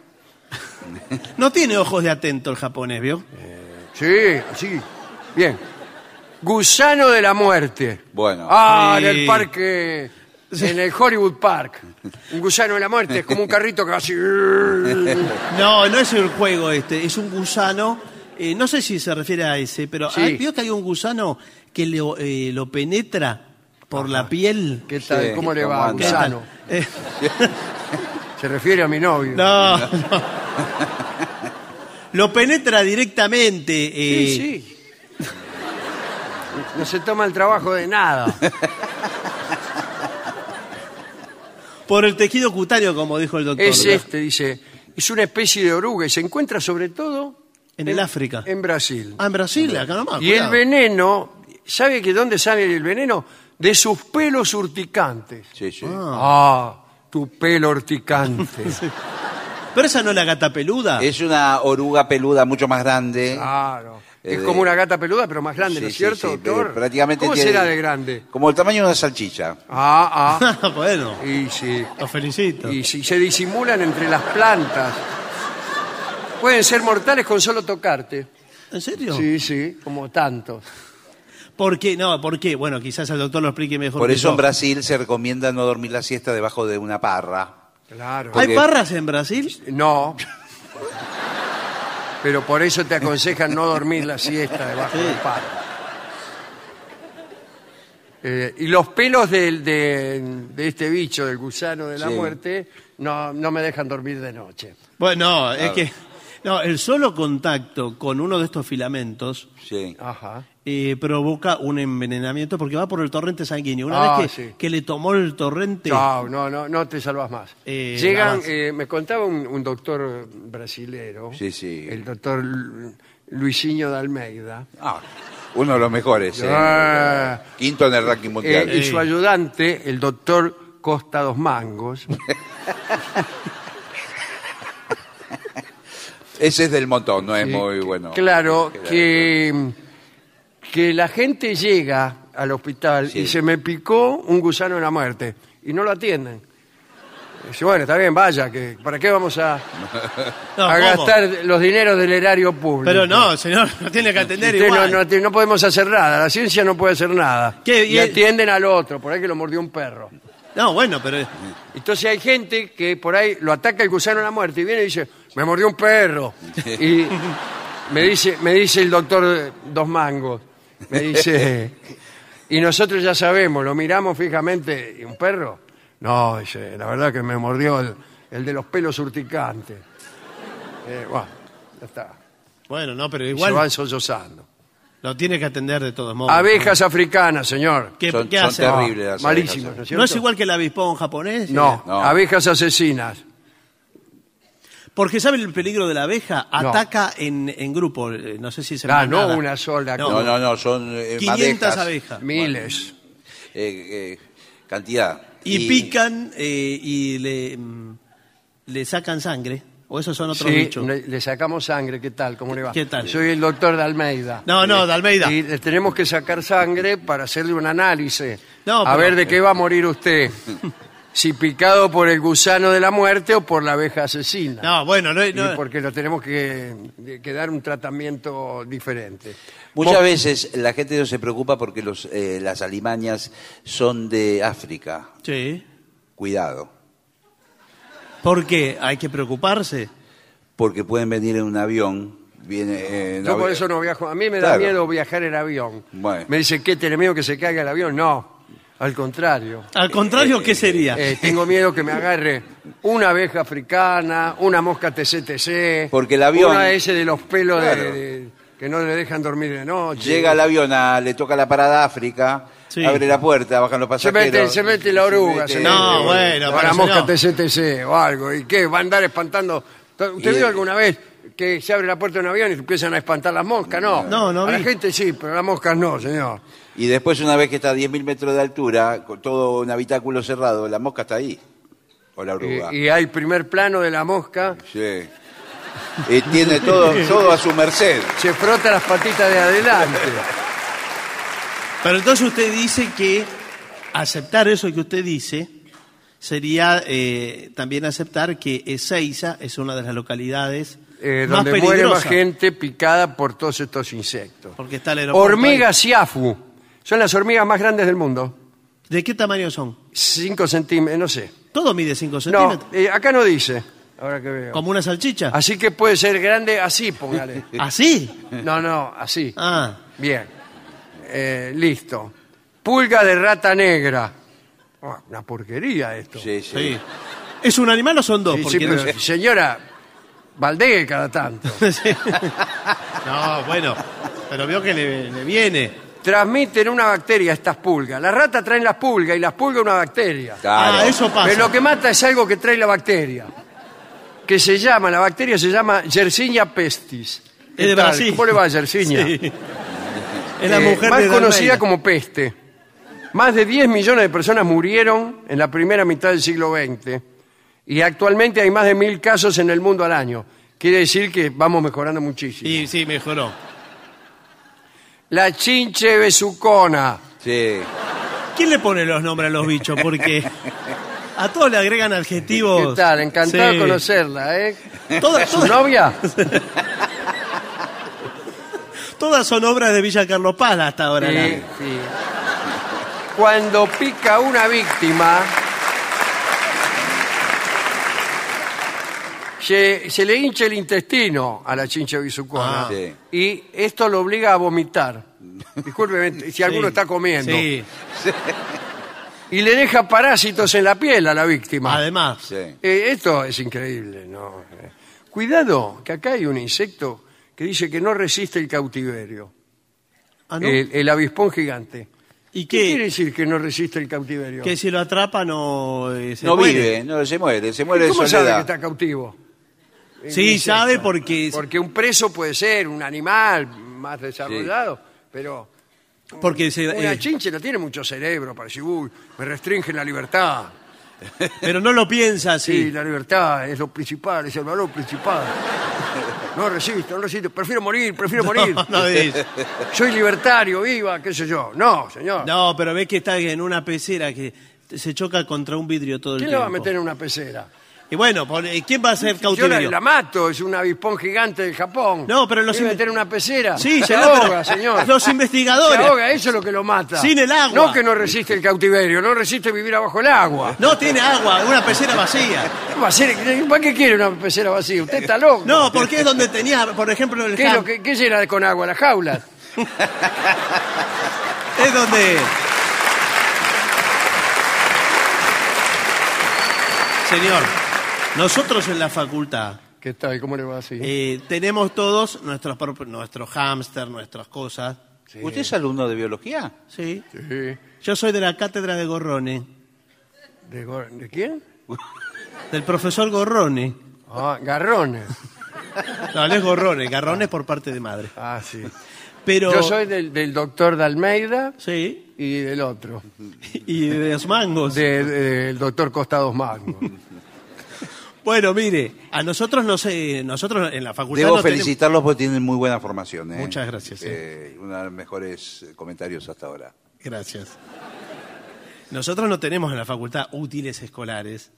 [SPEAKER 2] No tiene ojos de atento el japonés, ¿vio?
[SPEAKER 1] Sí, así. Bien. Gusano de la muerte.
[SPEAKER 3] Bueno.
[SPEAKER 1] Ah,
[SPEAKER 2] Sí.
[SPEAKER 1] en el parque. En el Hollywood Park. Un gusano de la muerte es
[SPEAKER 3] <laughs>
[SPEAKER 1] como un carrito que va así.
[SPEAKER 2] No, no es el juego este, es un gusano. eh, no sé si se refiere a ese, pero
[SPEAKER 1] Sí.
[SPEAKER 2] hay- vio que hay un gusano que lo, eh, lo penetra por la piel.
[SPEAKER 1] ¿Qué tal?
[SPEAKER 3] Sí,
[SPEAKER 1] ¿Cómo le
[SPEAKER 3] ¿cómo
[SPEAKER 1] va,
[SPEAKER 3] anda?
[SPEAKER 2] ¿Qué tal?
[SPEAKER 1] gusano?
[SPEAKER 2] Eh,
[SPEAKER 1] Se refiere a mi novio.
[SPEAKER 2] no,
[SPEAKER 1] <laughs>
[SPEAKER 2] no. Lo penetra directamente. eh,
[SPEAKER 1] Sí, sí. No se toma el trabajo de
[SPEAKER 2] <laughs>
[SPEAKER 1] nada.
[SPEAKER 2] Por el tejido cutáneo, como dijo el doctor.
[SPEAKER 1] Es este, dice. Es una especie de oruga y se encuentra sobre todo
[SPEAKER 2] En el África.
[SPEAKER 1] en Brasil.
[SPEAKER 2] Ah, en Brasil, acá nomás.
[SPEAKER 1] Y el
[SPEAKER 2] cuidado.
[SPEAKER 1] veneno, ¿sabe que dónde sale el veneno? De sus pelos urticantes.
[SPEAKER 3] Sí, sí.
[SPEAKER 1] Ah, tu pelo urticante.
[SPEAKER 2] <laughs> Pero esa no es la gata peluda. <laughs>
[SPEAKER 3] Es una oruga peluda mucho más grande.
[SPEAKER 1] Claro.
[SPEAKER 3] Eh,
[SPEAKER 1] Es
[SPEAKER 3] de-
[SPEAKER 1] como una gata peluda, pero más Ah, grande,
[SPEAKER 3] Sí,
[SPEAKER 1] ¿no es
[SPEAKER 3] sí,
[SPEAKER 1] cierto,
[SPEAKER 3] sí,
[SPEAKER 1] doctor?
[SPEAKER 3] pero Prácticamente
[SPEAKER 1] ¿Cómo
[SPEAKER 3] tiene-
[SPEAKER 1] será de grande?
[SPEAKER 3] Como el tamaño de una salchicha.
[SPEAKER 1] Ah, ah.
[SPEAKER 2] bueno,
[SPEAKER 3] <laughs>
[SPEAKER 1] Y si,
[SPEAKER 2] los felicito.
[SPEAKER 1] y si se disimulan entre las plantas. Pueden ser mortales con solo tocarte.
[SPEAKER 2] ¿En serio?
[SPEAKER 1] Sí, sí, como tantos.
[SPEAKER 2] ¿Por qué? No, ¿por qué? Bueno, quizás el doctor lo explique mejor.
[SPEAKER 3] Por
[SPEAKER 2] que
[SPEAKER 3] eso
[SPEAKER 2] yo.
[SPEAKER 3] en Brasil se recomienda no dormir la siesta debajo de una parra.
[SPEAKER 1] Claro.
[SPEAKER 2] ¿Hay
[SPEAKER 3] porque-
[SPEAKER 2] parras en Brasil?
[SPEAKER 1] Eh, No. Pero por eso te aconsejan no dormir la siesta debajo del palo. Eh, y los pelos del- de, de este bicho, del gusano de la
[SPEAKER 3] Sí.
[SPEAKER 1] muerte, no, no me dejan dormir de noche.
[SPEAKER 2] Bueno, no, es que. No, el solo contacto con uno de estos filamentos
[SPEAKER 3] Sí.
[SPEAKER 1] Ajá.
[SPEAKER 2] eh, provoca un envenenamiento porque va por el torrente sanguíneo. Una
[SPEAKER 1] Ah,
[SPEAKER 2] vez que,
[SPEAKER 1] sí.
[SPEAKER 2] que le tomó el torrente.
[SPEAKER 1] Chao, no, no, no te salvas más.
[SPEAKER 2] Eh, nada
[SPEAKER 1] Llegan,
[SPEAKER 2] más.
[SPEAKER 1] eh, me contaba un, un doctor brasilero,
[SPEAKER 3] Sí, sí.
[SPEAKER 1] el doctor Lu- Luisinho de Almeida,
[SPEAKER 3] Ah, uno de los mejores. eh.
[SPEAKER 1] Ah.
[SPEAKER 3] Quinto en el ranking mundial.
[SPEAKER 1] Eh, y su ayudante, el doctor Costa Dos Mangos,
[SPEAKER 3] Ese es del montón, no es
[SPEAKER 1] Sí,
[SPEAKER 3] muy
[SPEAKER 1] que-
[SPEAKER 3] bueno.
[SPEAKER 1] <laughs> Claro, que, que la gente llega al hospital
[SPEAKER 3] Sí.
[SPEAKER 1] y se me picó un gusano de la muerte y no lo atienden. Dice, bueno, está bien, vaya, que ¿para qué vamos a,
[SPEAKER 2] No,
[SPEAKER 1] a
[SPEAKER 2] ¿cómo?
[SPEAKER 1] gastar los dineros del erario público?
[SPEAKER 2] Pero no, señor, no tiene que atender
[SPEAKER 1] Usted no,
[SPEAKER 2] igual.
[SPEAKER 1] no te- no podemos hacer nada, la ciencia no puede hacer nada.
[SPEAKER 2] ¿Qué?
[SPEAKER 1] y
[SPEAKER 2] Y el-
[SPEAKER 1] atienden al otro, por ahí que lo mordió un perro.
[SPEAKER 2] No, bueno, pero.
[SPEAKER 1] Entonces hay gente que por ahí lo ataca el gusano de la muerte y viene y dice, me mordió un perro. Y me dice, me dice el doctor Dos Mangos, me dice, y nosotros ya sabemos, lo miramos fijamente, ¿y un perro? No, dice, la verdad que me mordió el, el de los pelos urticantes. Eh, bueno, ya está.
[SPEAKER 2] Bueno, no, pero
[SPEAKER 1] Y Se van
[SPEAKER 2] igual
[SPEAKER 1] sollozando.
[SPEAKER 2] lo tiene que atender de todos modos.
[SPEAKER 1] Abejas africanas, señor.
[SPEAKER 2] ¿Qué,
[SPEAKER 3] Son-
[SPEAKER 2] qué
[SPEAKER 3] son
[SPEAKER 2] hace?
[SPEAKER 3] terribles. Horrible
[SPEAKER 1] Ah,
[SPEAKER 3] las
[SPEAKER 1] Malísimos,
[SPEAKER 3] abejas.
[SPEAKER 1] ¿no es cierto?
[SPEAKER 2] ¿No es igual que el avispón japonés?
[SPEAKER 1] No,
[SPEAKER 3] No.
[SPEAKER 1] abejas asesinas.
[SPEAKER 2] Eh, Porque sabe el peligro de la abeja, ataca en, en grupo, eh, no sé si se
[SPEAKER 1] Ah, no una sola.
[SPEAKER 2] No.
[SPEAKER 3] No, no, no, son eh,
[SPEAKER 2] 500
[SPEAKER 3] madejas.
[SPEAKER 2] abejas.
[SPEAKER 1] Miles.
[SPEAKER 3] Eh, eh, cantidad.
[SPEAKER 2] Y, pican eh, y le, mm, le sacan sangre, o esos son otros
[SPEAKER 1] Sí,
[SPEAKER 2] bichos.
[SPEAKER 1] le, le sacamos sangre, ¿qué tal? ¿Cómo le va?
[SPEAKER 2] ¿Qué tal?
[SPEAKER 1] Soy el doctor de Almeida.
[SPEAKER 2] No, no, de Almeida.
[SPEAKER 1] Y le tenemos que sacar sangre para hacerle un análisis.
[SPEAKER 2] No,
[SPEAKER 1] a
[SPEAKER 2] pero-
[SPEAKER 1] ver de qué va a morir
[SPEAKER 2] <laughs>
[SPEAKER 1] usted. si picado por el gusano de la muerte o por la abeja asesina.
[SPEAKER 2] No, bueno, no,
[SPEAKER 1] Y
[SPEAKER 2] no-
[SPEAKER 1] Porque lo tenemos que, que dar un tratamiento diferente.
[SPEAKER 3] Muchas veces la gente no se preocupa porque los, eh, las alimañas son de África.
[SPEAKER 2] Sí.
[SPEAKER 3] Cuidado.
[SPEAKER 2] ¿Por qué? Hay que preocuparse.
[SPEAKER 3] porque pueden venir en un avión. Viene, eh, en
[SPEAKER 1] Yo por
[SPEAKER 3] avión.
[SPEAKER 1] eso no viajo. A mí me da
[SPEAKER 3] Claro.
[SPEAKER 1] miedo viajar en avión.
[SPEAKER 3] Bueno.
[SPEAKER 1] Me dicen, ¿qué tiene miedo que se caiga el avión? No, al contrario.
[SPEAKER 2] Al contrario, ¿qué sería?
[SPEAKER 1] Eh, tengo miedo que me agarre una abeja africana, una mosca TCTC.
[SPEAKER 3] Porque el avión-
[SPEAKER 1] Una S de los pelos de-
[SPEAKER 3] Claro.
[SPEAKER 1] de- que no le dejan dormir de noche.
[SPEAKER 3] Llega el avión, a- le toca la parada a África,
[SPEAKER 2] Sí.
[SPEAKER 3] abre la puerta, bajan los
[SPEAKER 1] Se
[SPEAKER 3] pasajeros.
[SPEAKER 1] mete, se mete la oruga.
[SPEAKER 3] mete-
[SPEAKER 1] se
[SPEAKER 2] No,
[SPEAKER 1] mete,
[SPEAKER 2] bueno,
[SPEAKER 1] O
[SPEAKER 2] pero
[SPEAKER 1] la
[SPEAKER 2] si
[SPEAKER 1] mosca
[SPEAKER 2] no.
[SPEAKER 1] TCTC o algo. ¿Y qué? ¿Va a andar espantando? ¿Usted
[SPEAKER 3] Y-
[SPEAKER 1] vio alguna vez que se abre la puerta de un avión y empiezan a espantar las moscas? No.
[SPEAKER 2] No, no
[SPEAKER 1] A la
[SPEAKER 2] vi.
[SPEAKER 1] gente sí, pero las moscas no, señor.
[SPEAKER 3] Y después, una vez que está a 10.000 metros de altura, con todo un habitáculo cerrado, la mosca está ahí. O la
[SPEAKER 1] Y,
[SPEAKER 3] oruga.
[SPEAKER 1] y hay primer plano de la mosca.
[SPEAKER 3] Sí. Y tiene todo, todo a su merced.
[SPEAKER 1] Se frota las patitas de adelante.
[SPEAKER 2] Pero entonces usted dice que aceptar eso que usted dice sería eh, también aceptar que Ezeiza es una de las localidades
[SPEAKER 1] Eh,
[SPEAKER 2] más
[SPEAKER 1] donde muere más
[SPEAKER 2] peligrosas.
[SPEAKER 1] gente picada por todos estos insectos.
[SPEAKER 2] Porque está el aeropuerto
[SPEAKER 1] Hormigas siafu. Son las hormigas más grandes del mundo.
[SPEAKER 2] ahí. ¿De qué tamaño son?
[SPEAKER 1] 5 centímetros, no sé.
[SPEAKER 2] Todo mide 5
[SPEAKER 1] No,
[SPEAKER 2] centímetros.
[SPEAKER 1] eh, acá no dice. Ahora que veo.
[SPEAKER 2] Como una salchicha.
[SPEAKER 1] Así que puede ser grande así, póngale.
[SPEAKER 2] ¿Así?
[SPEAKER 1] No, no, así.
[SPEAKER 2] <laughs> Ah,
[SPEAKER 1] Bien. Eh, listo. Pulga de rata negra. Oh, una porquería esto.
[SPEAKER 3] Sí, sí.
[SPEAKER 2] sí. ¿Es un animal o son dos?
[SPEAKER 1] Sí, sí,
[SPEAKER 2] Porque no-
[SPEAKER 1] pero, señora, baldegue cada tanto.
[SPEAKER 2] no, bueno, pero veo que le, le viene.
[SPEAKER 1] Transmiten una bacteria estas pulgas. Las ratas traen las pulgas y las pulgas una bacteria.
[SPEAKER 3] Claro.
[SPEAKER 2] Ah, eso pasa.
[SPEAKER 1] Pero lo que mata es algo que trae la bacteria. Que se llama, la bacteria se llama Yersinia pestis. ¿Qué
[SPEAKER 2] Es de
[SPEAKER 1] tal?
[SPEAKER 2] Brasil.
[SPEAKER 1] ¿Cómo le va Yersinia?
[SPEAKER 2] <laughs> Sí. Es la
[SPEAKER 1] Eh,
[SPEAKER 2] mujer
[SPEAKER 1] más
[SPEAKER 2] de Dan
[SPEAKER 1] conocida
[SPEAKER 2] Reina.
[SPEAKER 1] como peste. Más de 10 millones de personas murieron en la primera mitad del siglo XX y actualmente hay más de mil casos en el mundo al año. Quiere decir que vamos mejorando muchísimo.
[SPEAKER 2] Sí, sí, mejoró.
[SPEAKER 1] La chinche besucona.
[SPEAKER 3] Sí.
[SPEAKER 2] ¿Quién le pone los nombres a los bichos? Porque a todos le agregan adjetivos.
[SPEAKER 1] ¿Qué tal? Encantado
[SPEAKER 2] Sí.
[SPEAKER 1] de conocerla, ¿eh?
[SPEAKER 2] Todas,
[SPEAKER 1] ¿Su
[SPEAKER 2] todas- <laughs>
[SPEAKER 1] novia?
[SPEAKER 2] todas son obras de Villa Carlos Paz hasta ahora. la-
[SPEAKER 1] Sí, sí. Cuando pica una víctima, se, se le hincha el intestino a la chincha bisucona.
[SPEAKER 2] Ah.
[SPEAKER 3] Sí.
[SPEAKER 1] Y esto lo obliga a vomitar. Discúlpeme si alguno está comiendo.
[SPEAKER 2] Sí,
[SPEAKER 1] Y le deja parásitos en la piel a la víctima.
[SPEAKER 2] además.
[SPEAKER 3] sí.
[SPEAKER 1] Eh, esto es increíble, ¿no? Eh, Cuidado, que acá hay un insecto que dice que no resiste el cautiverio.
[SPEAKER 2] Ah, ¿no?
[SPEAKER 1] el, el avispón gigante.
[SPEAKER 2] ¿Y
[SPEAKER 1] Eh, ¿Qué quiere
[SPEAKER 2] qué?
[SPEAKER 1] decir que no resiste el cautiverio?
[SPEAKER 2] Que si lo atrapa no eh, se
[SPEAKER 3] No
[SPEAKER 2] muere.
[SPEAKER 3] vive, no se muere, se muere de
[SPEAKER 1] ¿Cómo sabe que
[SPEAKER 3] soledad.
[SPEAKER 1] está cautivo?
[SPEAKER 2] Sí,
[SPEAKER 1] Insecto.
[SPEAKER 2] sabe porque, porque,
[SPEAKER 1] Porque un preso puede ser un animal más desarrollado, pero
[SPEAKER 2] se,
[SPEAKER 1] una
[SPEAKER 2] eh,
[SPEAKER 1] chinche no tiene mucho cerebro para decir, uy, me restringe la libertad.
[SPEAKER 2] pero no lo
[SPEAKER 1] <laughs>
[SPEAKER 2] piensa
[SPEAKER 1] Sí,
[SPEAKER 2] así.
[SPEAKER 1] la libertad es lo principal, es el valor principal. No resisto, no resisto, prefiero morir, prefiero morir.
[SPEAKER 2] <laughs> No,
[SPEAKER 1] <laughs>
[SPEAKER 2] no dice.
[SPEAKER 1] Soy libertario, viva, qué sé yo. No, señor.
[SPEAKER 2] No, pero ve que está en una pecera que se choca contra un vidrio todo el
[SPEAKER 1] ¿Quién le
[SPEAKER 2] tiempo.
[SPEAKER 1] va a meter en una pecera?
[SPEAKER 2] Y bueno, pone- ¿quién va a ser
[SPEAKER 1] Yo la,
[SPEAKER 2] cautiverio?
[SPEAKER 1] la mato, es un avispón gigante del Japón.
[SPEAKER 2] No, pero los
[SPEAKER 1] ¿Quiere
[SPEAKER 2] inve-
[SPEAKER 1] meter en una pecera.
[SPEAKER 2] Sí,
[SPEAKER 1] se
[SPEAKER 2] ya no, pero-
[SPEAKER 1] ahoga, señor.
[SPEAKER 2] Los
[SPEAKER 1] Se
[SPEAKER 2] investigadores.
[SPEAKER 1] ahoga, eso es lo que lo mata.
[SPEAKER 2] Sin el agua.
[SPEAKER 1] No que no resiste el cautiverio, no resiste vivir abajo el agua.
[SPEAKER 2] No tiene agua, una pecera vacía.
[SPEAKER 1] ¿Qué va a hacer? ¿Para qué quiere una pecera vacía? Usted está loco.
[SPEAKER 2] No, porque es donde tenía, por ejemplo, el
[SPEAKER 1] ¿Qué, es
[SPEAKER 2] jam-
[SPEAKER 1] lo que, ¿Qué llena con agua? ¿Las jaulas?
[SPEAKER 2] es donde Señor, nosotros en la facultad
[SPEAKER 1] ¿Qué tal? ¿Cómo le va así?
[SPEAKER 2] eh, tenemos todos nuestros propios- nuestros hámster, nuestras cosas.
[SPEAKER 3] ¿Usted es alumno de biología?
[SPEAKER 2] Sí.
[SPEAKER 1] Sí.
[SPEAKER 2] Yo soy de la cátedra de Gorrone,
[SPEAKER 1] ¿De, Gor- de quién?
[SPEAKER 2] del profesor Gorrone.
[SPEAKER 1] Ah, Garrones.
[SPEAKER 2] No, no es Gorrone, Garrone es por parte de madre.
[SPEAKER 1] Ah, sí.
[SPEAKER 2] Pero
[SPEAKER 1] Yo soy del, del doctor Dalmeida
[SPEAKER 2] sí,
[SPEAKER 1] y del otro,
[SPEAKER 2] y de los mangos.
[SPEAKER 1] de- del doctor Costados Magno.
[SPEAKER 2] Bueno, mire, a nosotros no sé, nosotros en la facultad
[SPEAKER 3] Debo
[SPEAKER 2] no tenemos-
[SPEAKER 3] felicitarlos porque tienen muy buena formación. ¿eh?
[SPEAKER 2] Muchas gracias, sí.
[SPEAKER 3] Eh, uno de los mejores eh, comentarios hasta ahora.
[SPEAKER 2] Gracias. Nosotros no tenemos en la facultad útiles escolares,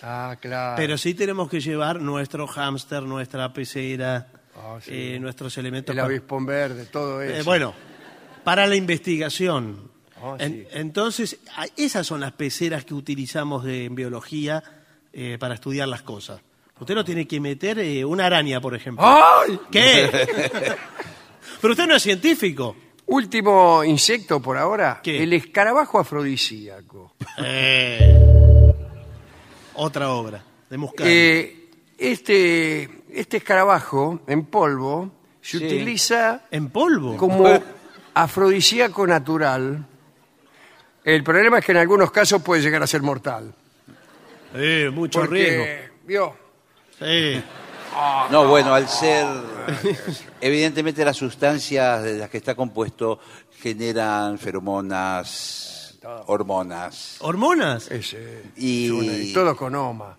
[SPEAKER 1] Ah, claro.
[SPEAKER 2] pero sí tenemos que llevar nuestro hámster, nuestra pecera,
[SPEAKER 1] Ah, sí.
[SPEAKER 2] eh, nuestros elementos.
[SPEAKER 1] el
[SPEAKER 2] para-
[SPEAKER 1] avispón verde, todo eso.
[SPEAKER 2] Eh, bueno, para la investigación.
[SPEAKER 1] Ah,
[SPEAKER 2] En-
[SPEAKER 1] sí.
[SPEAKER 2] entonces, a- esas son las peceras que utilizamos de- en biología eh, para estudiar las cosas. Usted
[SPEAKER 1] Ah.
[SPEAKER 2] no tiene que meter eh, una araña, por ejemplo.
[SPEAKER 1] ¡Ay! <laughs>
[SPEAKER 2] ¿Qué? <laughs> Pero usted no es científico.
[SPEAKER 1] Último insecto por ahora, el escarabajo afrodisíaco.
[SPEAKER 2] Eh, otra obra de Muscari.
[SPEAKER 1] Eh, este, este escarabajo en polvo se
[SPEAKER 2] Sí.
[SPEAKER 1] utiliza
[SPEAKER 2] ¿En polvo?
[SPEAKER 1] como afrodisíaco natural. El problema es que en algunos casos puede llegar a ser mortal.
[SPEAKER 2] Eh, mucho riesgo.
[SPEAKER 1] Porque, vio,
[SPEAKER 2] Sí.
[SPEAKER 3] No, bueno, al ser. Evidentemente, las sustancias de las que está compuesto generan feromonas, hormonas.
[SPEAKER 2] ¿Hormonas?
[SPEAKER 3] Y
[SPEAKER 1] todo con oma.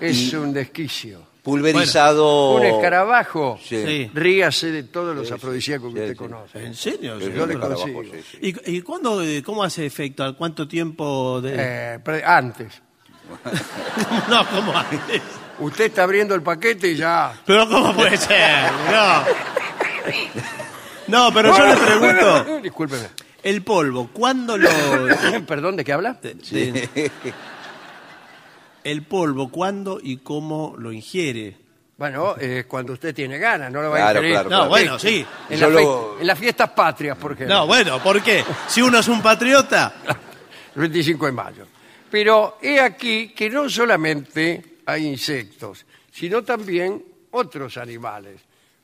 [SPEAKER 1] Es
[SPEAKER 3] Y-
[SPEAKER 1] un desquicio.
[SPEAKER 3] pulverizado.
[SPEAKER 1] Un escarabajo.
[SPEAKER 3] Sí.
[SPEAKER 2] Oh. Sí.
[SPEAKER 1] Ríase de todos los afrodisíacos que usted conoce.
[SPEAKER 2] ¿En serio?
[SPEAKER 3] Sí,
[SPEAKER 1] Yo le
[SPEAKER 3] un escarabajo,
[SPEAKER 1] consigo.
[SPEAKER 3] sí, sí.
[SPEAKER 2] ¿Y, y cuándo, eh, cómo hace efecto? ¿Al cuánto tiempo? De...
[SPEAKER 1] Eh, pre- antes.
[SPEAKER 2] <laughs> no, ¿cómo hace?
[SPEAKER 1] Usted está abriendo el paquete y ya.
[SPEAKER 2] Pero ¿cómo puede ser? No. No, pero yo le pregunto,
[SPEAKER 1] <laughs> Discúlpeme.
[SPEAKER 2] el polvo, ¿cuándo lo...
[SPEAKER 1] <laughs> Perdón, ¿de qué habla?
[SPEAKER 2] de- el polvo, ¿cuándo y cómo lo ingiere?
[SPEAKER 1] Bueno, eh, cuando usted tiene ganas, no lo va
[SPEAKER 3] Claro,
[SPEAKER 1] a ingerir.
[SPEAKER 3] claro,
[SPEAKER 2] No, bueno, sí.
[SPEAKER 1] En,
[SPEAKER 3] Yo
[SPEAKER 1] la fe-
[SPEAKER 3] lo-
[SPEAKER 1] en las fiestas patrias, por ejemplo.
[SPEAKER 2] No, bueno, ¿por qué? Si uno es un patriota...
[SPEAKER 1] el 25 de mayo. Pero he aquí que no solamente hay insectos, sino también otros animales.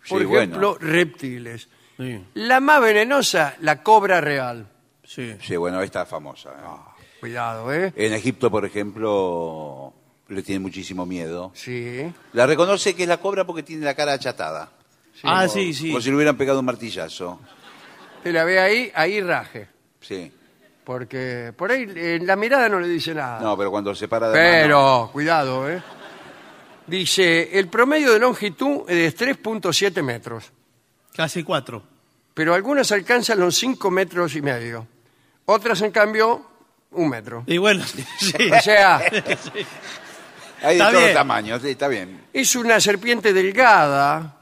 [SPEAKER 1] Por
[SPEAKER 3] Sí,
[SPEAKER 1] ejemplo,
[SPEAKER 3] bueno.
[SPEAKER 1] reptiles.
[SPEAKER 2] Sí,
[SPEAKER 1] La más venenosa, la cobra real.
[SPEAKER 2] sí.
[SPEAKER 3] Sí, bueno, esta es famosa. ¿eh?
[SPEAKER 1] Cuidado, ¿eh?
[SPEAKER 3] En Egipto, por ejemplo, le tienen muchísimo miedo.
[SPEAKER 1] Sí.
[SPEAKER 3] La reconoce que es la cobra porque tiene la cara achatada.
[SPEAKER 2] ah, sí, sí.
[SPEAKER 3] Como si le hubieran pegado un martillazo.
[SPEAKER 1] Te la ve ahí, ahí raje.
[SPEAKER 3] Sí.
[SPEAKER 1] Porque por ahí en la mirada no le dice nada.
[SPEAKER 3] No, pero cuando se para de mano-
[SPEAKER 1] Pero, cuidado, ¿eh? Dice, el promedio de longitud es de 3.7 metros.
[SPEAKER 2] Casi cuatro.
[SPEAKER 1] pero algunas alcanzan los 5 metros y medio. Otras, en cambio, un
[SPEAKER 2] <laughs>
[SPEAKER 1] metro.
[SPEAKER 2] Y bueno, sí.
[SPEAKER 1] O sea,
[SPEAKER 3] Hay de
[SPEAKER 2] Está
[SPEAKER 3] todos
[SPEAKER 2] bien.
[SPEAKER 3] tamaños, sí, está bien.
[SPEAKER 1] es una serpiente delgada,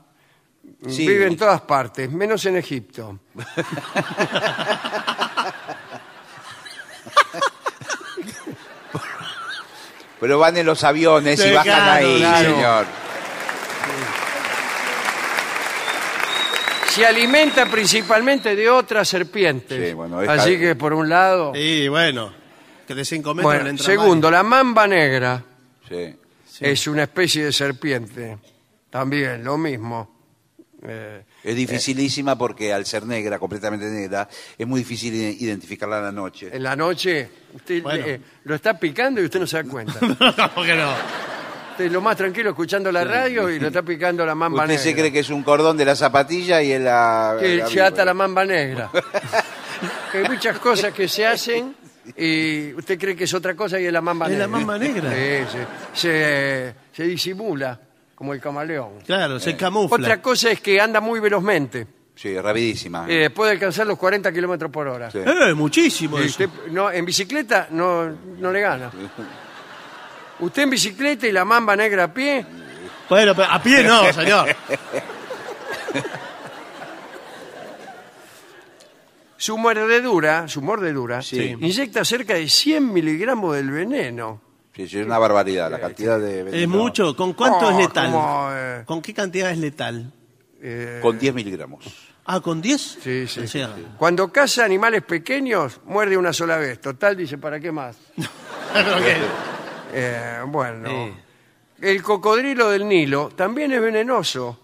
[SPEAKER 3] Sí.
[SPEAKER 1] vive en todas partes, menos en Egipto.
[SPEAKER 3] Pero van en los aviones
[SPEAKER 2] Sí,
[SPEAKER 3] y bajan
[SPEAKER 2] claro,
[SPEAKER 3] ahí,
[SPEAKER 2] claro.
[SPEAKER 3] señor.
[SPEAKER 1] Se alimenta principalmente de otras serpientes.
[SPEAKER 3] Sí, bueno, es
[SPEAKER 1] Así
[SPEAKER 3] cal-
[SPEAKER 1] que, por un lado...
[SPEAKER 2] Y bueno, que de cinco metros
[SPEAKER 1] Bueno,
[SPEAKER 2] le entra
[SPEAKER 1] segundo, la mamba negra
[SPEAKER 3] Sí.
[SPEAKER 1] es una especie de serpiente. También, lo mismo. Eh,
[SPEAKER 3] Es dificilísima porque al ser negra, completamente negra, es muy difícil i- identificarla en la noche.
[SPEAKER 1] en la noche, usted
[SPEAKER 2] Bueno.
[SPEAKER 1] eh, lo está picando y usted no se da
[SPEAKER 2] <laughs>
[SPEAKER 1] cuenta.
[SPEAKER 2] mal. No, ¿cómo que no?
[SPEAKER 1] Usted lo más tranquilo escuchando la radio y lo está picando la mamba
[SPEAKER 3] Usted
[SPEAKER 1] negra.
[SPEAKER 3] se cree que es un cordón de la zapatilla y es la...
[SPEAKER 1] que
[SPEAKER 3] la-
[SPEAKER 1] se ata la mamba
[SPEAKER 3] <laughs>
[SPEAKER 1] negra. que hay muchas cosas que se hacen y usted cree que es otra cosa y es la mamba
[SPEAKER 2] Es
[SPEAKER 1] negra.
[SPEAKER 2] la mamba negra.
[SPEAKER 1] Sí, se, se- se disimula como el camaleón.
[SPEAKER 2] Claro, se camufla.
[SPEAKER 1] Eh, Otra cosa es que anda muy velozmente.
[SPEAKER 3] Sí, rapidísima.
[SPEAKER 1] Eh, puede alcanzar los 40 kilómetros por hora.
[SPEAKER 3] Sí.
[SPEAKER 2] Eh, muchísimo
[SPEAKER 1] Y
[SPEAKER 2] eso.
[SPEAKER 1] usted no, en bicicleta no, no le gana. Usted en bicicleta y la mamba negra a pie,
[SPEAKER 2] Bueno, pero a
[SPEAKER 1] <laughs>
[SPEAKER 2] pie no, señor.
[SPEAKER 1] su mordedura, su mordedura,
[SPEAKER 3] Sí.
[SPEAKER 1] inyecta cerca de 100 miligramos del veneno.
[SPEAKER 3] Sí, sí, es una barbaridad la cantidad de... veneno.
[SPEAKER 2] Es mucho. ¿Con cuánto
[SPEAKER 1] Oh,
[SPEAKER 2] es letal?
[SPEAKER 1] como, eh,
[SPEAKER 2] ¿Con qué cantidad es letal?
[SPEAKER 1] Eh,
[SPEAKER 3] Con 10 miligramos.
[SPEAKER 2] Ah, ¿con 10?
[SPEAKER 1] Sí, sí,
[SPEAKER 2] O sea,
[SPEAKER 1] sí. Cuando caza animales pequeños, muerde una sola vez. Total, dice, ¿para qué
[SPEAKER 2] <laughs>
[SPEAKER 1] más?
[SPEAKER 2] creo que-
[SPEAKER 1] Eh, bueno.
[SPEAKER 2] Sí.
[SPEAKER 1] El cocodrilo del Nilo también es venenoso.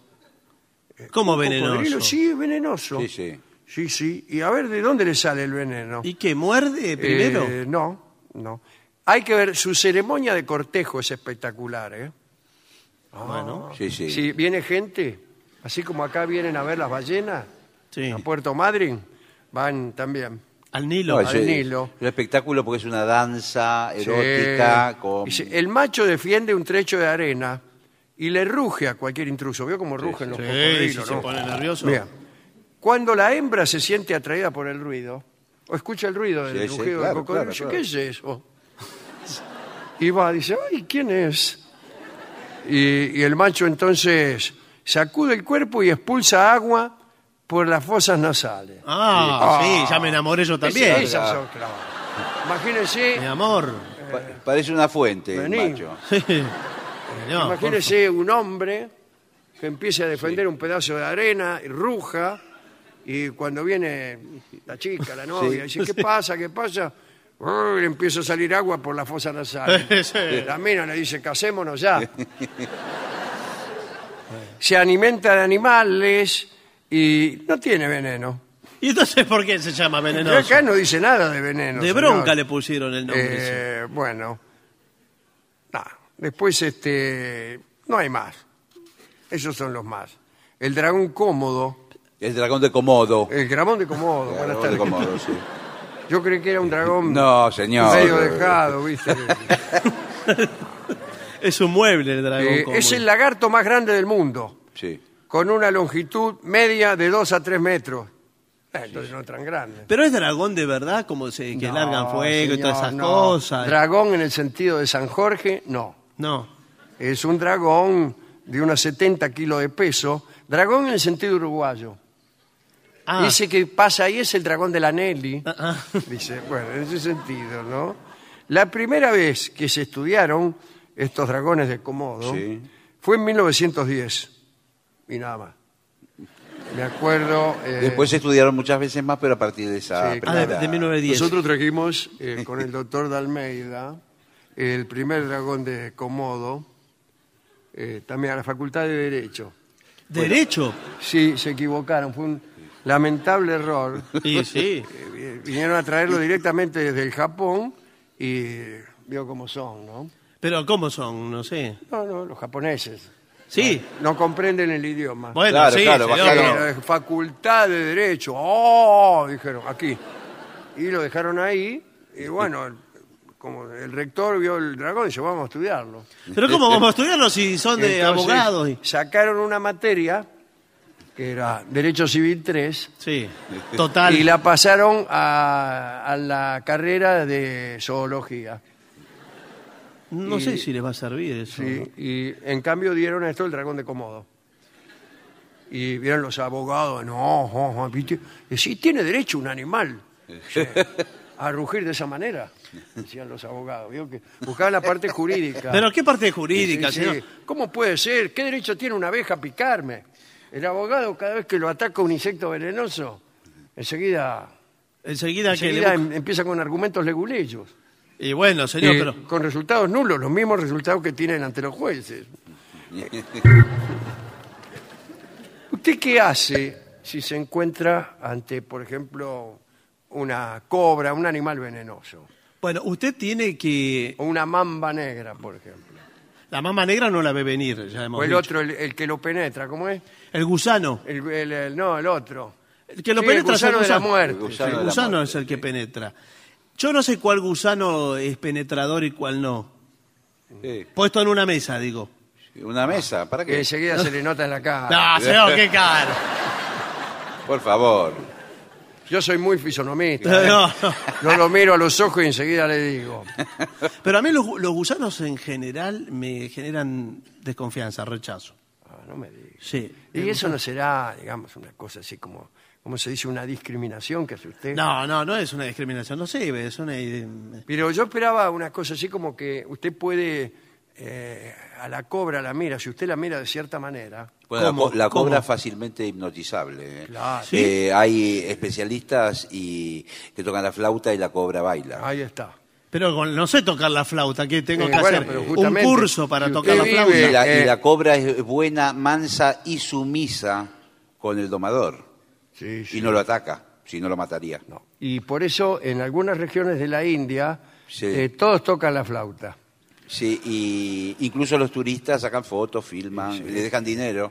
[SPEAKER 2] ¿Cómo
[SPEAKER 1] Cocodrilo,
[SPEAKER 2] venenoso?
[SPEAKER 1] sí, es venenoso.
[SPEAKER 3] Sí, sí.
[SPEAKER 1] Sí, sí. Y a ver, ¿de dónde le sale el veneno?
[SPEAKER 2] ¿Y qué? ¿Muerde primero?
[SPEAKER 1] Eh, no, no. Hay que ver, su ceremonia de cortejo es espectacular, ¿eh?
[SPEAKER 2] bueno,
[SPEAKER 3] Sí, sí.
[SPEAKER 1] Si viene gente, así como acá vienen a ver las ballenas,
[SPEAKER 2] sí.
[SPEAKER 1] a Puerto Madryn, van también.
[SPEAKER 2] Al Nilo.
[SPEAKER 3] No,
[SPEAKER 1] al
[SPEAKER 3] es, es
[SPEAKER 1] Nilo.
[SPEAKER 3] un espectáculo porque es una danza erótica
[SPEAKER 1] Sí.
[SPEAKER 3] con...
[SPEAKER 1] Dice, El macho defiende un trecho de arena y le ruge a cualquier intruso. ¿Vio cómo rugen los
[SPEAKER 2] Sí, si
[SPEAKER 1] cocodrilos?
[SPEAKER 2] se
[SPEAKER 1] no?
[SPEAKER 2] pone nervioso.
[SPEAKER 1] Bien. Cuando la hembra se siente atraída por el ruido, o escucha el ruido del
[SPEAKER 3] Sí, sí,
[SPEAKER 1] rugido del
[SPEAKER 3] claro,
[SPEAKER 1] cocodrilo,
[SPEAKER 3] claro,
[SPEAKER 1] dice,
[SPEAKER 3] claro.
[SPEAKER 1] ¿qué es eso? Y va, dice, ay, ¿quién es? Y, y el macho entonces sacude el cuerpo y expulsa agua por las fosas nasales.
[SPEAKER 2] Ah,
[SPEAKER 1] Sí.
[SPEAKER 2] sí,
[SPEAKER 1] Ah.
[SPEAKER 2] ya me enamoré yo también.
[SPEAKER 1] Esas- esas son, claro. Imagínense
[SPEAKER 2] Mi amor.
[SPEAKER 3] Pa- parece una fuente el
[SPEAKER 1] Vení.
[SPEAKER 3] macho.
[SPEAKER 2] No,
[SPEAKER 1] Imagínese un hombre que empieza a defender un pedazo de arena y ruja, y cuando viene la chica, la novia,
[SPEAKER 3] Sí.
[SPEAKER 1] dice, ¿qué pasa? ¿Qué pasa? "Uy, le empieza a salir agua por la fosa nasal.
[SPEAKER 2] <laughs> Sí.
[SPEAKER 1] La mina le dice, casémonos ya. Se alimenta de animales y no tiene veneno.
[SPEAKER 2] ¿Y entonces por qué se llama
[SPEAKER 1] Y
[SPEAKER 2] venenoso?
[SPEAKER 1] acá no dice nada de veneno.
[SPEAKER 2] de
[SPEAKER 1] Eh, señor.
[SPEAKER 2] bronca le pusieron el nombre. sí.
[SPEAKER 1] Eh, bueno, Nah, después este, no hay más. Esos son los más. El dragón cómodo,
[SPEAKER 3] El dragón de Komodo.
[SPEAKER 1] el gramón de Comodo.
[SPEAKER 3] El
[SPEAKER 1] buenas
[SPEAKER 3] dragón de
[SPEAKER 1] tardes.
[SPEAKER 3] Komodo, sí.
[SPEAKER 1] Yo creí que era un dragón
[SPEAKER 3] No, señor.
[SPEAKER 1] medio dejado, ¿viste?
[SPEAKER 2] <laughs> Es un mueble el dragón.
[SPEAKER 1] Eh,
[SPEAKER 2] común.
[SPEAKER 1] es el lagarto más grande del mundo,
[SPEAKER 3] Sí.
[SPEAKER 1] con una longitud media de 2 a 3 metros. Eh, entonces no es tan grande.
[SPEAKER 2] Pero es dragón de verdad, como se, que largan
[SPEAKER 1] No,
[SPEAKER 2] fuego y todas
[SPEAKER 1] señor,
[SPEAKER 2] esas
[SPEAKER 1] no.
[SPEAKER 2] cosas.
[SPEAKER 1] Dragón en el sentido de San Jorge, no.
[SPEAKER 2] no.
[SPEAKER 1] Es un dragón de unos 70 kilos de peso. Dragón en el sentido uruguayo.
[SPEAKER 2] Ah,
[SPEAKER 1] Dice que pasa ahí es el dragón de la Nelly.
[SPEAKER 2] ah, ah.
[SPEAKER 1] <laughs> Dice, bueno, en ese sentido, ¿no? La primera vez que se estudiaron estos dragones de Komodo
[SPEAKER 3] Sí.
[SPEAKER 1] fue en 1910. Y nada más. Me acuerdo. eh,
[SPEAKER 3] Después se estudiaron muchas veces más, pero a partir de esa.
[SPEAKER 1] Sí,
[SPEAKER 2] Ah,
[SPEAKER 3] primera-
[SPEAKER 2] de, de 1910.
[SPEAKER 1] Nosotros trajimos eh, con el doctor Dalmeida el primer dragón de Komodo eh, también a la Facultad de Derecho.
[SPEAKER 2] ¿Derecho?
[SPEAKER 1] Sí, se equivocaron, fue un lamentable
[SPEAKER 2] <laughs>
[SPEAKER 1] error.
[SPEAKER 2] Sí, sí.
[SPEAKER 1] Eh, Vinieron a traerlo directamente desde el Japón y vio cómo son, ¿no?
[SPEAKER 2] Pero ¿cómo son? No sé.
[SPEAKER 1] No, no, los japoneses.
[SPEAKER 2] Sí.
[SPEAKER 1] No comprenden el idioma.
[SPEAKER 2] Bueno,
[SPEAKER 3] Claro,
[SPEAKER 2] sí,
[SPEAKER 3] claro,
[SPEAKER 2] señor,
[SPEAKER 3] bajaron.
[SPEAKER 2] pero-
[SPEAKER 1] Eh, facultad de Derecho. ¡Oh! Dijeron, aquí. Y lo dejaron ahí. Y bueno, como el rector vio el dragón, dijo, vamos a estudiarlo.
[SPEAKER 2] Pero ¿cómo vamos a estudiarlo si son de
[SPEAKER 1] Entonces,
[SPEAKER 2] abogados? y-
[SPEAKER 1] Sacaron una materia que era Derecho Civil 3
[SPEAKER 2] Sí, total.
[SPEAKER 1] y la pasaron a, a la carrera de zoología.
[SPEAKER 2] No
[SPEAKER 1] y-
[SPEAKER 2] sé si les va a servir eso.
[SPEAKER 1] Sí, y en cambio dieron esto el dragón de Komodo. Y vieron los abogados, no, no, ¿viste? Eh, sí, tiene derecho un animal sí, a rugir de esa manera, decían los abogados. ¿vio? Que buscaban la parte jurídica.
[SPEAKER 2] Pero ¿qué parte
[SPEAKER 1] Sí,
[SPEAKER 2] jurídica,
[SPEAKER 1] sí.
[SPEAKER 2] señor?
[SPEAKER 1] ¿Cómo puede ser? ¿Qué derecho tiene una abeja a picarme? El abogado cada vez que lo ataca un insecto venenoso, enseguida,
[SPEAKER 2] Enseguida que le
[SPEAKER 1] enseguida
[SPEAKER 2] busca-
[SPEAKER 1] em- empieza con argumentos leguleyos.
[SPEAKER 2] Y bueno, señor,
[SPEAKER 1] Eh,
[SPEAKER 2] pero...
[SPEAKER 1] Con resultados nulos, los mismos resultados que tienen ante los jueces. ¿Usted qué hace si se encuentra ante, por ejemplo, una cobra, un animal venenoso?
[SPEAKER 2] Bueno, usted tiene que...
[SPEAKER 1] O una mamba negra, por ejemplo.
[SPEAKER 2] La mama negra no la ve venir, ya hemos
[SPEAKER 1] O el
[SPEAKER 2] dicho.
[SPEAKER 1] otro, el, el que lo penetra, ¿cómo es?
[SPEAKER 2] El gusano.
[SPEAKER 1] El, el- el- no, el otro.
[SPEAKER 2] El que lo
[SPEAKER 1] Sí,
[SPEAKER 2] penetra es el
[SPEAKER 1] gusano de la
[SPEAKER 2] gusano.
[SPEAKER 1] muerte.
[SPEAKER 3] El
[SPEAKER 2] El
[SPEAKER 3] de la
[SPEAKER 2] gusano
[SPEAKER 3] muerte,
[SPEAKER 2] es el que
[SPEAKER 3] sí.
[SPEAKER 2] penetra. Yo no sé cuál gusano es penetrador y cuál no.
[SPEAKER 3] Sí.
[SPEAKER 2] Puesto en una mesa, digo.
[SPEAKER 3] Una mesa, ¿para
[SPEAKER 1] Que
[SPEAKER 2] Eh,
[SPEAKER 3] qué?
[SPEAKER 1] enseguida se le nota en la cara.
[SPEAKER 2] Ah, señor, qué
[SPEAKER 1] <laughs>
[SPEAKER 2] caro.
[SPEAKER 3] Por favor.
[SPEAKER 1] Yo soy muy fisonomista.
[SPEAKER 2] <laughs>
[SPEAKER 1] ¿eh?
[SPEAKER 2] No, no.
[SPEAKER 1] No lo miro a los ojos y enseguida le digo.
[SPEAKER 2] Pero a mí los, gu- los gusanos en general me generan desconfianza, rechazo.
[SPEAKER 1] Ah, no me digas.
[SPEAKER 2] Sí.
[SPEAKER 1] Y eso no será, digamos, una cosa así como, como se dice, una discriminación que hace usted.
[SPEAKER 2] No, no, no es una discriminación, no sirve, es una... eh,
[SPEAKER 1] Pero yo esperaba una cosa así como que usted puede, eh, a la cobra la mira, si usted la mira de cierta manera.
[SPEAKER 3] Bueno, la
[SPEAKER 2] ¿Cómo?
[SPEAKER 3] co- la, cobra
[SPEAKER 2] ¿Cómo?
[SPEAKER 3] es fácilmente hipnotizable. ¿eh?
[SPEAKER 1] Claro.
[SPEAKER 2] Sí.
[SPEAKER 3] Eh, hay especialistas y que tocan la flauta y la cobra baila.
[SPEAKER 1] Ahí está.
[SPEAKER 2] Pero con- no sé tocar la flauta, ¿qué tengo
[SPEAKER 1] Eh,
[SPEAKER 2] que
[SPEAKER 1] bueno,
[SPEAKER 2] hacer?
[SPEAKER 1] pero
[SPEAKER 2] Un
[SPEAKER 1] justamente,
[SPEAKER 2] curso para
[SPEAKER 1] si
[SPEAKER 2] tocar la
[SPEAKER 1] usted
[SPEAKER 2] flauta.
[SPEAKER 1] vive-
[SPEAKER 3] Y la, y
[SPEAKER 1] eh.
[SPEAKER 3] la cobra es buena, mansa y sumisa con el domador.
[SPEAKER 1] Sí,
[SPEAKER 3] Y no lo ataca, si no lo mataría.
[SPEAKER 1] No. Y por eso en algunas regiones de la India
[SPEAKER 3] Sí.
[SPEAKER 1] eh, todos tocan la flauta.
[SPEAKER 3] Sí, y incluso los turistas sacan fotos, filman, le dejan dinero.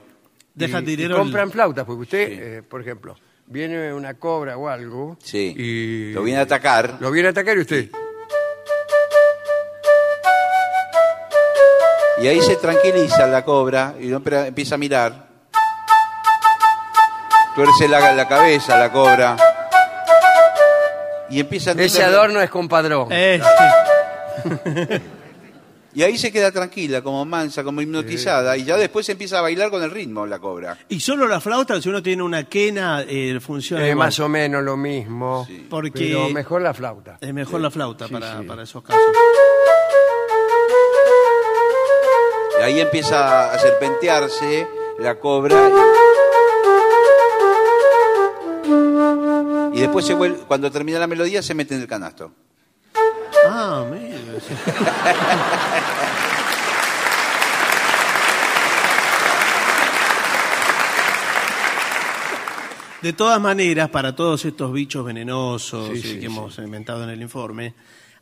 [SPEAKER 2] Dejan
[SPEAKER 1] Y- y
[SPEAKER 2] dinero... en-
[SPEAKER 1] compran flautas, porque usted, eh, por ejemplo, viene una cobra o algo.
[SPEAKER 3] Sí.
[SPEAKER 1] Y
[SPEAKER 3] Lo vienen a atacar.
[SPEAKER 1] lo viene a atacar y usted.
[SPEAKER 3] Y ahí se tranquiliza la cobra y lo empe- empieza a mirar. Tuerce la, la cabeza la cobra. Y empieza a
[SPEAKER 1] Ese adorno es compadrón.
[SPEAKER 2] Eh, sí.
[SPEAKER 3] Y ahí se queda tranquila, como mansa, como hipnotizada. Y ya después empieza a bailar con el ritmo la cobra.
[SPEAKER 2] Y solo la flauta, si uno tiene una quena, eh, funciona
[SPEAKER 1] Es
[SPEAKER 2] igual.
[SPEAKER 1] más o menos lo mismo.
[SPEAKER 2] Porque- Eh,
[SPEAKER 1] Pero mejor la flauta.
[SPEAKER 2] Es mejor la flauta
[SPEAKER 1] Sí,
[SPEAKER 2] para,
[SPEAKER 1] sí.
[SPEAKER 2] para esos casos.
[SPEAKER 3] Ahí empieza a serpentearse la cobra. Y después, se vuelve- cuando termina la melodía, se mete en el canasto.
[SPEAKER 2] Ah, mira. De todas maneras, para todos estos bichos venenosos
[SPEAKER 8] Sí,
[SPEAKER 2] eh,
[SPEAKER 8] sí,
[SPEAKER 2] que hemos inventado en el informe,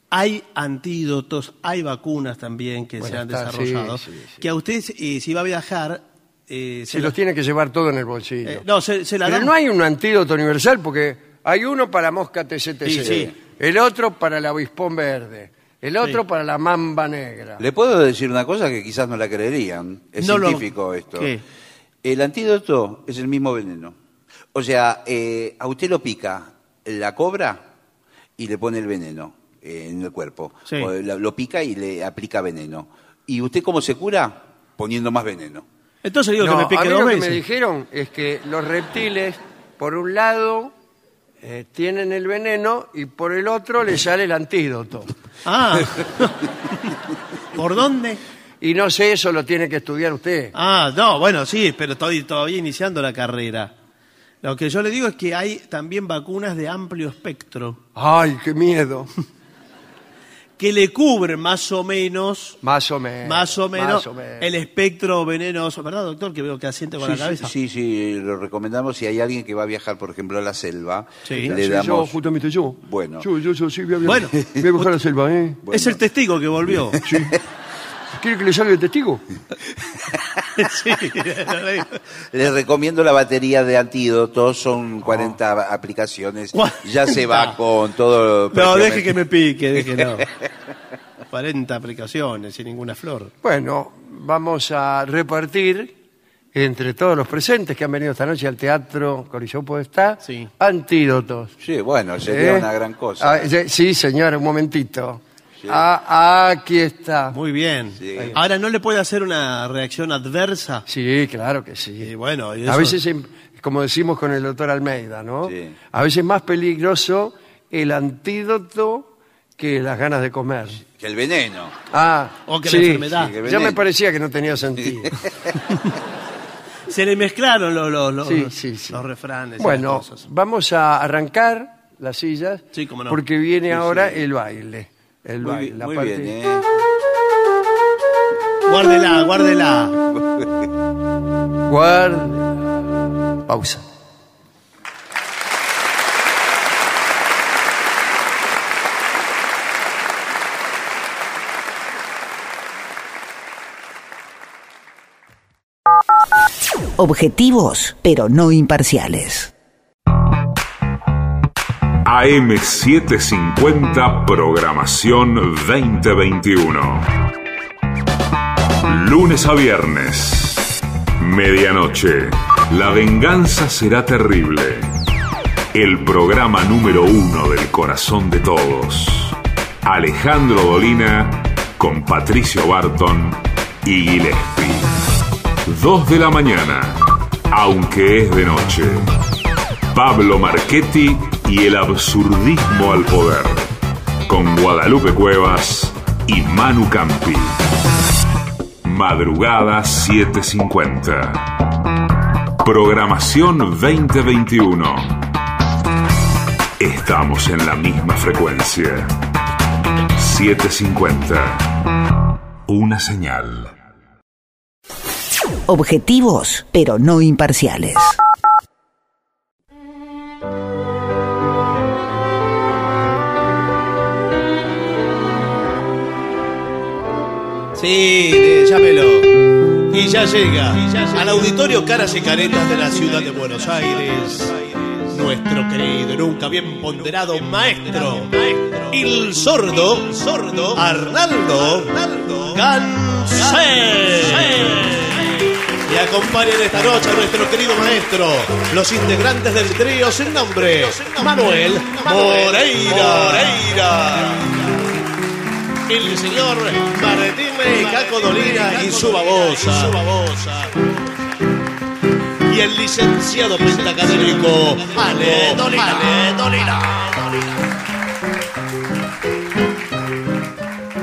[SPEAKER 2] hay antídotos, hay vacunas también que
[SPEAKER 1] Bueno,
[SPEAKER 2] se han
[SPEAKER 1] está,
[SPEAKER 2] desarrollado.
[SPEAKER 1] sí, sí,
[SPEAKER 2] Que a usted, eh, si va a viajar, eh, se
[SPEAKER 1] Si los
[SPEAKER 2] las-
[SPEAKER 1] tiene que llevar todo en el bolsillo.
[SPEAKER 2] eh, no, se, se la
[SPEAKER 1] Pero
[SPEAKER 2] dan.
[SPEAKER 1] no hay un antídoto universal porque hay uno para mosca TCTC,
[SPEAKER 2] Sí, sí.
[SPEAKER 1] el otro para el avispón verde, el otro para la mamba negra.
[SPEAKER 3] Le puedo decir una cosa que quizás no la creerían. Es
[SPEAKER 2] No lo-
[SPEAKER 3] científico esto.
[SPEAKER 2] ¿Qué?
[SPEAKER 3] El antídoto es el mismo veneno. O sea, eh, a usted lo pica la cobra y le pone el veneno eh, en el cuerpo.
[SPEAKER 2] Sí.
[SPEAKER 3] O la- lo pica y le aplica veneno. ¿Y usted cómo se cura? Poniendo más veneno.
[SPEAKER 2] Entonces digo
[SPEAKER 1] No,
[SPEAKER 2] que me
[SPEAKER 1] a
[SPEAKER 2] pique
[SPEAKER 1] mí
[SPEAKER 2] dos
[SPEAKER 1] lo que
[SPEAKER 2] veces.
[SPEAKER 1] me dijeron es que los reptiles, por un lado, eh, tienen el veneno y por el otro le sale el antídoto. <laughs>
[SPEAKER 2] Ah. ¿Por dónde?
[SPEAKER 1] Y no sé, eso lo tiene que estudiar usted.
[SPEAKER 2] Ah, no, bueno, sí, pero estoy todavía iniciando la carrera. Lo que yo le digo es que hay también vacunas de amplio espectro
[SPEAKER 1] Ay, qué miedo.
[SPEAKER 2] que le cubren más o menos,
[SPEAKER 1] Más o menos.
[SPEAKER 2] más o menos,
[SPEAKER 1] Eh, más o menos.
[SPEAKER 2] el espectro venenoso, ¿verdad, doctor? Que veo que asiente con
[SPEAKER 3] Sí,
[SPEAKER 2] la cabeza.
[SPEAKER 3] sí, sí, sí, lo recomendamos. Si hay alguien que va a viajar, por ejemplo, a la selva,
[SPEAKER 2] Sí.
[SPEAKER 3] le
[SPEAKER 1] Sí, yo,
[SPEAKER 3] damos...
[SPEAKER 1] justamente yo.
[SPEAKER 3] Bueno.
[SPEAKER 1] Yo, yo, yo, sí, voy a viajar,
[SPEAKER 2] Bueno.
[SPEAKER 1] voy a viajar a la selva, ¿eh?
[SPEAKER 3] bueno.
[SPEAKER 2] Es el testigo que volvió.
[SPEAKER 1] <laughs> ¿Quiere que le salga el testigo?
[SPEAKER 2] <laughs>
[SPEAKER 1] <laughs>
[SPEAKER 2] Sí, lo digo.
[SPEAKER 3] Les recomiendo la batería de antídotos, son 40 aplicaciones.
[SPEAKER 2] 40.
[SPEAKER 3] Ya se va con todo.
[SPEAKER 2] no,
[SPEAKER 3] prácticamente.
[SPEAKER 2] deje que me pique,
[SPEAKER 1] <laughs>
[SPEAKER 2] déjelo. 40 aplicaciones sin ninguna flor.
[SPEAKER 1] Bueno, vamos a repartir entre todos los presentes que han venido esta noche al Teatro Coliseo Podestá,
[SPEAKER 2] Sí.
[SPEAKER 1] antídotos.
[SPEAKER 3] Sí, bueno, sería
[SPEAKER 1] ¿Eh?
[SPEAKER 3] una gran cosa.
[SPEAKER 1] Ah, ye- sí, señor, un momentito. Ah, aquí está.
[SPEAKER 2] Muy bien.
[SPEAKER 3] Sí.
[SPEAKER 2] Ahora, ¿no le puede hacer una reacción adversa?
[SPEAKER 1] Sí, claro que sí.
[SPEAKER 2] Y bueno, y
[SPEAKER 1] A
[SPEAKER 2] eso-
[SPEAKER 1] veces, em- como decimos con el doctor Almeida, ¿no?
[SPEAKER 3] Sí.
[SPEAKER 1] A veces más peligroso el antídoto que las ganas de comer.
[SPEAKER 3] Que el veneno.
[SPEAKER 1] Ah,
[SPEAKER 2] O que la
[SPEAKER 1] sí,
[SPEAKER 2] enfermedad.
[SPEAKER 1] sí,
[SPEAKER 3] Que
[SPEAKER 1] ya
[SPEAKER 3] veneno.
[SPEAKER 1] me parecía que no tenía sentido.
[SPEAKER 2] Se le mezclaron los, los, los,
[SPEAKER 1] Sí, sí, sí.
[SPEAKER 2] los refranes. y
[SPEAKER 1] Bueno,
[SPEAKER 2] las cosas.
[SPEAKER 1] vamos a arrancar las sillas
[SPEAKER 2] Sí, cómo no.
[SPEAKER 1] porque viene ahora el baile. El
[SPEAKER 3] Muy,
[SPEAKER 1] baile,
[SPEAKER 3] bi-
[SPEAKER 1] la
[SPEAKER 3] muy
[SPEAKER 1] parte-
[SPEAKER 3] bien, ¿eh?
[SPEAKER 2] guárdela, guárdela.
[SPEAKER 1] Guarda. Pausa.
[SPEAKER 5] Objetivos, pero no imparciales.
[SPEAKER 7] AM750 Programación 2021. Lunes a viernes. Medianoche. La venganza será terrible. El programa número uno del corazón de todos. Alejandro Dolina con Patricio Barton y Gillespie. 2 de la mañana, aunque es de noche. Pablo Marchetti y el absurdismo al poder. Con Guadalupe Cuevas y Manu Campi. Madrugada 7.50. Programación 2021. Estamos en la misma frecuencia. 7.50. Una señal.
[SPEAKER 5] Objetivos, pero no imparciales.
[SPEAKER 2] Sí, de- llámelo. Y ya llega al auditorio Caras y Caretas de la ciudad de Buenos Aires. Nuestro querido, y nunca bien ponderado maestro, el sordo, sordo, Arnaldo, Gansé. Y acompañan esta noche a nuestro querido maestro, los integrantes del trío sin nombre, Manuel Moreira el señor Martín y Caco Dolina y su babosa. Y el licenciado pentacadémico Ale Dolina.
[SPEAKER 3] Ahí eh.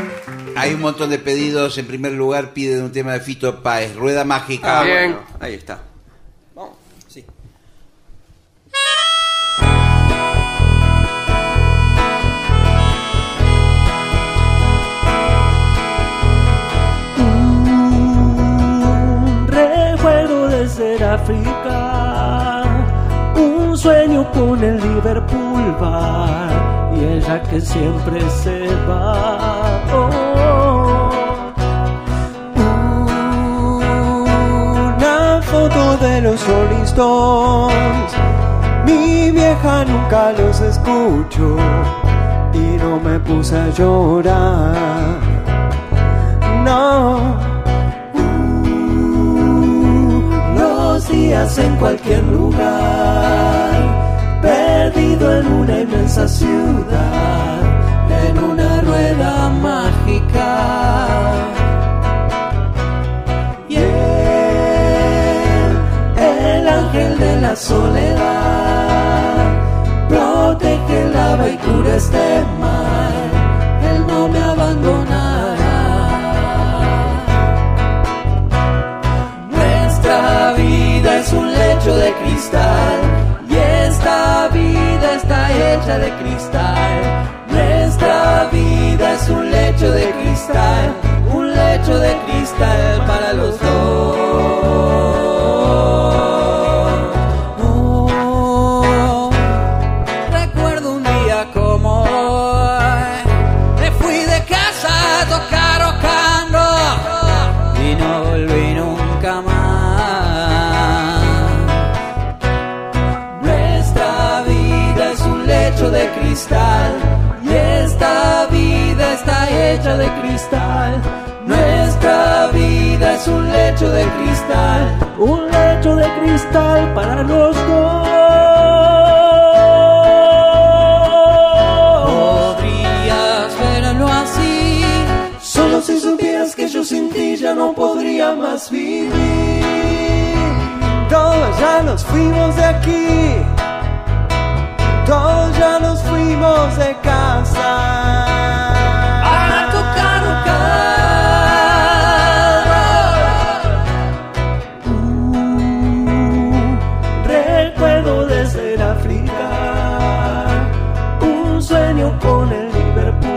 [SPEAKER 3] Hay un montón de pedidos. En primer lugar, piden un tema de Fito Páez, Rueda Mágica.
[SPEAKER 10] Ah, bueno, ahí está.
[SPEAKER 11] recuerdo de ser África, un sueño con el Liverpool bar y ella que siempre se va. Oh, oh, oh. Una foto de los Rolling Stones, mi vieja nunca los escucho y no me puse a llorar. No. los días en cualquier lugar, perdido en una inmensa ciudad, en una rueda mágica. Y él, el ángel de la soledad, protege, lava y cura este mal, él no me abandonará. Nuestra vida es un lecho de cristal y esta vida está hecha de cristal. Nuestra vida es un lecho de cristal, un lecho de cristal para los dos. Oh, recuerdo un día como hoy, me fui de casa a tocar rock and roll y no volví nunca más. Nuestra vida es un lecho de cristal y esta vida está hecha de cristal. Nuestra vida es un lecho de cristal, un lecho de cristal para los dos. Podrías verlo así, solo si supieras que yo sin ti ya no podría más vivir. Todos ya nos fuimos de aquí, todos ya nos fuimos de casa. A tocar rock and roll. Recuerdo desde África un sueño con el Liverpool.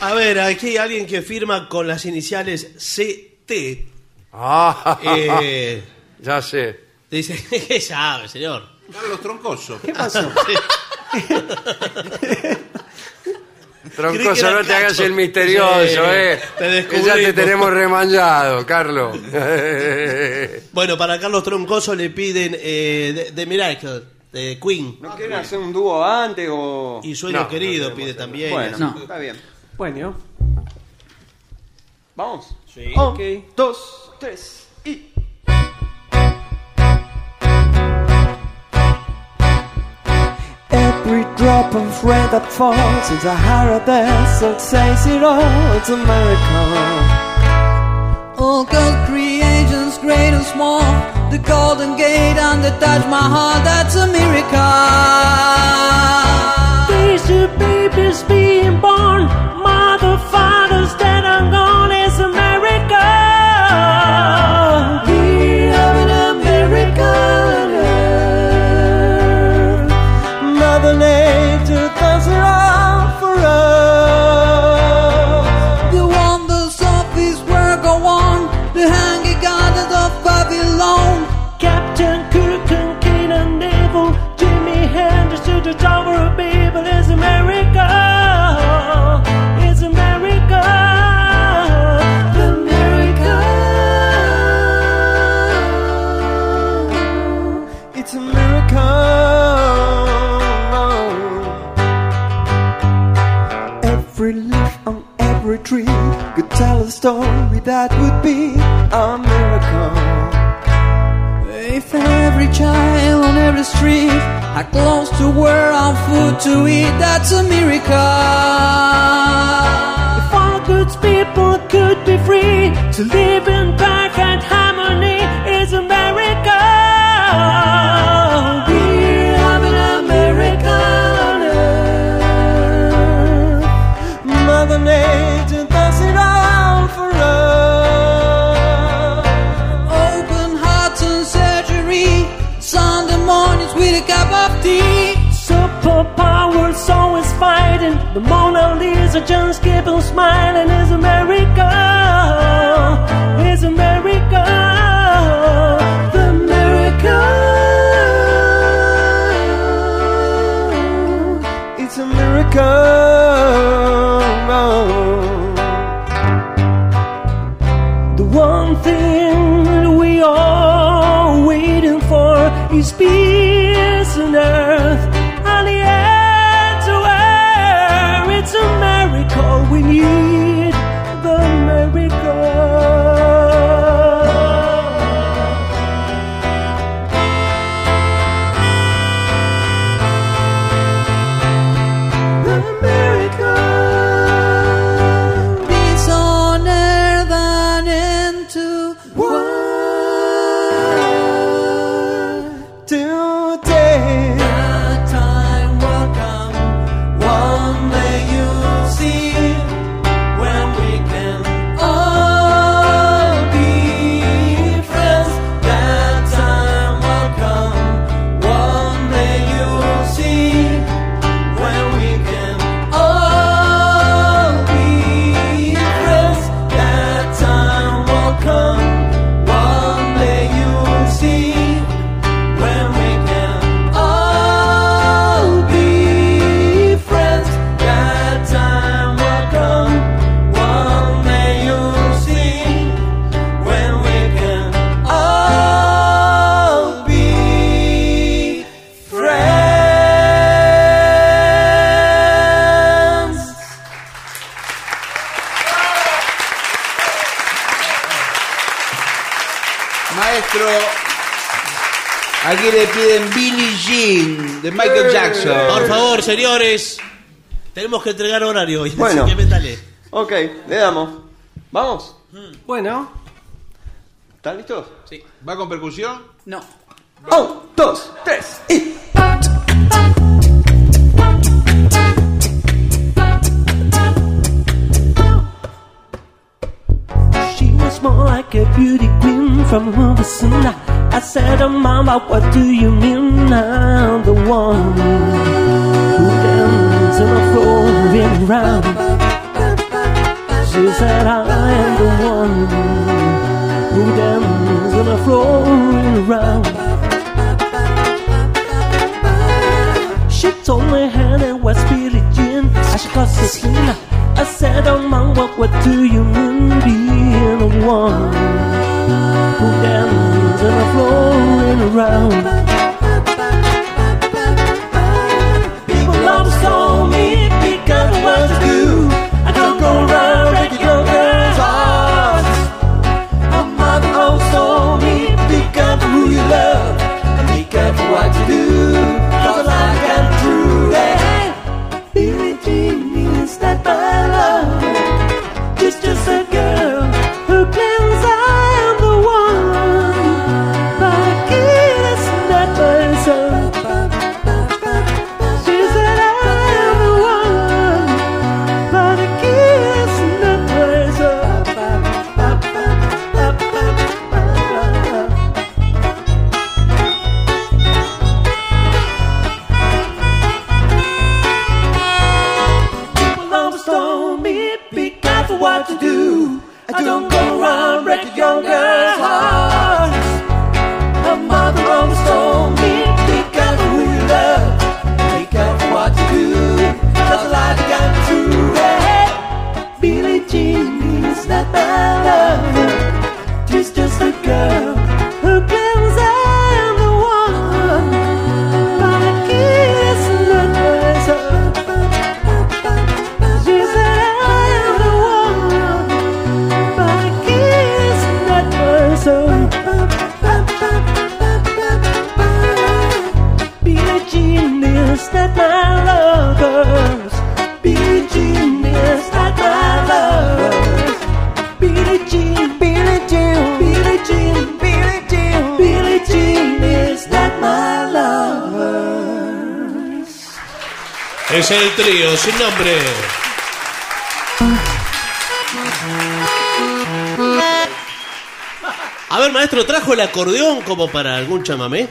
[SPEAKER 2] A ver, aquí hay alguien que firma con las iniciales CT.
[SPEAKER 1] Ah,
[SPEAKER 2] <laughs> <laughs> Eh,
[SPEAKER 1] <laughs> ya sé.
[SPEAKER 2] dice, <laughs> ¿qué sabe, señor?
[SPEAKER 3] Carlos Troncoso.
[SPEAKER 2] ¿Qué <laughs> pasó? Creí que
[SPEAKER 1] Troncoso,
[SPEAKER 2] era
[SPEAKER 1] no te hagas
[SPEAKER 2] Cacho.
[SPEAKER 1] el misterioso,
[SPEAKER 2] Sí,
[SPEAKER 1] ¿eh?
[SPEAKER 2] te descubrí.
[SPEAKER 1] ya te tenemos remanchado,
[SPEAKER 2] <laughs>
[SPEAKER 1] Carlos.
[SPEAKER 2] Bueno, para Carlos Troncoso le piden eh, The- The Miracle, de Queen.
[SPEAKER 10] ¿No quieren hacer un dúo antes o...?
[SPEAKER 2] Y Sueño
[SPEAKER 1] No,
[SPEAKER 2] Querido pide también.
[SPEAKER 10] Bueno,
[SPEAKER 2] así.
[SPEAKER 10] está bien.
[SPEAKER 11] Bueno,
[SPEAKER 10] ¿Vamos? Sí.
[SPEAKER 11] ok.
[SPEAKER 10] dos, tres y...
[SPEAKER 11] Every drop of rain that falls in Sahara Desert says it all, it's a miracle.
[SPEAKER 9] All God's Oh, creations, great and small, the Golden Gate and the Taj Mahal, that's a miracle.
[SPEAKER 11] These two babies being born, mother, father's dead and gone, it's a miracle. We have an American Mother Nature does it all for us.
[SPEAKER 9] The wonders of His work go on, the hanging gardens of Babylon.
[SPEAKER 11] Captain Cook and Keenan Neville, Jimmy Hendrix to the Tower of Babel is America. It's America.
[SPEAKER 12] tell the story, that would be a miracle.
[SPEAKER 13] If every child on every street had clothes to wear and food to eat, that's a miracle.
[SPEAKER 11] If all good people could be free to live in perfect harmony, is a miracle. We're having a miracle on earth. Mother Nature does it all for us.
[SPEAKER 13] Open hearts and surgery, Sunday mornings with a cup of tea.
[SPEAKER 11] Superpowers always fighting. The Mona Lisa just keep on smiling. It's a miracle. It's a miracle. The miracle.
[SPEAKER 14] It's a miracle.
[SPEAKER 11] The one thing we are waiting for is peace on earth and the air to air. It's a miracle we need. The miracle.
[SPEAKER 13] Peace on earth and into
[SPEAKER 14] Today,
[SPEAKER 13] the time will come. One day you'll see when we can all be friends.
[SPEAKER 12] That time will come, one day you'll see when we can all be friends. That time will come, one day you'll see when we can all be friends. That time will come, one day you'll see when we can all be friends.
[SPEAKER 3] Maestro, aquí le piden Billie Jean de Michael Jackson.
[SPEAKER 2] Por favor, señores. Tenemos que entregar horario hoy.
[SPEAKER 14] Bueno.
[SPEAKER 2] Así que métale.
[SPEAKER 14] Ok, le damos. ¿Vamos? Bueno. ¿Están listos?
[SPEAKER 3] Sí. ¿Va con percusión?
[SPEAKER 13] No.
[SPEAKER 14] Un, dos, tres y.
[SPEAKER 11] She was more like a beauty queen from a movie scene. I said, oh, Mama, what do you mean? I'm the one who dances on the floor and round. She said, I am the one who dances on the floor and round. She told me her name was Billie Jean. I should call Cecina. I said, Oh, mom, what, what do you mean being the one who dances and I'm flowing around? People always call me because of what I do. I don't go around breaking your girls' hearts. My mother always told oh, me because of who you love and because of what you do. Cause I got true that Billie Jean is that my love. She's just a girl who claims I am the one. But it is not myself. She said I am the one. But it is not myself. People always told me, be careful what you do. I don't go around breaking young girls' hearts. My mother always told me, be careful who you love. Be careful what you do. Cause life got true. Hey, Billie Jean is not my love. She's just a girl. who claims I am the one. But I guess not myself. She said I am the one.
[SPEAKER 2] Es el trío sin nombre. A ver, maestro, ¿trajo el acordeón como para algún chamamé?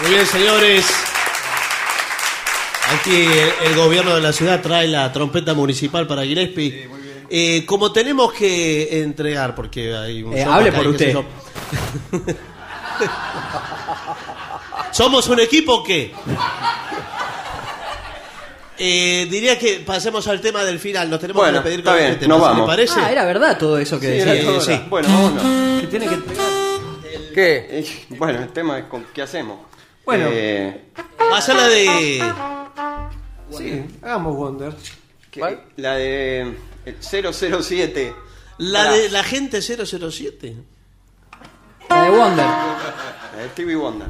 [SPEAKER 2] Muy bien, señores. Aquí el, el gobierno de la ciudad trae la trompeta municipal para Gillespie. Eh, como tenemos que entregar, porque hay un...
[SPEAKER 15] Eh,
[SPEAKER 2] show
[SPEAKER 15] hable
[SPEAKER 2] acá y
[SPEAKER 15] por
[SPEAKER 2] qué sé
[SPEAKER 15] usted.
[SPEAKER 2] yo. <laughs> ¿Somos un equipo que eh, diría que pasemos al tema del final. Nos tenemos
[SPEAKER 14] Bueno,
[SPEAKER 2] que pedir
[SPEAKER 14] está
[SPEAKER 2] con
[SPEAKER 14] bien,
[SPEAKER 2] este
[SPEAKER 14] nos
[SPEAKER 2] tema, ¿le
[SPEAKER 14] vamos.
[SPEAKER 2] parece?
[SPEAKER 15] Ah, era verdad todo eso que
[SPEAKER 14] Sí,
[SPEAKER 15] decía.
[SPEAKER 14] era todo
[SPEAKER 15] Sí,
[SPEAKER 14] verdad.
[SPEAKER 15] sí.
[SPEAKER 14] Bueno, vámonos.
[SPEAKER 15] Que tiene que pegar.
[SPEAKER 14] ¿Qué? Bueno, el tema es con qué hacemos.
[SPEAKER 2] Bueno.
[SPEAKER 14] Eh,
[SPEAKER 2] Pásala de...
[SPEAKER 14] sí,
[SPEAKER 2] Hagamos Wonder.
[SPEAKER 14] que- la de eh, el 007.
[SPEAKER 2] La
[SPEAKER 14] Pará,
[SPEAKER 2] de la gente 007.
[SPEAKER 15] La de Wonder.
[SPEAKER 14] La de Stevie Wonder.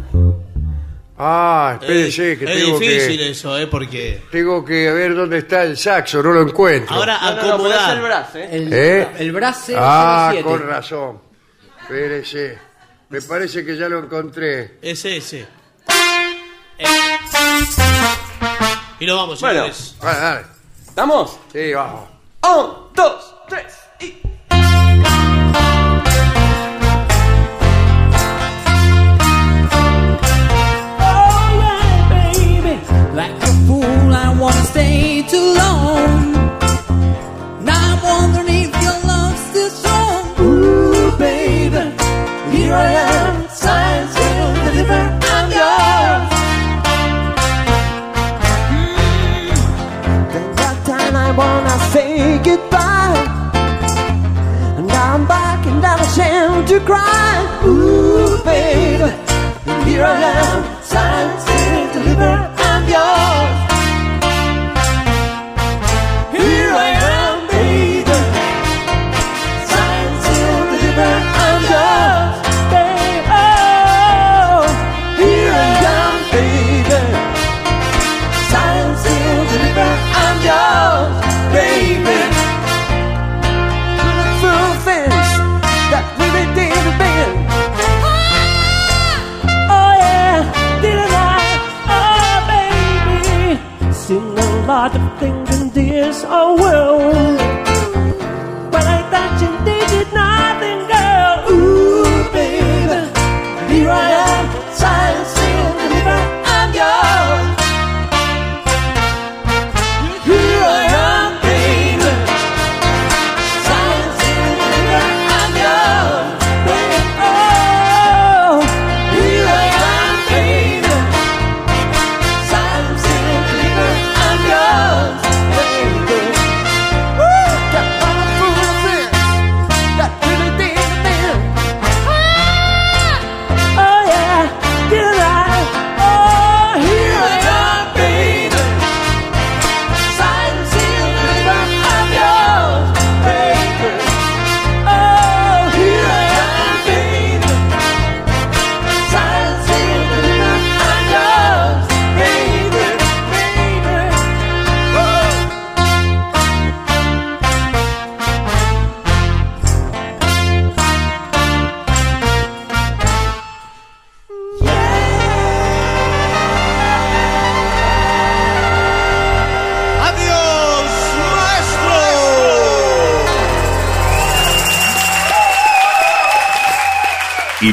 [SPEAKER 1] Ah, espérese,
[SPEAKER 2] Eh, es
[SPEAKER 1] que tengo
[SPEAKER 2] difícil
[SPEAKER 1] que...
[SPEAKER 2] eso, ¿eh? Porque...
[SPEAKER 1] Tengo que ver dónde está el saxo, no lo encuentro.
[SPEAKER 2] Ahora
[SPEAKER 14] No, no, no,
[SPEAKER 2] acomodar.
[SPEAKER 14] podés el brazo, ¿eh?
[SPEAKER 15] El,
[SPEAKER 1] ¿Eh?
[SPEAKER 15] el brazo
[SPEAKER 1] Ah,
[SPEAKER 15] 007.
[SPEAKER 1] con razón. Espérese. Me parece que ya lo encontré.
[SPEAKER 2] Es ese. Eh. Y nos vamos,
[SPEAKER 14] Bueno.
[SPEAKER 2] señores.
[SPEAKER 1] Vale, dale.
[SPEAKER 14] ¿Estamos?
[SPEAKER 1] Sí, vamos.
[SPEAKER 14] Un, dos, tres.
[SPEAKER 13] Oh, baby. Like a fool, I wanna stay too long. Now I'm wondering if your love's still strong. Ooh, baby, here I am, signs will deliver. I'm yours.
[SPEAKER 11] Mm. That time I wanna say goodbye. And now I'm back and I'm ashamed to cry. Ooh, baby, here I am. Signs will deliver. I'm yours. Here I am, baby. Signs will deliver. I'm yours, baby. Oh, here I am, baby. Silence in the river, I'm yours, baby. Through things that we did been. Oh yeah, didn't I? Oh baby, seen a lot of things in this old world, but I thought you did nothing, girl. Ooh baby, here I am, silence in the river, I'm yours. Here I am, baby. Silence in the river, I'm yours, baby. Oh, here I am, baby. Silence in the river, I'm yours, baby. Woo! Got my full fist, got really deep Oh, Oh.
[SPEAKER 7] Y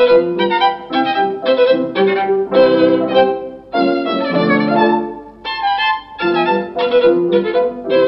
[SPEAKER 11] Thank you.